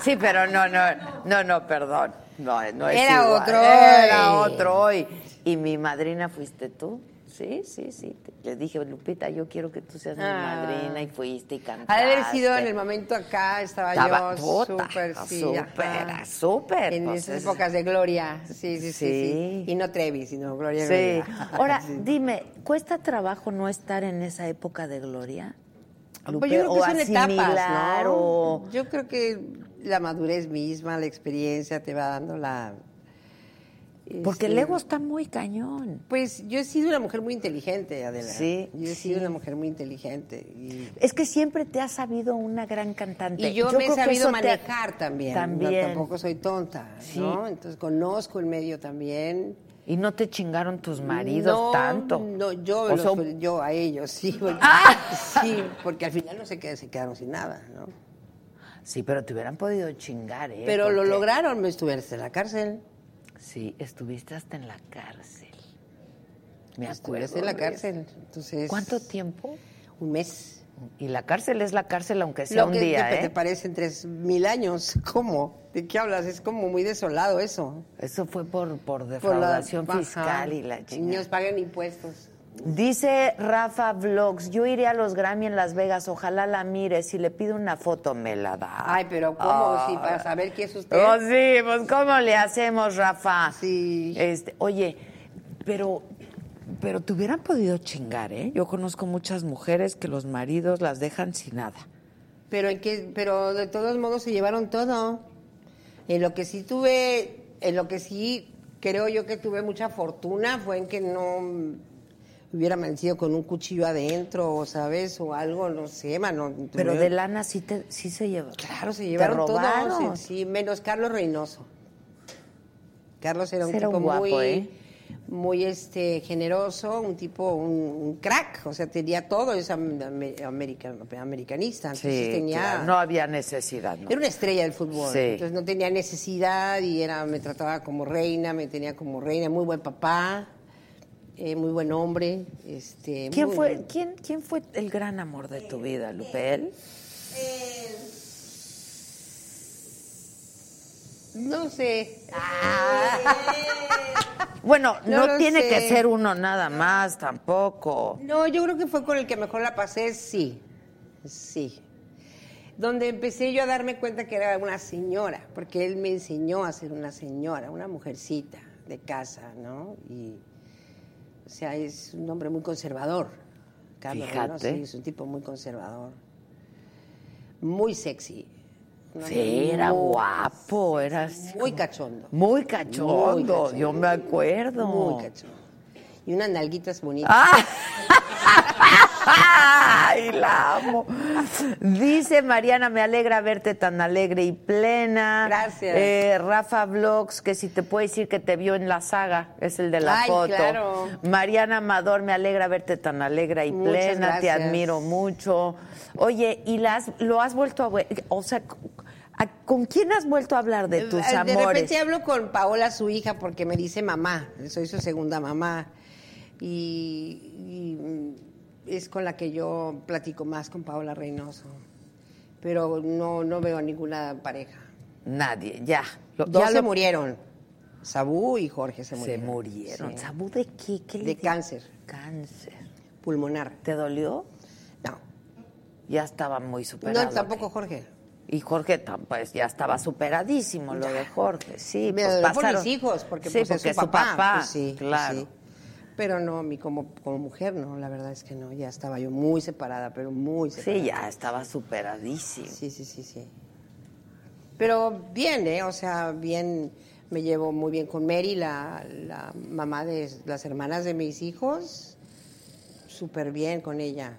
sí, pero no, no, no, no, perdón. No, no es
Era
igual.
otro
Era
hoy.
otro hoy. Y mi madrina fuiste tú. Sí, sí, sí. Te- Le dije, Lupita, yo quiero que tú seas
Ah.
mi madrina. Y fuiste y cantaste.
Ha de haber sido en el momento acá, estaba,
Ah, este. Estaba
yo
tota,
súper, sí.
súper,
ajá.
súper,
En
pues,
esas
es-
épocas de gloria, sí, sí, sí.
Sí.
sí. Y no Trevi, sino Gloria
Sí. *laughs*
Gloria.
Ahora,
*laughs* Sí.
dime, ¿cuesta trabajo no estar en esa época de gloria?
Pues yo creo que
o
son etapas,
asimilar,
¿no?
o-
Yo creo que la madurez misma, la experiencia te va dando la...
Porque
este,
el ego está muy cañón.
Pues yo he sido una mujer muy inteligente, Adela.
Sí,
Yo he sido una mujer muy inteligente. Y,
Es que siempre te has sabido una gran cantante.
y yo, me he
creo que
sabido
eso te-
manejar también. No,
También.
tampoco soy tonta, ¿no? Entonces conozco el medio también.
Y no te chingaron tus maridos
No,
tanto.
No, yo,
O
los- pues,
sea,
yo a ellos, sí. Porque, Sí, porque al final no se quedaron, se quedaron sin nada, ¿no?
Sí, pero te hubieran podido chingar, ¿eh?
Pero lo
Porque-
lograron, me estuviste en la cárcel.
Sí, estuviste hasta en la cárcel. Me acuerdo.
Estuviste en la
de eso.
cárcel. Entonces,
¿Cuánto tiempo?
Un mes.
Y la cárcel es la cárcel, aunque sea
Lo
un
que
día,
te,
¿eh?
te parecen tres mil años. *laughs* ¿Cómo? ¿De qué hablas? Es como muy desolado eso.
Eso fue por, por
Por la-
defraudación
Ajá.
fiscal y la chingada.
Niños pagan impuestos.
Dice Rafa Vlogs, yo iré a los Grammy en Las Vegas, ojalá la mire, si le pido una foto me la da.
Ay, pero ¿cómo? Si para saber quién es usted.
Ah. Oh, sí, pues ¿cómo le hacemos, Rafa?
Sí.
Este, oye, pero, pero te hubieran podido chingar, ¿eh? Yo conozco muchas mujeres que los maridos las dejan sin nada.
Pero, en qué, pero de todos modos se llevaron todo. En lo que sí tuve, en lo que sí creo yo que tuve mucha fortuna fue en que no hubiera amanecido con un cuchillo adentro, o sabes, o algo, no sé, mano.
Pero
Tuve-
de lana sí, te, sí se lleva.
Claro, se
Te
llevaron
robaron.
todo. Sí, sí, menos Carlos Reynoso. Carlos era un
Ese era
tipo
un guapo,
muy,
¿eh?
muy este, generoso, un tipo, un, un crack. O sea, tenía todo, es am- ame- america- americanista. Entonces tenía.
claro, no había necesidad. ¿no?
Era una estrella del fútbol.
Sí.
Entonces no tenía necesidad y era, me trataba como reina, me tenía como reina, muy buen papá, eh, muy buen hombre. Este,
¿Quién
muy-
fue, quién, ¿Quién fue el gran amor de tu vida, Lupe? ¿Él?
No sé.
Bueno, no,
No lo
tiene
sé.
que ser uno nada más tampoco.
No, yo creo que fue con el que mejor la pasé, sí. Sí. Donde empecé yo a darme cuenta que era una señora, porque él me enseñó a ser una señora, una mujercita de casa, ¿no? Y, o sea, es un hombre muy conservador. Carlos
Fíjate.
Reynoso, sí, es un tipo muy conservador. Muy sexy. Un hombre
Sí, era
muy-
guapo, era así
Muy
como-
cachondo.
Muy cachondo,
Muy cachondo.
yo me acuerdo.
Muy cachondo. Y unas nalguitas bonitas.
¡Ah! ¡Ay, la amo! Dice Mariana, me alegra verte tan alegre y plena.
Gracias.
Eh, Rafa Vlogs, que si te puede decir que te vio en la saga, es el de la
Ay,
foto.
claro.
Mariana Amador, me alegra verte tan alegre y
Muchas
plena, te
gracias.
admiro mucho. Oye, ¿y las, lo has vuelto a... vu- O sea, ¿a- ¿con quién has vuelto a hablar de tus
Eh, de
amores?
repente hablo con Paola, su hija, porque me dice mamá. Soy su segunda mamá. Y, y, mm, es con la que yo platico más con Paola Reynoso. Pero no, no veo ninguna pareja.
Nadie, ya. Lo-
Dos
ya
se
lo-
murieron. Sabú y Jorge se
Se
murieron.
murieron.
Sí.
¿Sabú de qué? ¿Qué le
De
dio?
cáncer.
Cáncer.
Pulmonar.
¿Te dolió?
No.
Ya estaba muy superado.
No, tampoco Jorge.
Y Jorge, tam- pues ya estaba superadísimo lo de Jorge. Sí,
Me
pues,
dolió por
pasaron-
mis hijos, porque,
sí,
pues,
porque
es su papá. Pues sí, pues
claro.
sí. Pero no, a mí como, como mujer, no, la verdad es que no. Ya estaba yo muy separada, pero muy separada.
Sí, ya estaba superadísimo.
Sí, sí, sí, sí. Pero bien, ¿eh? O sea, bien, me llevo muy bien con Mary, la, la mamá de las hermanas de mis hijos, súper bien con ella.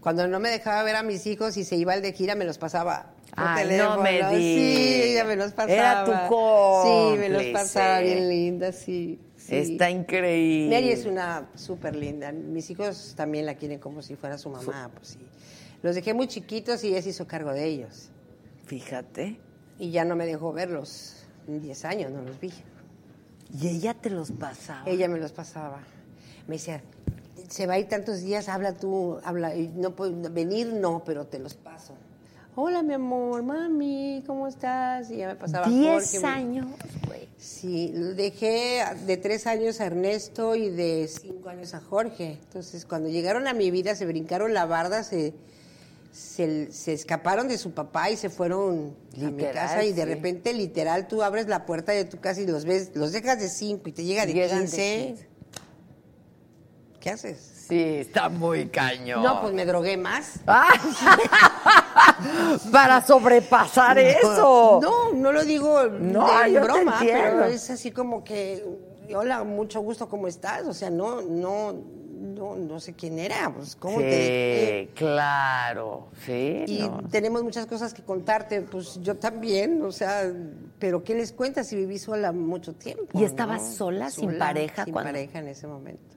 Cuando no me dejaba ver a mis hijos y se iba al de gira, me los pasaba. por
Ay, no
teléfono.
me
Sí,
digas.
ella me los pasaba.
Era tu
Sí, me los
cómplice.
pasaba bien linda, sí. sí.
Está increíble.
Mary es una súper linda. Mis hijos también la quieren como si fuera su mamá. Pues, sí. Los dejé muy chiquitos y ella se hizo cargo de ellos.
Fíjate.
Y ya no me dejó verlos. En 10 años no los vi.
Y ella te los pasaba.
Ella me los pasaba. Me decía, se va a ir tantos días, habla tú, habla. Y no puedo venir, no, pero te los paso. Hola, mi amor, mami, ¿cómo estás? Y ya me pasaba.
Diez
Jorge, me-
años, güey.
Sí, dejé de tres años a Ernesto y de cinco años a Jorge. Entonces, cuando llegaron a mi vida, se brincaron la barda, se, se, se escaparon de su papá y se fueron a mi
Literal,
casa. Y de
sí.
repente, literal, tú abres la puerta de tu casa y los ves, los dejas de cinco y te llega de
Llegan de
15.
15.
¿Qué haces?
Sí, está muy cañón.
*laughs*
No, pues me drogué más.
Ah,
*laughs*
Para sobrepasar eso.
No, no lo digo
No,
de
yo te
broma,
entiendo.
pero es así como que, hola, mucho gusto, ¿cómo estás? O sea, no, no, no, no sé quién era, pues, ¿cómo
sí,
te...?
claro. Sí.
eh, Y
no.
tenemos muchas cosas que contarte, pues yo también, o sea, pero ¿qué les cuentas si viví sola mucho tiempo?
¿Y estabas sola, sin pareja,
Sin
cuando-
pareja en ese momento.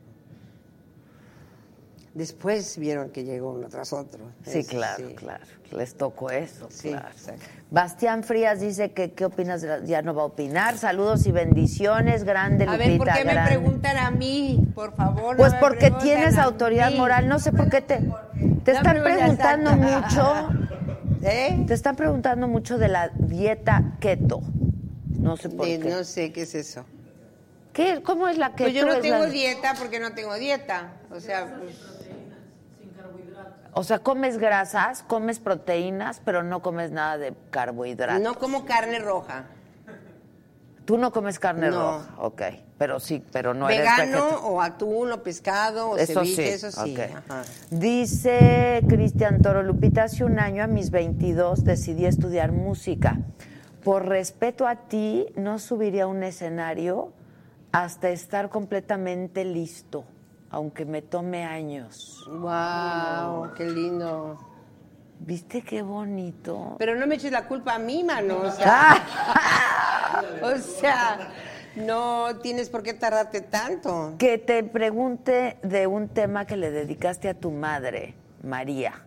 Después vieron que llegó uno tras otro.
Sí,
Es-
Este,
claro,
sí.
claro. Les tocó eso,
Sí,
claro.
exacto.
Bastián Frías dice que qué opinas, de la- ya no va a opinar. Saludos y bendiciones, grande Lupita.
A ver, ¿por qué me
grande.
preguntan a mí? Por favor. no
Pues
me
porque
preguntan
tienes
a
autoridad
mí.
moral, no sé por qué te, te
No,
están
pero ya
preguntando
está.
mucho,
*laughs* ¿Eh?
te están preguntando mucho de la dieta keto. No sé por
Eh,
qué.
No sé qué es eso.
¿Qué? ¿Cómo es la keto?
Pues yo no
Es la-
tengo dieta porque no tengo dieta. O sea, pues,
O sea, comes grasas, comes proteínas, pero no comes nada de carbohidratos.
No como carne roja.
Tú no comes carne
No.
roja, ok. Pero sí, pero no eres
Vegano
vegetal-
o atún o pescado o
Eso
ceviche,
sí,
eso sí.
ok.
ajá.
Dice Cristian Toro Lupita, hace un año a mis 22 decidí estudiar música. Por respeto a ti, no subiría a un escenario hasta estar completamente listo, aunque me tome años.
Wow, qué lindo.
¿Viste qué bonito?
Pero no me eches la culpa a mí, mano. O
Ah.
sea, o sea, no tienes por qué tardarte tanto.
Que te pregunte de un tema que le dedicaste a tu madre, María.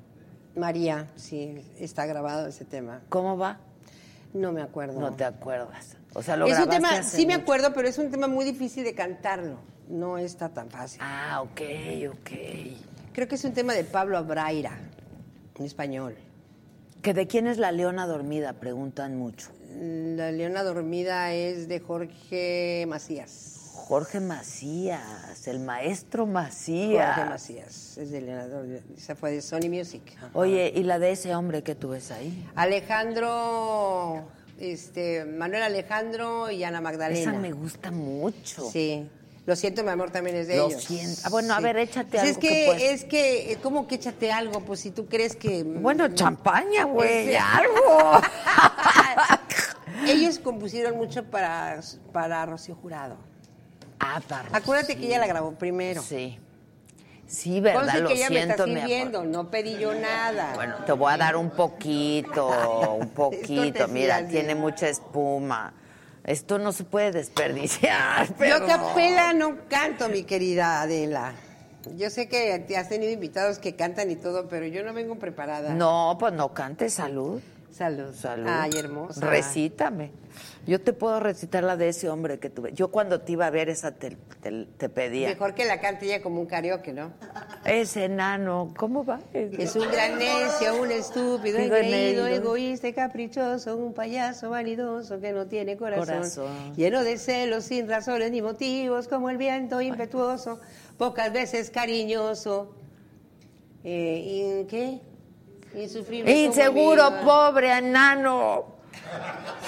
María, sí, está grabado ese tema.
¿Cómo va?
No me acuerdo.
No te acuerdas. O sea, lo
es un
grabaste
tema,
hace
sí me
mucho.
acuerdo, pero es un tema muy difícil de cantarlo. No está tan fácil.
Ah, ok, ok.
Creo que es un tema de Pablo Abraira, en español.
¿Que de quién es la leona dormida? Preguntan mucho.
La leona dormida es de Jorge Macías.
Jorge Macías, el maestro Macías.
Jorge Macías, es de leona dormida. Esa fue de Sony Music. Ajá.
Oye, ¿y la de ese hombre que tú ves ahí?
Alejandro, este, Manuel Alejandro y Ana Magdalena.
Esa me gusta mucho.
Sí. Lo siento, mi amor, también es de
Lo
ellos.
siento. Ah, bueno, a ver, échate
Pues
algo
Es
que
que,
puedas.
es que, eh, ¿cómo que échate algo? Pues si tú crees que.
Bueno, champaña, güey, *laughs* Ah,
Ese-
algo.
Ellos compusieron mucho para, para Rocío Jurado.
Ah, para
Acuérdate que ella la grabó primero.
Sí. Sí, verdad,
Conste
lo
que ella me está
siento, mi amor.
sirviendo, no pedí yo nada.
Bueno, te voy a dar un
*laughs*
poquito, un poquito.
cortesía,
Mira,
sí.
tiene mucha espuma. Esto no se puede desperdiciar.
Yo
pero-
capela no canto, mi querida Adela. Yo sé que te has tenido invitados que cantan y todo, pero yo no vengo preparada.
No, pues no cantes salud.
Salud.
Salud.
Ay, hermosa.
Recítame. Yo te puedo recitar la de ese hombre que tuve. Yo cuando te iba a ver esa te, te- te pedía.
Mejor que la cante ella como un karaoke, ¿no?
Ese enano, ¿cómo va?
Es un gran necio, un estúpido,
Digo,
engreído,
necio.
egoísta y caprichoso, un payaso vanidoso que no tiene corazón,
Corazón.
lleno de celos sin razones ni motivos, como el viento impetuoso, pocas veces cariñoso. Eh, ¿in ¿Qué? Insufrible. como
Inseguro,
viva.
pobre enano.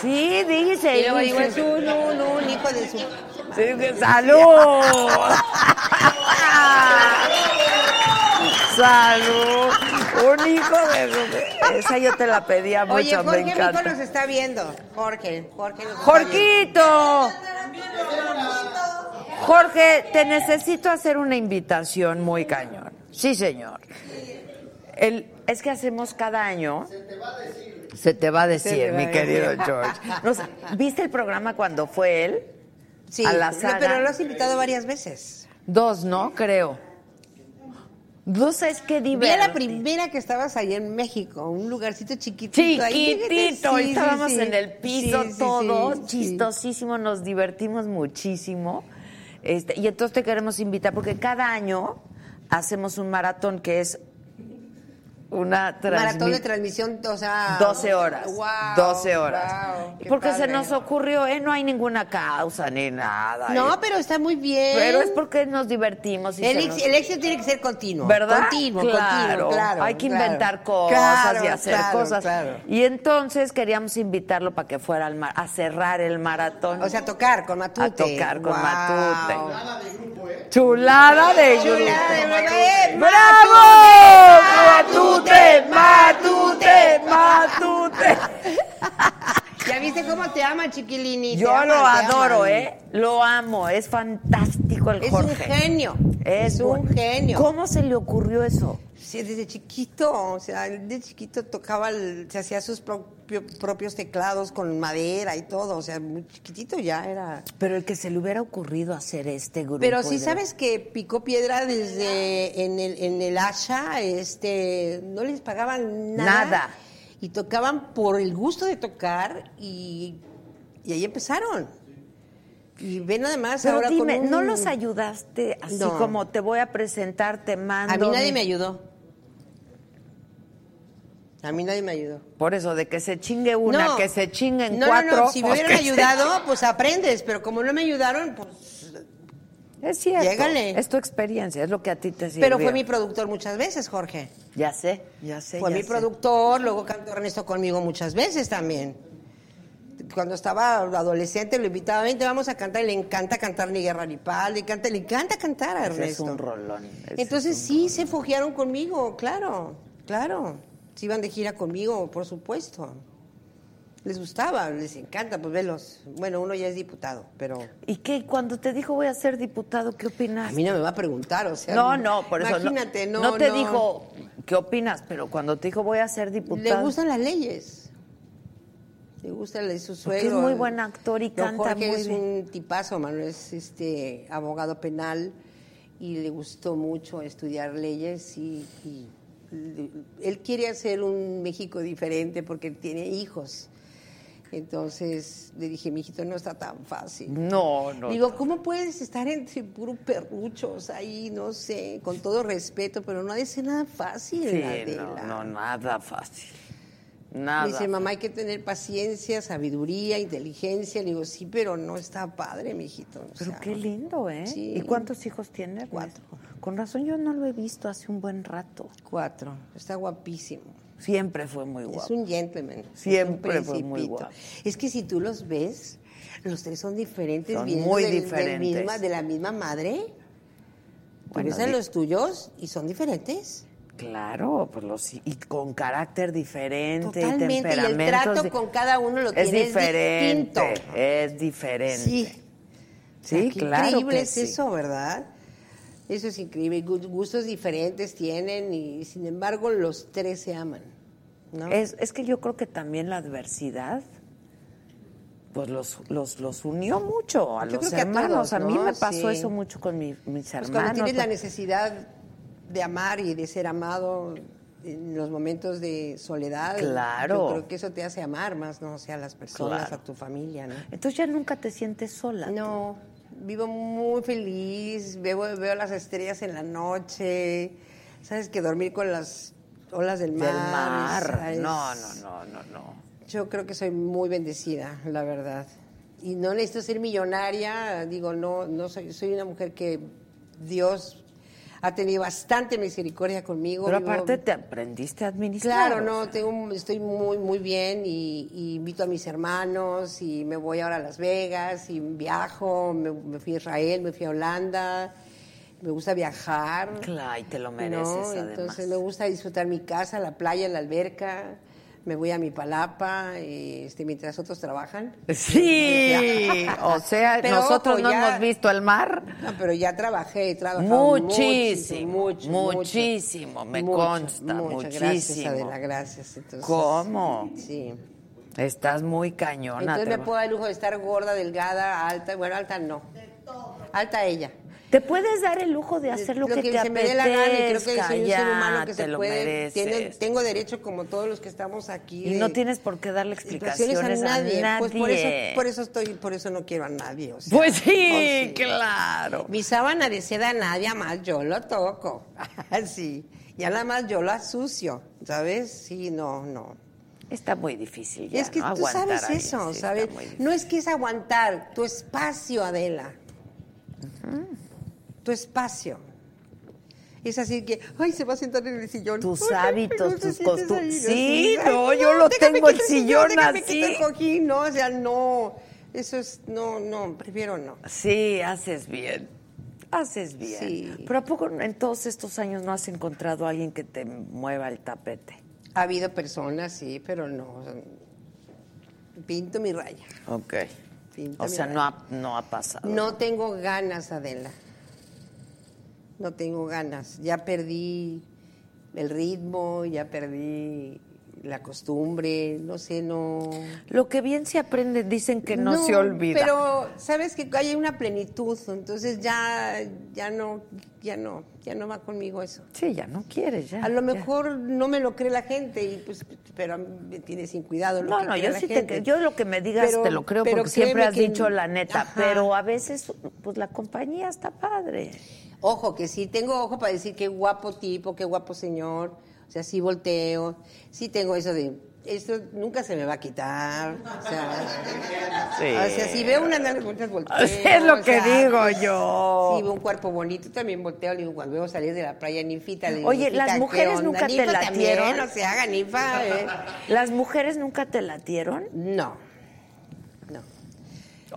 Sí, dice.
Y luego digo, es
inse-
un, un, un hijo de su...
Sí, dice, salud. salud. Un hijo de su- Esa yo te la pedía mucho,
Oye, Jorge
me
Mico
encanta.
nos está viendo. Jorge, Jorge nos está viendo.
Jorquito. Jorge, te necesito hacer una invitación muy cañón. Sí, señor. El, es que hacemos cada año. Se te va a decir,
Se te va
mi
a
querido
decir.
George. No sé, ¿Viste el programa cuando fue él?
Sí,
a la
no,
saga.
pero lo has invitado varias veces.
Dos, ¿no? Creo. Dos es que
Vi a
divertido.
la primera que estabas allá en México, un lugarcito chiquitito. ahí, fíjate,
Chiquitito,
sí, sí,
estábamos
sí.
en el piso
Sí, sí,
todo,
sí, sí.
chistosísimo, nos divertimos muchísimo. Este, y entonces te queremos invitar porque cada año hacemos un maratón que es Una
Maratón de
transmi-
transmisión, o sea.
12 horas.
Wow,
12 horas.
wow, qué
porque se
padre.
nos ocurrió, ¿eh? No hay ninguna causa ni nada. ¿eh?
No, pero está muy bien.
Pero es porque nos divertimos. Y se
el, ex-
nos-
el éxito tiene que ser continuo.
¿Verdad?
Continuo,
claro.
continuo, claro.
Hay que
claro.
inventar cosas
Claro,
y hacer
claro,
cosas.
claro.
Y entonces queríamos invitarlo para que fuera al mar- a cerrar el maratón.
O sea, tocar con Matute.
a tocar con
Wow.
Matute. Chulada de grupo.
Chulada de grupo, ¿eh?
¡Bravo! Matute, Matute, Matute.
¿Ya viste cómo te ama, chiquilini?
Yo
Te
lo
ama, te
adoro,
ama.
¿eh? Lo amo. Es fantástico el
Es
Jorge.
un genio.
Es,
un
bu-
genio.
¿Cómo se le ocurrió eso?
Sí, desde chiquito, o sea, él de chiquito tocaba, el- se hacía sus propio- propios teclados con madera y todo, o sea, muy chiquitito ya era.
Pero el que se le hubiera ocurrido hacer este grupo.
Pero si
de-
sabes que picó piedra desde en el, en el Asha, este, no les pagaban nada.
Nada.
Y tocaban por el gusto de tocar y, y ahí empezaron. Y ven además
Pero
ahora
dime,
con un-
¿no los ayudaste así
No.
como te voy a presentar, te mando?
A mí nadie
mi-
me ayudó. A mí nadie me ayudó.
Por eso, de que se chingue una,
No.
que se chinguen
No, no,
cuatro.
No, si me
pues
hubieran
que se
ayudado, pues aprendes, pero como no me ayudaron, pues...
chinguen. *laughs* Es cierto.
Llégale.
Es tu experiencia, es lo que a ti te sirve.
Pero fue mi productor muchas veces, Jorge.
Ya sé, ya sé.
Fue
ya
mi
sé.
productor, luego cantó Ernesto conmigo muchas veces también. Cuando estaba adolescente lo invitaba, vente, vamos a cantar, y le encanta cantar ni guerra ni paz, le encanta, le encanta cantar a
Ese Es
Ernesto.
un rolón. ese es
Entonces
un-
sí se fogearon conmigo, claro, claro. Se iban de gira conmigo, por supuesto. Les gustaba, les encanta, pues velos. Bueno, uno ya es diputado, pero
¿Y qué? Cuando te dijo voy a ser diputado, ¿qué opinas?
a mí no me va a preguntar, o sea.
No, no, por eso. no-
Imagínate, no.
no. te dijo, ¿qué opinas? Pero cuando te dijo voy a ser
Le
diputado.
gustan las leyes. Le gusta la- su
Porque es
suegro.
muy buen actor y
Don
canta
Jorge
muy
es un tipazo, Manuel es este abogado penal y le gustó mucho estudiar leyes y, y l- él quiere hacer un México diferente porque tiene hijos. Entonces le dije, mijito, no está tan fácil.
No, no.
Digo, ¿cómo puedes estar entre puro perruchos ahí, no sé, con todo respeto, pero no ha de ser nada fácil,
sí, no,
Adela?
no, nada fácil.
Me
Nada.
dice, mamá, hay que tener paciencia, sabiduría, inteligencia. Le digo, sí, pero no está padre, mijito. O
Pero
sea,
qué lindo, ¿eh?
sí.
¿Y cuántos hijos tiene? Ernesto? Con razón yo no lo he visto hace un buen rato.
Cuatro. Está guapísimo.
Siempre fue muy
Es
guapo.
un gentleman. es un
Siempre fue muy
principito.
guapo.
Es que si tú los ves, los tres son diferentes.
Son
vienen
muy
del- del
diferentes.
misma- de la misma madre.
Bueno,
Bueno,
di-
los tuyos y son diferentes.
Claro, pues los y con carácter diferente y
Totalmente, y el
temperamento.
trato con cada uno lo
es
tiene, es
diferente,
distinto.
es diferente.
Sí.
Sí,
O sea, qué
claro
Increíble
que
es
sí.
eso, ¿verdad? Eso es increíble. Gu- Gustos diferentes tienen y sin embargo los tres se aman. ¿no?
Es, es que yo creo que también la adversidad pues los, los, los unió mucho a
Yo
los
creo que a
hermanos.
todos,
a, mí
¿no?
me pasó
Sí.
eso mucho con mi- mis
Pues
hermanos.
cuando tienes la necesidad de amar y de ser amado en los momentos de soledad,
Claro.
yo creo que eso te hace amar más, ¿no? O sea, a las personas,
Claro.
a tu familia, ¿no?
Entonces ya nunca te sientes sola.
No, vivo muy feliz, veo, veo las estrellas en la noche, sabes que dormir con las olas del mar.
Del mar.
¿sabes?
No, no, no, no, no.
Yo creo que soy muy bendecida, la verdad. Y no necesito ser millonaria, digo, no, no soy, soy una mujer que Dios ha tenido bastante misericordia conmigo.
Pero
vivo-
aparte te aprendiste a administrar.
Claro, no,
o sea,
tengo, estoy muy, muy bien y, y invito a mis hermanos y me voy ahora a Las Vegas y viajo, me, me fui a Israel, me fui a Holanda, me gusta viajar.
Claro, y te lo mereces
¿no?
además.
Entonces me gusta disfrutar mi casa, la playa, la alberca, me voy a mi palapa, eh, este, mientras otros trabajan. *laughs*
Sí, o sea,
Pero
nosotros
ojo,
no
ya-
hemos visto el mar.
No, pero ya trabajé, he trabajado
Muchísimo,
mucho, mucho,
muchísimo, me
mucho,
consta,
mucho. Gracias,
muchísimo.
Adela, gracias. Entonces,
¿Cómo?
Sí.
Estás muy cañona.
Entonces
te
me
va-
puedo dar el lujo de estar gorda, delgada, alta, bueno, alta no. Alta ella.
Te puedes dar el lujo de hacer lo, que, te
se me
apetezca.
dé la gana y creo que soy un ser
ya,
humano que
te
se
lo
puede.
mereces.
Tiene, tengo derecho como todos los que estamos aquí.
y
de-
no tienes por qué darle explicaciones a nadie.
Pues por eso, por eso Oh, estoy, por eso no quiero a nadie. o sea,
Pues sí,
o sea,
claro.
*laughs* Mi sábana de seda nadie más, yo lo toco. Así. Ya nada más yo la sucio, ¿sabes? Sí, no, no.
Está muy difícil. Ya,
es que
¿no?
tú
Aguantar
sabes
a alguien,
eso,
sí, está
¿sabes?
muy difícil.
No es que es aguantar tu espacio, Adela. Tu espacio. Es así que, ay, se va a sentar en el sillón.
Tus
Ay,
hábitos,
no te
tus
sientes
costu-
ahí,
Sí,
así.
no,
Ay,
yo lo
déjame
tengo el
quito
sillón
déjame quito
así.
el cojín, no, o sea, no. Eso es, no, no, prefiero no.
Sí, haces bien. Haces bien.
Sí.
Pero ¿a poco en todos estos años no has encontrado a alguien que te mueva el tapete?
Ha habido personas, sí, pero no. Pinto mi raya.
Ok.
Pinta
O
mi
sea,
raya.
no ha, no ha pasado.
No tengo ganas, Adela. No tengo ganas. Ya perdí el ritmo, ya perdí la costumbre, no sé, no.
Lo que bien se aprende, dicen que no, se olvida.
Pero sabes que hay una plenitud, entonces ya, ya no, ya no, ya no va conmigo eso.
Sí, ya no quieres, ya.
A lo
ya.
mejor no me lo cree la gente, y pues, pero me tiene sin cuidado. Lo
No,
que
no,
cree
yo
la
sí te,
gente.
yo lo que me digas
Pero-
te lo creo
pero
porque siempre
créeme
has
que-
dicho la neta,
Ajá.
pero a veces pues la compañía está padre.
Ojo, que sí tengo ojo para decir qué guapo tipo, qué guapo señor. O sea, sí volteo. Sí tengo eso de, esto nunca se me va a quitar. O sea,
Sí.
o sea, si veo una nalga muchas volteo.
*laughs* Es lo
o
que
sea,
digo
pues,
yo.
Si veo un cuerpo bonito, también volteo. Le digo, cuando veo salir de la playa, ninfita. Le digo,
Oye,
"Ninfita,
¿las
¿qué
mujeres
onda?
nunca te
Ninfa también,
latieron?
No se haga, ninfa.
*laughs*
eh".
¿Las mujeres nunca te latieron?
No. No.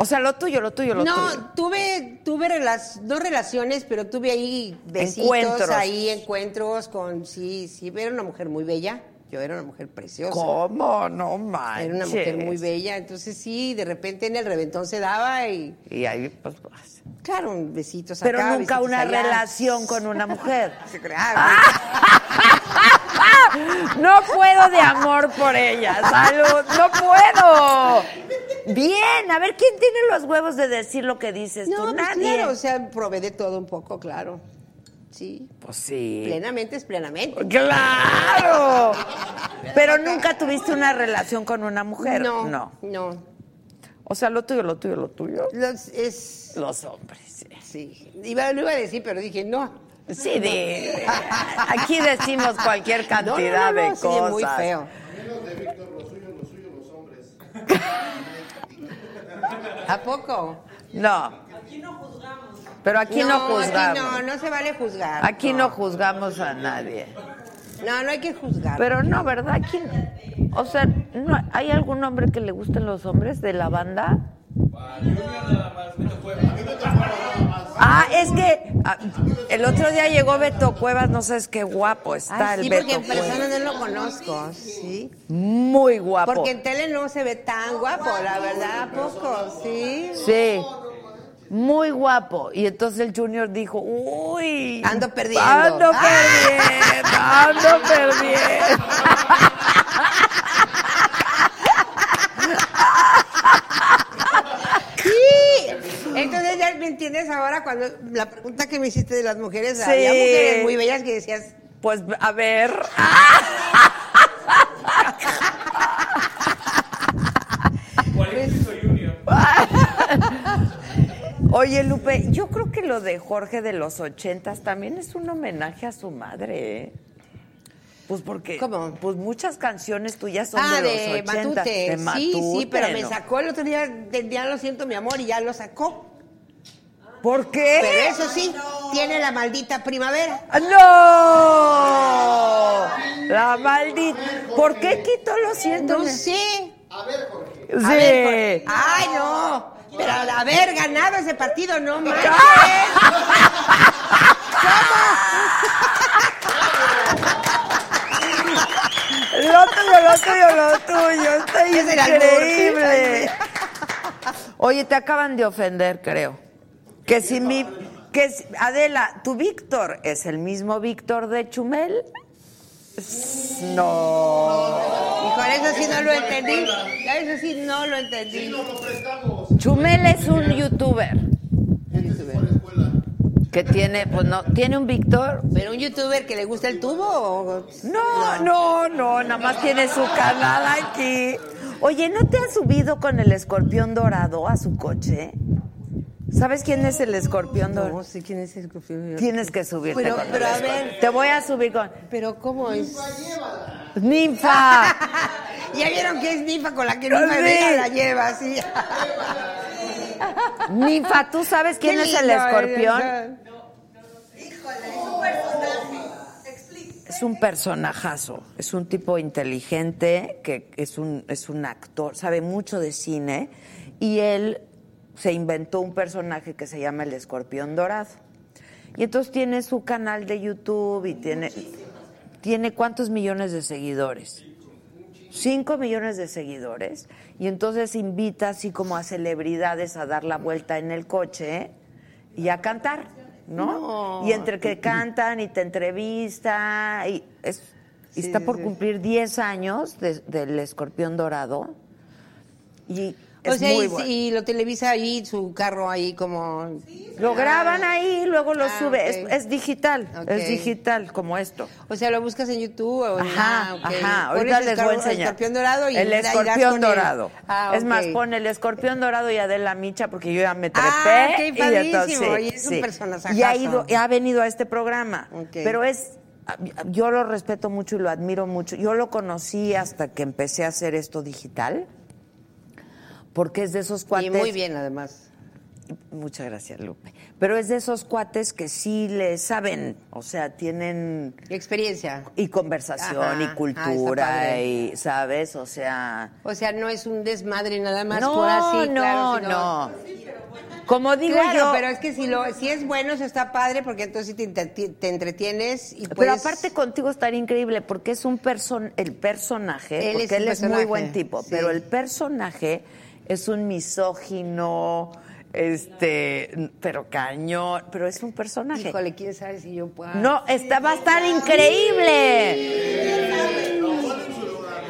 O sea, lo tuyo, lo tuyo, lo
no,
tuyo.
tuve, tuve relac- no relaciones, pero tuve ahí besitos,
Encuentros.
ahí encuentros con, sí, sí, era una mujer muy bella, yo era una mujer preciosa.
¿Cómo? No manches.
Era una mujer muy bella, entonces sí, de repente en el reventón se daba y,
Y ahí, pues, vas.
claro, un besitos
Pero
acá,
nunca
besitos
una
allá.
relación Ah, con una *laughs* mujer.
Sí, *laughs* Claro,
No puedo de amor por ella, salud, no puedo. Bien, a ver quién tiene los huevos de decir lo que dices
no,
tú,
pues
nadie.
claro, o sea, probé de todo un poco, claro, sí,
Pues sí.
plenamente es plenamente.
Claro. Pero nunca tuviste una relación con una mujer.
no, no,
O sea, lo tuyo, lo tuyo, lo tuyo.
Los- es,
Los hombres. sí.
sí, iba, lo iba a decir, pero dije no.
Sí, de- aquí decimos cualquier cantidad
no, no, no,
de
sí,
cosas.
muy feo. ¿A poco?
No. Pero aquí no juzgamos.
Aquí no, no se vale juzgar.
Aquí no juzgamos a nadie.
No, no hay que juzgar.
Pero no, ¿verdad? ¿Quién? O sea, ¿no ¿hay algún hombre que le gusten los hombres de la banda? Ah, es que ah, el otro día llegó Beto Cuevas, no sabes qué guapo está
Ah, sí,
el
porque
Beto
en persona
Cuevas.
no lo conozco, sí.
Muy guapo.
Porque en tele no se ve tan guapo, la verdad, ¿a poco? Sí.
Sí. Muy guapo. Y entonces el Junior dijo, uy.
Ando perdiendo.
Ando
Ah. *laughs*
perdiendo, ando perdiendo.
Sí. Entonces ya me entiendes ahora cuando la pregunta que me hiciste de las mujeres,
Sí.
había mujeres muy bellas que decías,
Pues a ver. Oye, Lupe, yo creo que lo de Jorge de los ochentas también es un homenaje a su madre, ¿eh? Pues porque
¿Cómo? Ah,
pues muchas canciones tuyas son de, los ochentas.
Matute. Sí, sí, pero me
¿no?
sacó el otro día, del día lo siento, mi amor, y ya lo sacó.
¿Por qué?
Pero eso sí, tiene la maldita primavera.
¡No! La maldita. ¿Por qué quitó los cientos?
No sé.
Sí.
A ver, por- Ay, no. Pero al haber ganado ese partido, no manches.
Lo tuyo, lo tuyo, lo tuyo. Está
Es el albur.
increíble. Oye, te acaban de ofender, creo. Que si mi. Que si- Adela, tu Víctor es el mismo Víctor de Chumel. No.
Híjole, eso sí no lo entendí. Eso sí no lo entendí.
Chumel es un youtuber que tiene, pues no, tiene un Víctor.
Pero un youtuber que le gusta el tubo o-
No, no, no, nada más tiene su canal aquí. Oye, ¿no te has subido con el escorpión dorado a su coche? ¿Sabes quién es el escorpión? Dor?
No sé quién es el escorpión.
Tienes que subirte
Pero-
con el
pero a
escorpión.
ver.
Te voy a subir con...
Pero ¿cómo es?
¡Ninfa!
*laughs* Ya vieron que es ninfa con la que
¡Ah,
ninfa
sí!
deja la lleva, sí.
Ninfa, ¿tú sabes quién
Qué
es el
lindo,
escorpión?
¿verdad?
Es un personajazo, es un tipo inteligente, que es un, es un actor, sabe mucho de cine, y él se inventó un personaje que se llama el escorpión dorado. Y entonces tiene su canal de YouTube y tiene... ¿Tiene cuántos millones de seguidores? 5 millones de seguidores y entonces invita así como a celebridades a dar la vuelta en el coche y a cantar, ¿no? Y entre que cantan y te entrevista y, es- y está por cumplir 10 años de- del Escorpión Dorado y es
O sea,
muy
y,
bueno.
y lo televisa ahí, su carro ahí como...
Lo graban ahí y luego lo
Ah,
sube, Es-
ok.
es, digital,
Ok.
es digital como esto.
O sea, lo buscas en YouTube. O en-
Ajá,
ah, ok.
ajá.
Pones
Ahorita
el
les voy
escor-
a enseñar.
El escorpión dorado y
El
ya irás
escorpión
con él.
dorado.
Ah,
Es más,
ok.
pon el escorpión dorado y Adela Micha, porque yo ya me trepé.
Ah, ok,
y entonces-
padrísimo, y es un personajazo.
Y ha, ido, y ha venido a este programa.
Ok.
Pero es... Yo lo respeto mucho y lo admiro mucho. Yo lo conocí hasta que empecé a hacer esto digital, porque es de esos
Y
cuates...
muy bien, además.
Muchas gracias, Lupe. Pero es de esos cuates que sí le saben, o sea, tienen
Experiencia.
y conversación
Ajá.
y
Ah, está
cultura
padre.
y sabes o sea
O sea, no es un desmadre nada más por así. claro, sino-
no. como digo
Claro,
yo
pero es que si lo, si es bueno, eso está padre, porque entonces te, inter- te entretienes y
Pero
puedes-
aparte contigo estaría increíble porque es un person el personaje,
Él
porque
es un
él es muy
personaje,
buen tipo,
sí.
pero el personaje es un misógino, este, pero cañón, pero es un personaje.
Híjole, quién sabe si yo pueda.
No, esta va a estar increíble.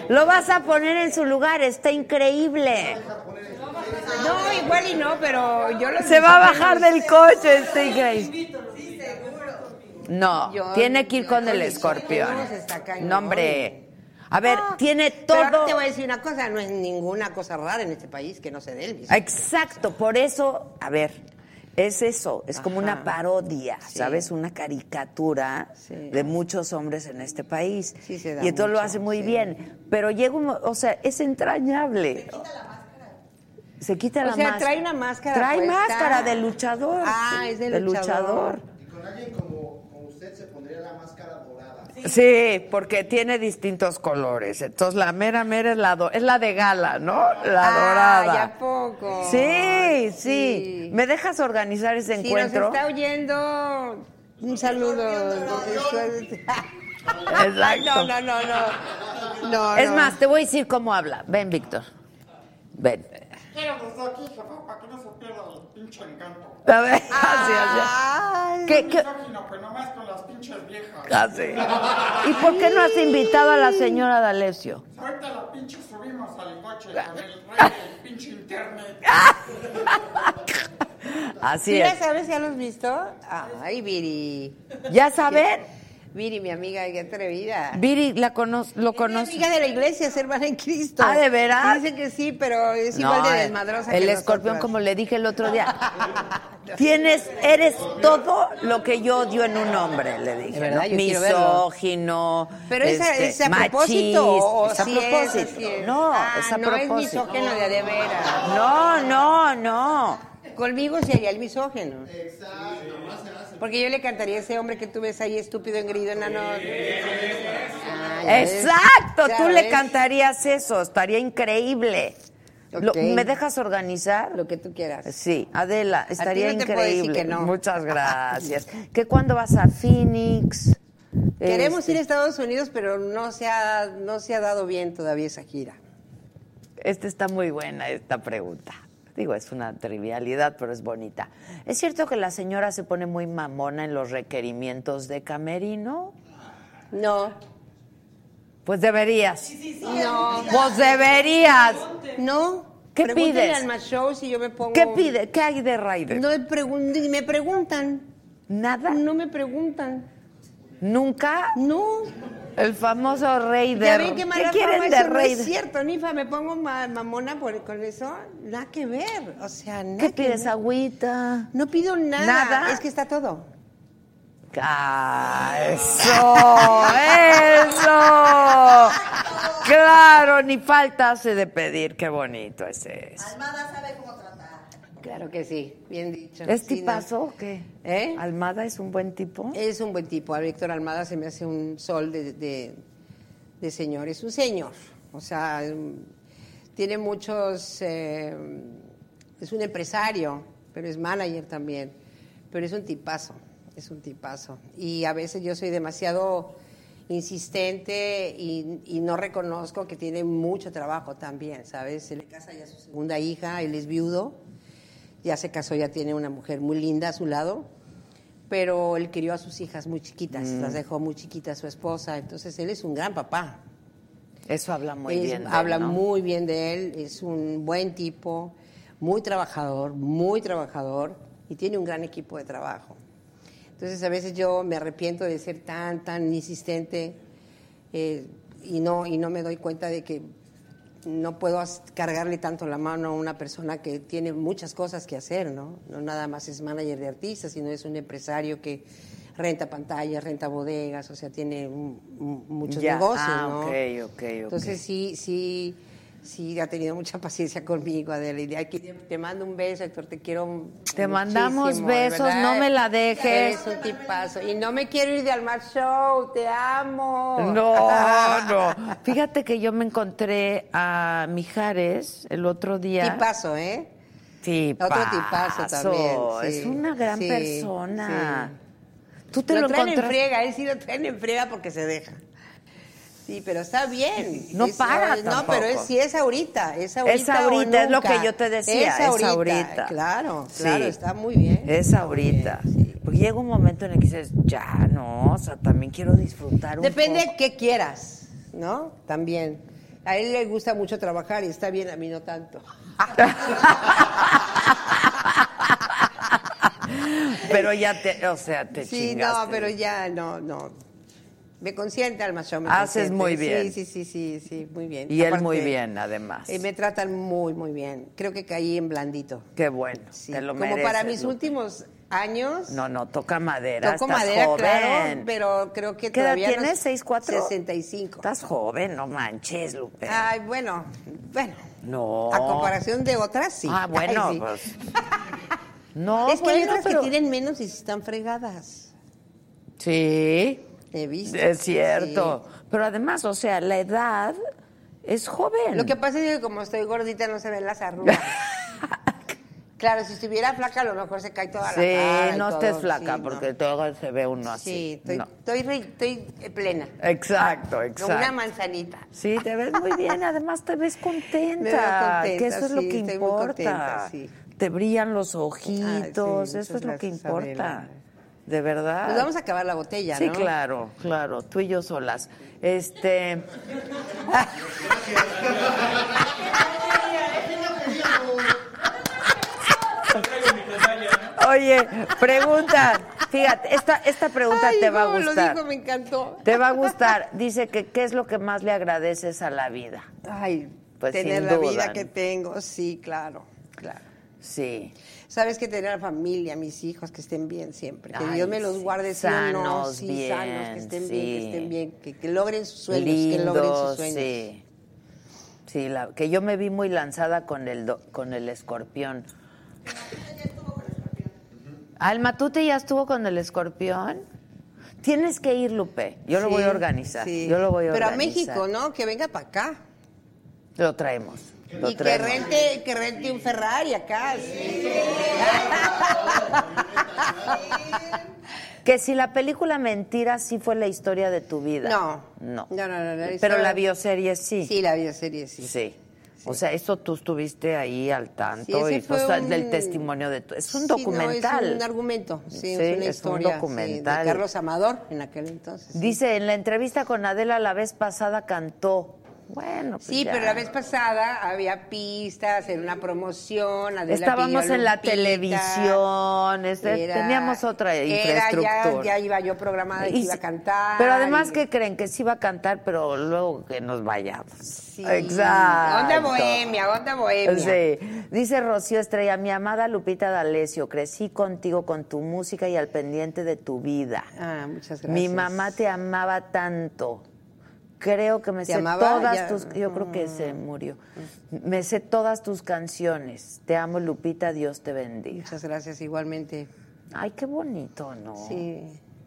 Lo vas a poner en su lugar, está increíble.
No, igual y no, pero yo lo
Se va a bajar del coche este increíble. No,
Yo-
tiene que ir
yo
con
con
el
mis
escorpión.
amigos está cañón.
No, hombre. A ver,
Ah,
tiene
Pero ahora
todo.
te voy a decir una cosa, no es ninguna cosa rara en este país que no se dé Elvis.
Exacto, por eso, a ver, es eso, es como una parodia, ¿sabes? Una caricatura
Sí.
de muchos hombres en este país.
Sí, se da
y entonces lo
mucho,
hace muy
sí.
bien, pero llega un, mo- o sea, es entrañable. Se quita la
O sea,
máscara.
trae una máscara
Trae
puesta.
máscara de luchador.
Ah,
sí,
es de luchador.
Y con alguien como, como usted se pondría la máscara dorada.
Sí, porque tiene distintos colores. Entonces la mera mera es la do- es la de gala, ¿no? La
Ah,
dorada.
¿ya poco?
Sí, sí,
Sí.
¿Me dejas organizar ese
Si nos
encuentro?
está oyendo, un saludo.
*laughs*
*laughs*
Exacto.
No, no, no, no. No,
es
no.
más, te voy a decir cómo habla. Ven, Víctor. Ven. A ver, *laughs* así,
Ah.
así.
Ay,
¿Qué, qué? Así. Ah, ¿Y por qué no has invitado a la señora D'Alessio?
Ahorita lo pinche subimos al coche con el
*laughs*
rey del pinche internet.
Así
¿Sí la
es.
sabes? ¿Ya los has visto? Ay, Viri.
Ya saben,
Viri, mi amiga, qué atrevida.
Viri la cono- lo conoce.
amiga de la iglesia, es hermana en Cristo.
Ah, ¿de veras?
Dicen que sí, pero es igual
No, eh,
de desmadrosa
El
que
escorpión,
nosotras.
como le dije el otro
*laughs*
día, tienes, eres todo lo que yo odio en un hombre, le dije.
De verdad,
¿no?
yo quiero verlo.
Misógino.
Pero es a-
este,
es a propósito. o- o
machista, es a
sí
propósito.
es, sí es.
No,
Ah,
es a
no es
propósito.
misógeno de a de veras.
No, no, no.
Conmigo sería el misógeno. Porque yo le cantaría a ese hombre que tú ves ahí estúpido, engreído, enano. Ah, ya ves.
Exacto,
Ya
tú le
ves.
cantarías eso, estaría increíble. Lo-
Ok.
¿Me dejas organizar?
Lo que tú quieras.
Sí, Adela, estaría
no te puedo decir
increíble.
que no. *laughs*
Muchas gracias. ¿Que cuándo vas a Phoenix?
Queremos
Este,
ir a Estados Unidos, pero no se ha, no se ha dado bien todavía esa gira.
Esta está muy buena, esta pregunta. Digo, es una trivialidad, pero es bonita. ¿Es cierto que la señora se pone muy mamona en los requerimientos de camerino?
No,
Pues deberías.
no,
Pues deberías.
no.
¿Qué
Pregúntenle
pides?
al más show si yo me pongo.
¿Qué pide? ¿Qué hay de Raider?
No me, pregun- ni me preguntan.
Nada.
No me preguntan.
Nunca.
No.
El famoso rey de...
¿Ya ven qué,
¿Qué
mala
quieren
fama?
de
Eso no
rey?
es cierto, Nifa, me pongo ma- mamona por- con eso. Nada que ver, o sea, nada
¿Qué
que
pides?
ver.
Agüita.
No pido nada.
¿Nada?
Es que está todo.
¡Ah, ¡Eso! ¡Eso! Claro, ni falta hace de pedir. Qué bonito ese es.
Almada sabe cómo tratar.
Claro que sí, bien dicho.
¿Es
Sí, no.
tipazo o qué?
¿Eh?
¿Almada es un buen tipo?
Es un buen tipo. A Víctor Almada se me hace un sol de, de, de señor. Es un señor. O sea, mm, tiene muchos. eh, es un empresario, pero es manager también. Pero es un tipazo. Es un tipazo. Y a veces yo soy demasiado insistente y, y no reconozco que tiene mucho trabajo también, ¿sabes? Se le casa ya su segunda hija, él es viudo, ya se casó, ya tiene una mujer muy linda a su lado, pero él crió a sus hijas muy chiquitas, las dejó muy chiquitas su esposa, entonces él es un gran papá.
Eso habla muy
Es-
bien. de él,
habla
¿no?
muy bien de él, es un buen tipo, muy trabajador, muy trabajador y tiene un gran equipo de trabajo. Entonces a veces yo me arrepiento de ser tan, tan insistente eh, y, no, y no me doy cuenta de que no puedo as- cargarle tanto la mano a una persona que tiene muchas cosas que hacer, ¿no? No nada más es manager de artistas, sino es un empresario que renta pantallas, renta bodegas, o sea, tiene un- un- muchos
Ya,
negocios,
ah,
¿no?
ok, ok, ok.
Entonces sí, sí, sí ha tenido mucha paciencia conmigo, Adela. Y de aquí te te mando un beso, Héctor, te quiero
Te mandamos
muchísimo, de
besos,
verdad.
no me la dejes.
Eres un tipazo. Y no me quiero ir de Almar Show, te *laughs* amo.
No, no. Fíjate que yo me encontré a Mijares el otro día.
Tipazo, ¿eh?
Tipazo.
Otro tipazo también, sí,
es una gran
sí,
persona. Tú te
Lo,
lo,
traen en
encontraste.
friega, él sí lo traen en friega porque se deja. Sí, pero está bien.
No para
No,
tampoco.
pero es, sí es ahorita. Es ahorita,
Es
o
ahorita, es lo
nunca.
que yo te decía.
Es ahorita. Claro,
Sí.
claro, está muy bien.
Es
está muy
ahorita.
bien, sí.
Porque llega un momento en el que dices, ya, no, o sea, también quiero disfrutar un
Depende
poco.
qué quieras, ¿no? También. A él le gusta mucho trabajar y está bien, a mí no tanto.
Pero ya te, o sea, te
Sí,
chingaste.
no, pero ya, no, no. Me consiente al macho. me
Haces
consiente.
muy bien.
Sí, sí, sí, sí, sí, muy bien.
Y él
Aparte,
muy bien, además.
eh, me tratan muy, muy bien. Creo que caí en blandito.
Qué bueno,
Sí.
te lo
Como
mereces,
para mis
Lupe.
últimos años.
No, no, toca madera.
Toco
estás
madera,
joven.
claro, pero creo que
¿Qué edad
todavía no-
tienes? ¿Seis, cuatro?
65.
Estás joven, no manches, Lupe.
Ay, bueno, bueno.
no.
Ah, A comparación de otras, sí.
Ah, bueno,
*laughs* Ay, sí.
pues. No,
es que hay
bueno,
otras
pero-
que tienen menos y están fregadas.
Sí,
He visto.
es cierto. Pero además, o sea, la edad es
Sí.
joven.
Lo que pasa es que como estoy gordita no se ven las
*laughs*
arrugas. claro, si estuviera flaca a lo mejor se cae toda la cara.
Sí,
y
no
todo,
estés flaca,
sí, no.
porque todo se ve uno así.
Sí, estoy,
No.
estoy, re- estoy plena.
Exacto,
Como una
exacto.
manzanita.
Sí, te ves muy bien, además te ves contenta,
Me veo contenta,
que eso es lo
sí,
que
estoy muy
importa.
contenta, sí.
Te brillan los
Ay, sí,
ojitos,
muchas
eso es lo que
gracias, Adela.
importa. De verdad.
Pues vamos a acabar la botella,
Ah. Sí,
¿no?
claro, claro, tú y yo solas. Este, *laughs* oye, pregunta, fíjate, esta esta pregunta
Ay,
te va a
cómo
gustar.
Lo dijo, me encantó.
Te va a gustar. Dice que qué es lo que más le agradeces a la vida.
Ay,
Pues,
tener
sin
la
duda,
vida
¿no?
que tengo, sí, claro, claro.
Sí.
Sabes que tener a familia, mis hijos, que estén bien siempre. Que
Ay,
Dios me los
sí,
guarde sí o no,
sanos,
sí,
bien,
sanos, que estén bien, que
sí.
estén bien, que, que logren sus sueños, que logren
Lindo,
sus sueños.
Sí, sí la- que yo me vi muy lanzada con el, do- con el escorpión. Alma, ¿tú te ya estuvo con el escorpión? Tienes que ir, Lupe. Yo lo
Sí,
voy a organizar.
sí.
Yo lo voy a
Pero a
organizar.
México, ¿no? Que venga para acá.
Lo traemos. Lo
y que
traemos.
rente, que rente un Ferrari acá. sí.
Que si la película Mentira sí fue la historia de tu vida.
No.
No.
No, no, no, no,
Pero
eso-
la bioserie sí.
Sí, la bioserie, sí.
Sí. O sea, esto tú estuviste ahí al tanto
Sí, ese
y
fue
o sea,
un-
del testimonio de tu... Es un
Sí, no,
documental.
es un argumento, sí,
Sí,
es
es
una
un
historia. sí,
documental.
de Carlos Amador en aquel entonces. sí.
Dice, en la entrevista con Adela la vez pasada cantó, Bueno, pues
Sí,
ya.
pero la vez pasada había pistas, era una promoción. la de la
Estábamos
pidió
en la
Lupita.
televisión, este,
Era-
teníamos otra
era,
infraestructura.
ya, ya iba yo programada y,
Y
iba a
sí,
cantar.
Pero además
y-
que creen que sí va a cantar, pero luego que nos vayamos.
Sí.
Exacto.
Onda bohemia, onda bohemia.
Sí. Dice Rocío Estrella, mi amada Lupita D'Alessio, crecí contigo, con tu música y al pendiente de tu vida.
Ah, muchas gracias.
Mi mamá te amaba tanto. Creo que me
¿Te
sé
amaba?
todas
Ya. Mm. Pues
tus... Yo creo que se murió. Me sé todas tus canciones. Te amo, Lupita. Dios te bendiga.
Muchas gracias, igualmente.
Ay, qué bonito, ¿no?
Sí.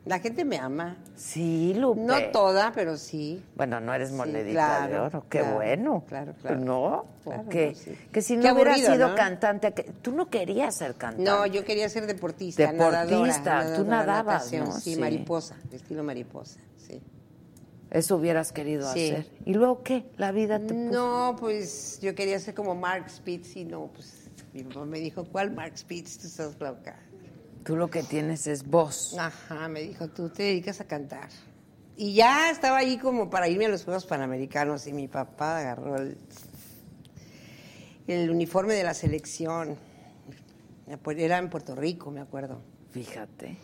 La gente me ama.
Sí, Lupe.
No toda, pero sí.
Bueno, no eres monedita de
claro,
oro, qué
claro,
bueno. Pues
claro, claro.
¿No?
Claro,
que,
no, sí.
que si
Qué
no hubiera
aburrido,
sido
¿no?
cantante, que- tú no querías ser cantante.
No, yo quería ser deportista.
Deportista,
nadadora,
tú
nadadora,
nadabas,
natación,
¿no?
Sí,
Sí.
mariposa, estilo mariposa, sí.
Eso hubieras querido
Sí.
hacer. ¿Y luego qué? La vida te puso.
No, pues yo quería ser como Mark Spitz y no, pues mi papá me dijo, ¿cuál Mark Spitz? Tú estás loca.
Tú lo que tienes es voz.
Ajá, me dijo, tú te dedicas a cantar. Y ya estaba ahí como para irme a los Juegos Panamericanos y mi papá agarró el, el uniforme de la selección. Era en Puerto Rico, me acuerdo.
Fíjate.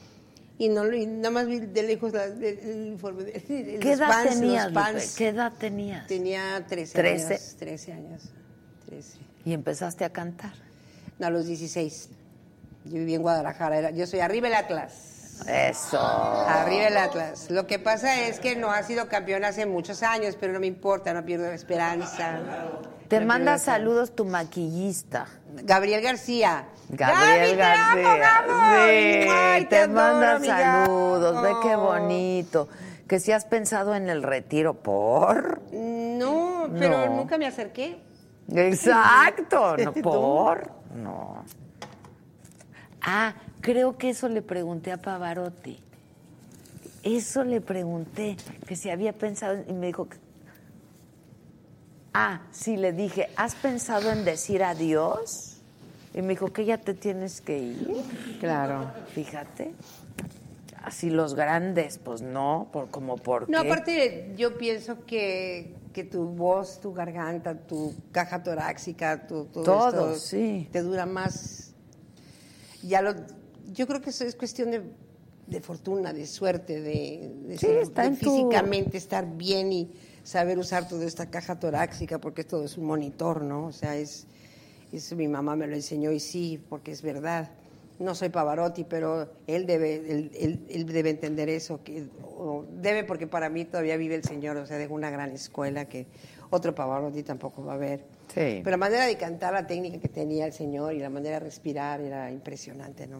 Y no lo- y nada más vi de lejos la- el, el uniforme. de- *laughs* los
¿Qué edad
pants,
tenías,
los
Lupe?
pants.
¿Qué edad tenías?
Tenía 13,
¿Trece?
años. 13 años. 13.
Y empezaste a cantar.
No, a los 16. Yo viví en Guadalajara. era- yo soy arriba el Atlas.
Eso.
Arriba el Atlas. Lo que pasa es que no ha sido campeón hace muchos años, pero no me importa, no pierdo la esperanza.
Te
No
manda
pierdo la
saludos tu maquillista.
esperanza. Gabriel García.
Gabriel
Gaby, te amo,
García.
Gabo.
Sí,
Ay,
te,
adoro, Oh.
manda
mi
saludos. Ve qué
Gabo.
bonito. Que si has pensado en el retiro por.
No, pero
No.
nunca me acerqué.
*laughs* Exacto, no por. No. Ah, creo que eso le pregunté a Pavarotti. Eso le pregunté, que si había pensado, y me dijo que. Ah, sí, le dije, ¿has pensado en decir adiós? Y me dijo que ya te tienes que ir. Claro. Fíjate. Así los grandes, pues no, por como por
No,
qué.
aparte, yo pienso que, que tu voz, tu garganta, tu caja torácica, tu, todo,
Todo,
esto
sí.
te dura más. Ya lo, yo creo que eso es cuestión de, de fortuna, de suerte, de, de
Sí,
ser-
está
de
en tu-
físicamente estar bien y saber usar toda esta caja torácica, porque todo es un monitor, ¿no? O sea, es, es mi mamá me lo enseñó y sí, porque es verdad. No soy Pavarotti, pero él debe, él, él- él debe entender eso, que o debe porque para mí todavía vive el señor, o sea, dejó una gran escuela que otro Pavarotti tampoco va a haber.
Sí.
Pero la manera de cantar, la técnica que tenía el señor y la manera de respirar era impresionante, ¿no?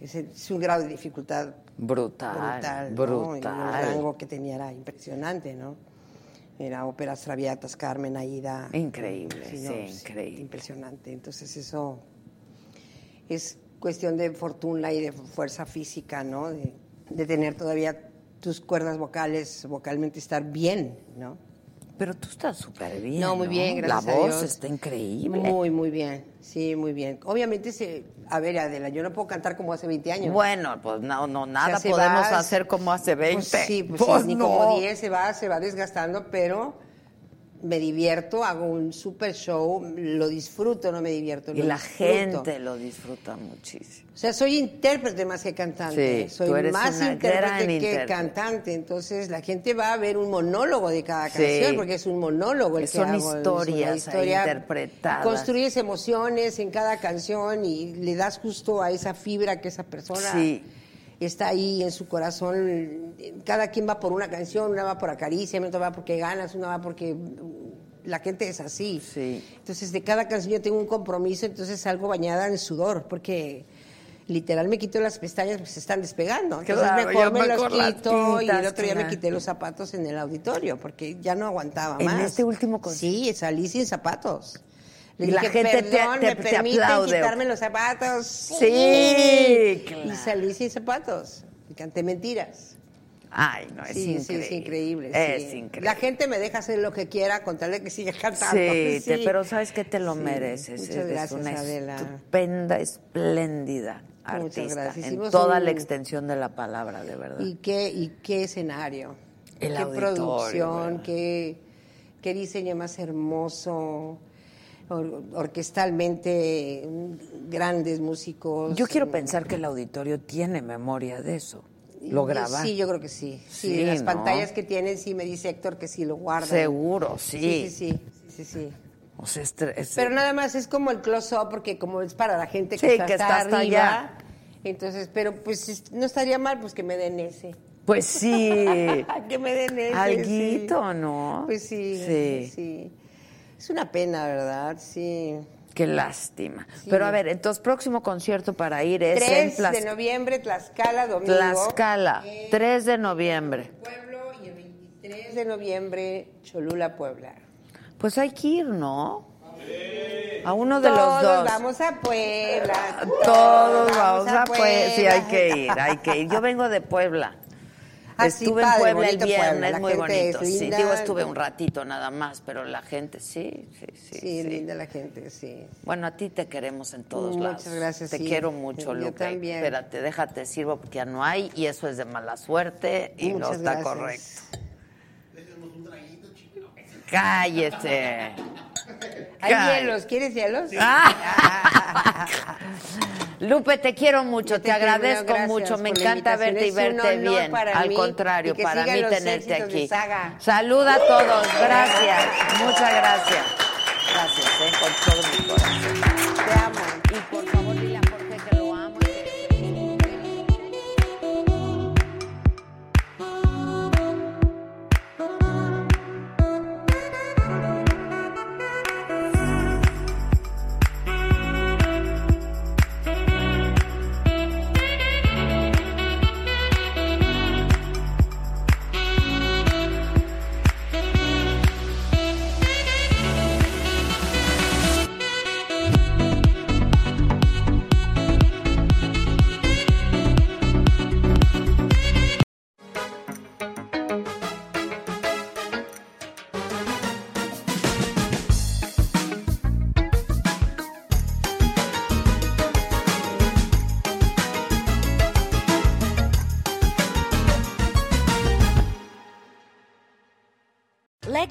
Es, es un grado de dificultad
Brutal. Brutal.
brutal, ¿no? Y El rango que tenía era impresionante, ¿no? Era óperas traviatas, Carmen, Aida.
Increíble,
no,
sí, increíble.
Impresionante. Entonces eso es cuestión de fortuna y de fuerza física, ¿no? De, de tener todavía tus cuerdas vocales, vocalmente estar bien, ¿no?
Pero tú estás súper bien.
No, muy bien, gracias
La
a
voz
Dios.
está increíble.
Muy, muy bien. Sí, muy bien. Obviamente, se, a ver, Adela, yo no puedo cantar como hace 20 años.
Bueno, pues no, no
O
nada
sea, se
podemos
va-
hacer como hace 20.
Pues sí, pues, sí, ni
no.
como 10 se va, se va desgastando, pero me divierto, hago un super show, lo disfruto, no me divierto.
Y
lo
la
disfruto.
gente lo disfruta muchísimo.
O sea, soy intérprete más que cantante.
Sí,
soy
tú eres
más
una gran
intérprete que
intérprete.
cantante. Entonces, la gente va a ver un monólogo de cada
Sí.
canción, porque es un monólogo el que
Son
hago,
historias ahí
es una historia.
interpretadas.
Construyes emociones en cada canción y le das justo a esa fibra que esa persona
Sí.
está ahí en su corazón. Cada quien va por una canción, una va por acaricia, otra va porque ganas, una va porque mm, la gente es así.
Sí.
Entonces, de cada canción yo tengo un compromiso, entonces salgo bañada en sudor, porque literal me quito las pestañas porque se están despegando. Entonces,
Claro, ya
mejor me
mejor
los
las
quito y el
quitas,
otro día me
claro.
quité los zapatos en el auditorio porque ya no aguantaba
En
más.
este último concierto.
Sí, salí sin zapatos. Le
Y la
dije,
gente te-
"Perdón,
te-
¿me
te
permiten
aplaude".
quitarme los zapatos?
Sí, claro.
Y salí sin zapatos. Y canté mentiras.
Ay, no, es
Sí,
increíble.
sí, es increíble.
Es
sí. eh.
increíble.
La gente me deja hacer lo que quiera con tal de que siga cantando.
Sí, te-
*laughs* sí.
pero sabes que te lo
Sí,
mereces.
Muchas
Eres
gracias,
una
Adela.
estupenda, espléndida
Muchas
artista.
gracias.
En
Hicimos
toda
un-
la extensión de la palabra, de verdad.
¿Y qué, y qué escenario?
El
¿Qué
auditorio,
producción?
¿verdad?
¿Qué, qué diseño más hermoso, or- orquestalmente mm, grandes músicos. mm,
Yo quiero pensar que el auditorio tiene memoria de eso. Lo graba.
Sí, yo creo que sí. Sí,
Sí,
las
¿no?
pantallas que tienen, sí, me dice Héctor que sí lo guardan.
Seguro, sí.
Sí, sí, sí. sí, sí.
O sea, es tre- es-
Pero nada más es como el close-up, porque como es para la gente que
Sí,
está,
que
hasta
está hasta
arriba.
allá.
Entonces, pero pues es- no estaría mal pues que me den ese. Ah,
Pues sí. *laughs*
que me den ese. sí.
Alguito, ¿no?
Pues sí,
Sí.
sí. Es una pena, ¿verdad? Sí.
Qué lástima.
Sí.
Pero a ver, entonces, próximo concierto para ir es
3
en Tlax-
de noviembre, Tlaxcala, domingo.
Tlaxcala, 3 de noviembre.
Pueblo y el 23 de noviembre, Cholula, Puebla.
Pues hay que ir, ¿no? A uno de
Todos
los dos.
vamos a Puebla.
Todos vamos a Puebla. Sí, hay que ir, hay que ir. Yo vengo de Puebla.
Ah, sí,
estuve
padre,
en Puebla el
bonito Puebla,
viernes,
la
muy
gente es
bonito. Sí,
linda.
digo, estuve un ratito nada más, pero la gente, sí, sí, sí. sí.
Sí, linda la gente, sí.
Bueno, a ti te queremos en todos
Muchas
lados.
gracias,
Te
sí.
quiero mucho,
Yo
Luca.
también.
Espérate, déjate, sirvo porque ya no hay y eso es de mala suerte y no
Muchas
está
gracias.
correcto. Cállese.
Hay
Cállese.
hielos, ¿quieres hielos?
Ah. *laughs* Lupe, te quiero mucho,
Yo
te,
te quiero,
agradezco
gracias
mucho, me
por la
encanta
invitación,
verte y
es un
verte
honor
bien.
para
Al
mí,
contrario,
y que
para
sigan
mí
los
tenerte
éxitos de
aquí.
Saga.
Saluda a todos, gracias, muchas gracias. Gracias, eh, con todo mi corazón.
Te amo.
Y por favor, dile a Jorge que lo amo. y que-
Let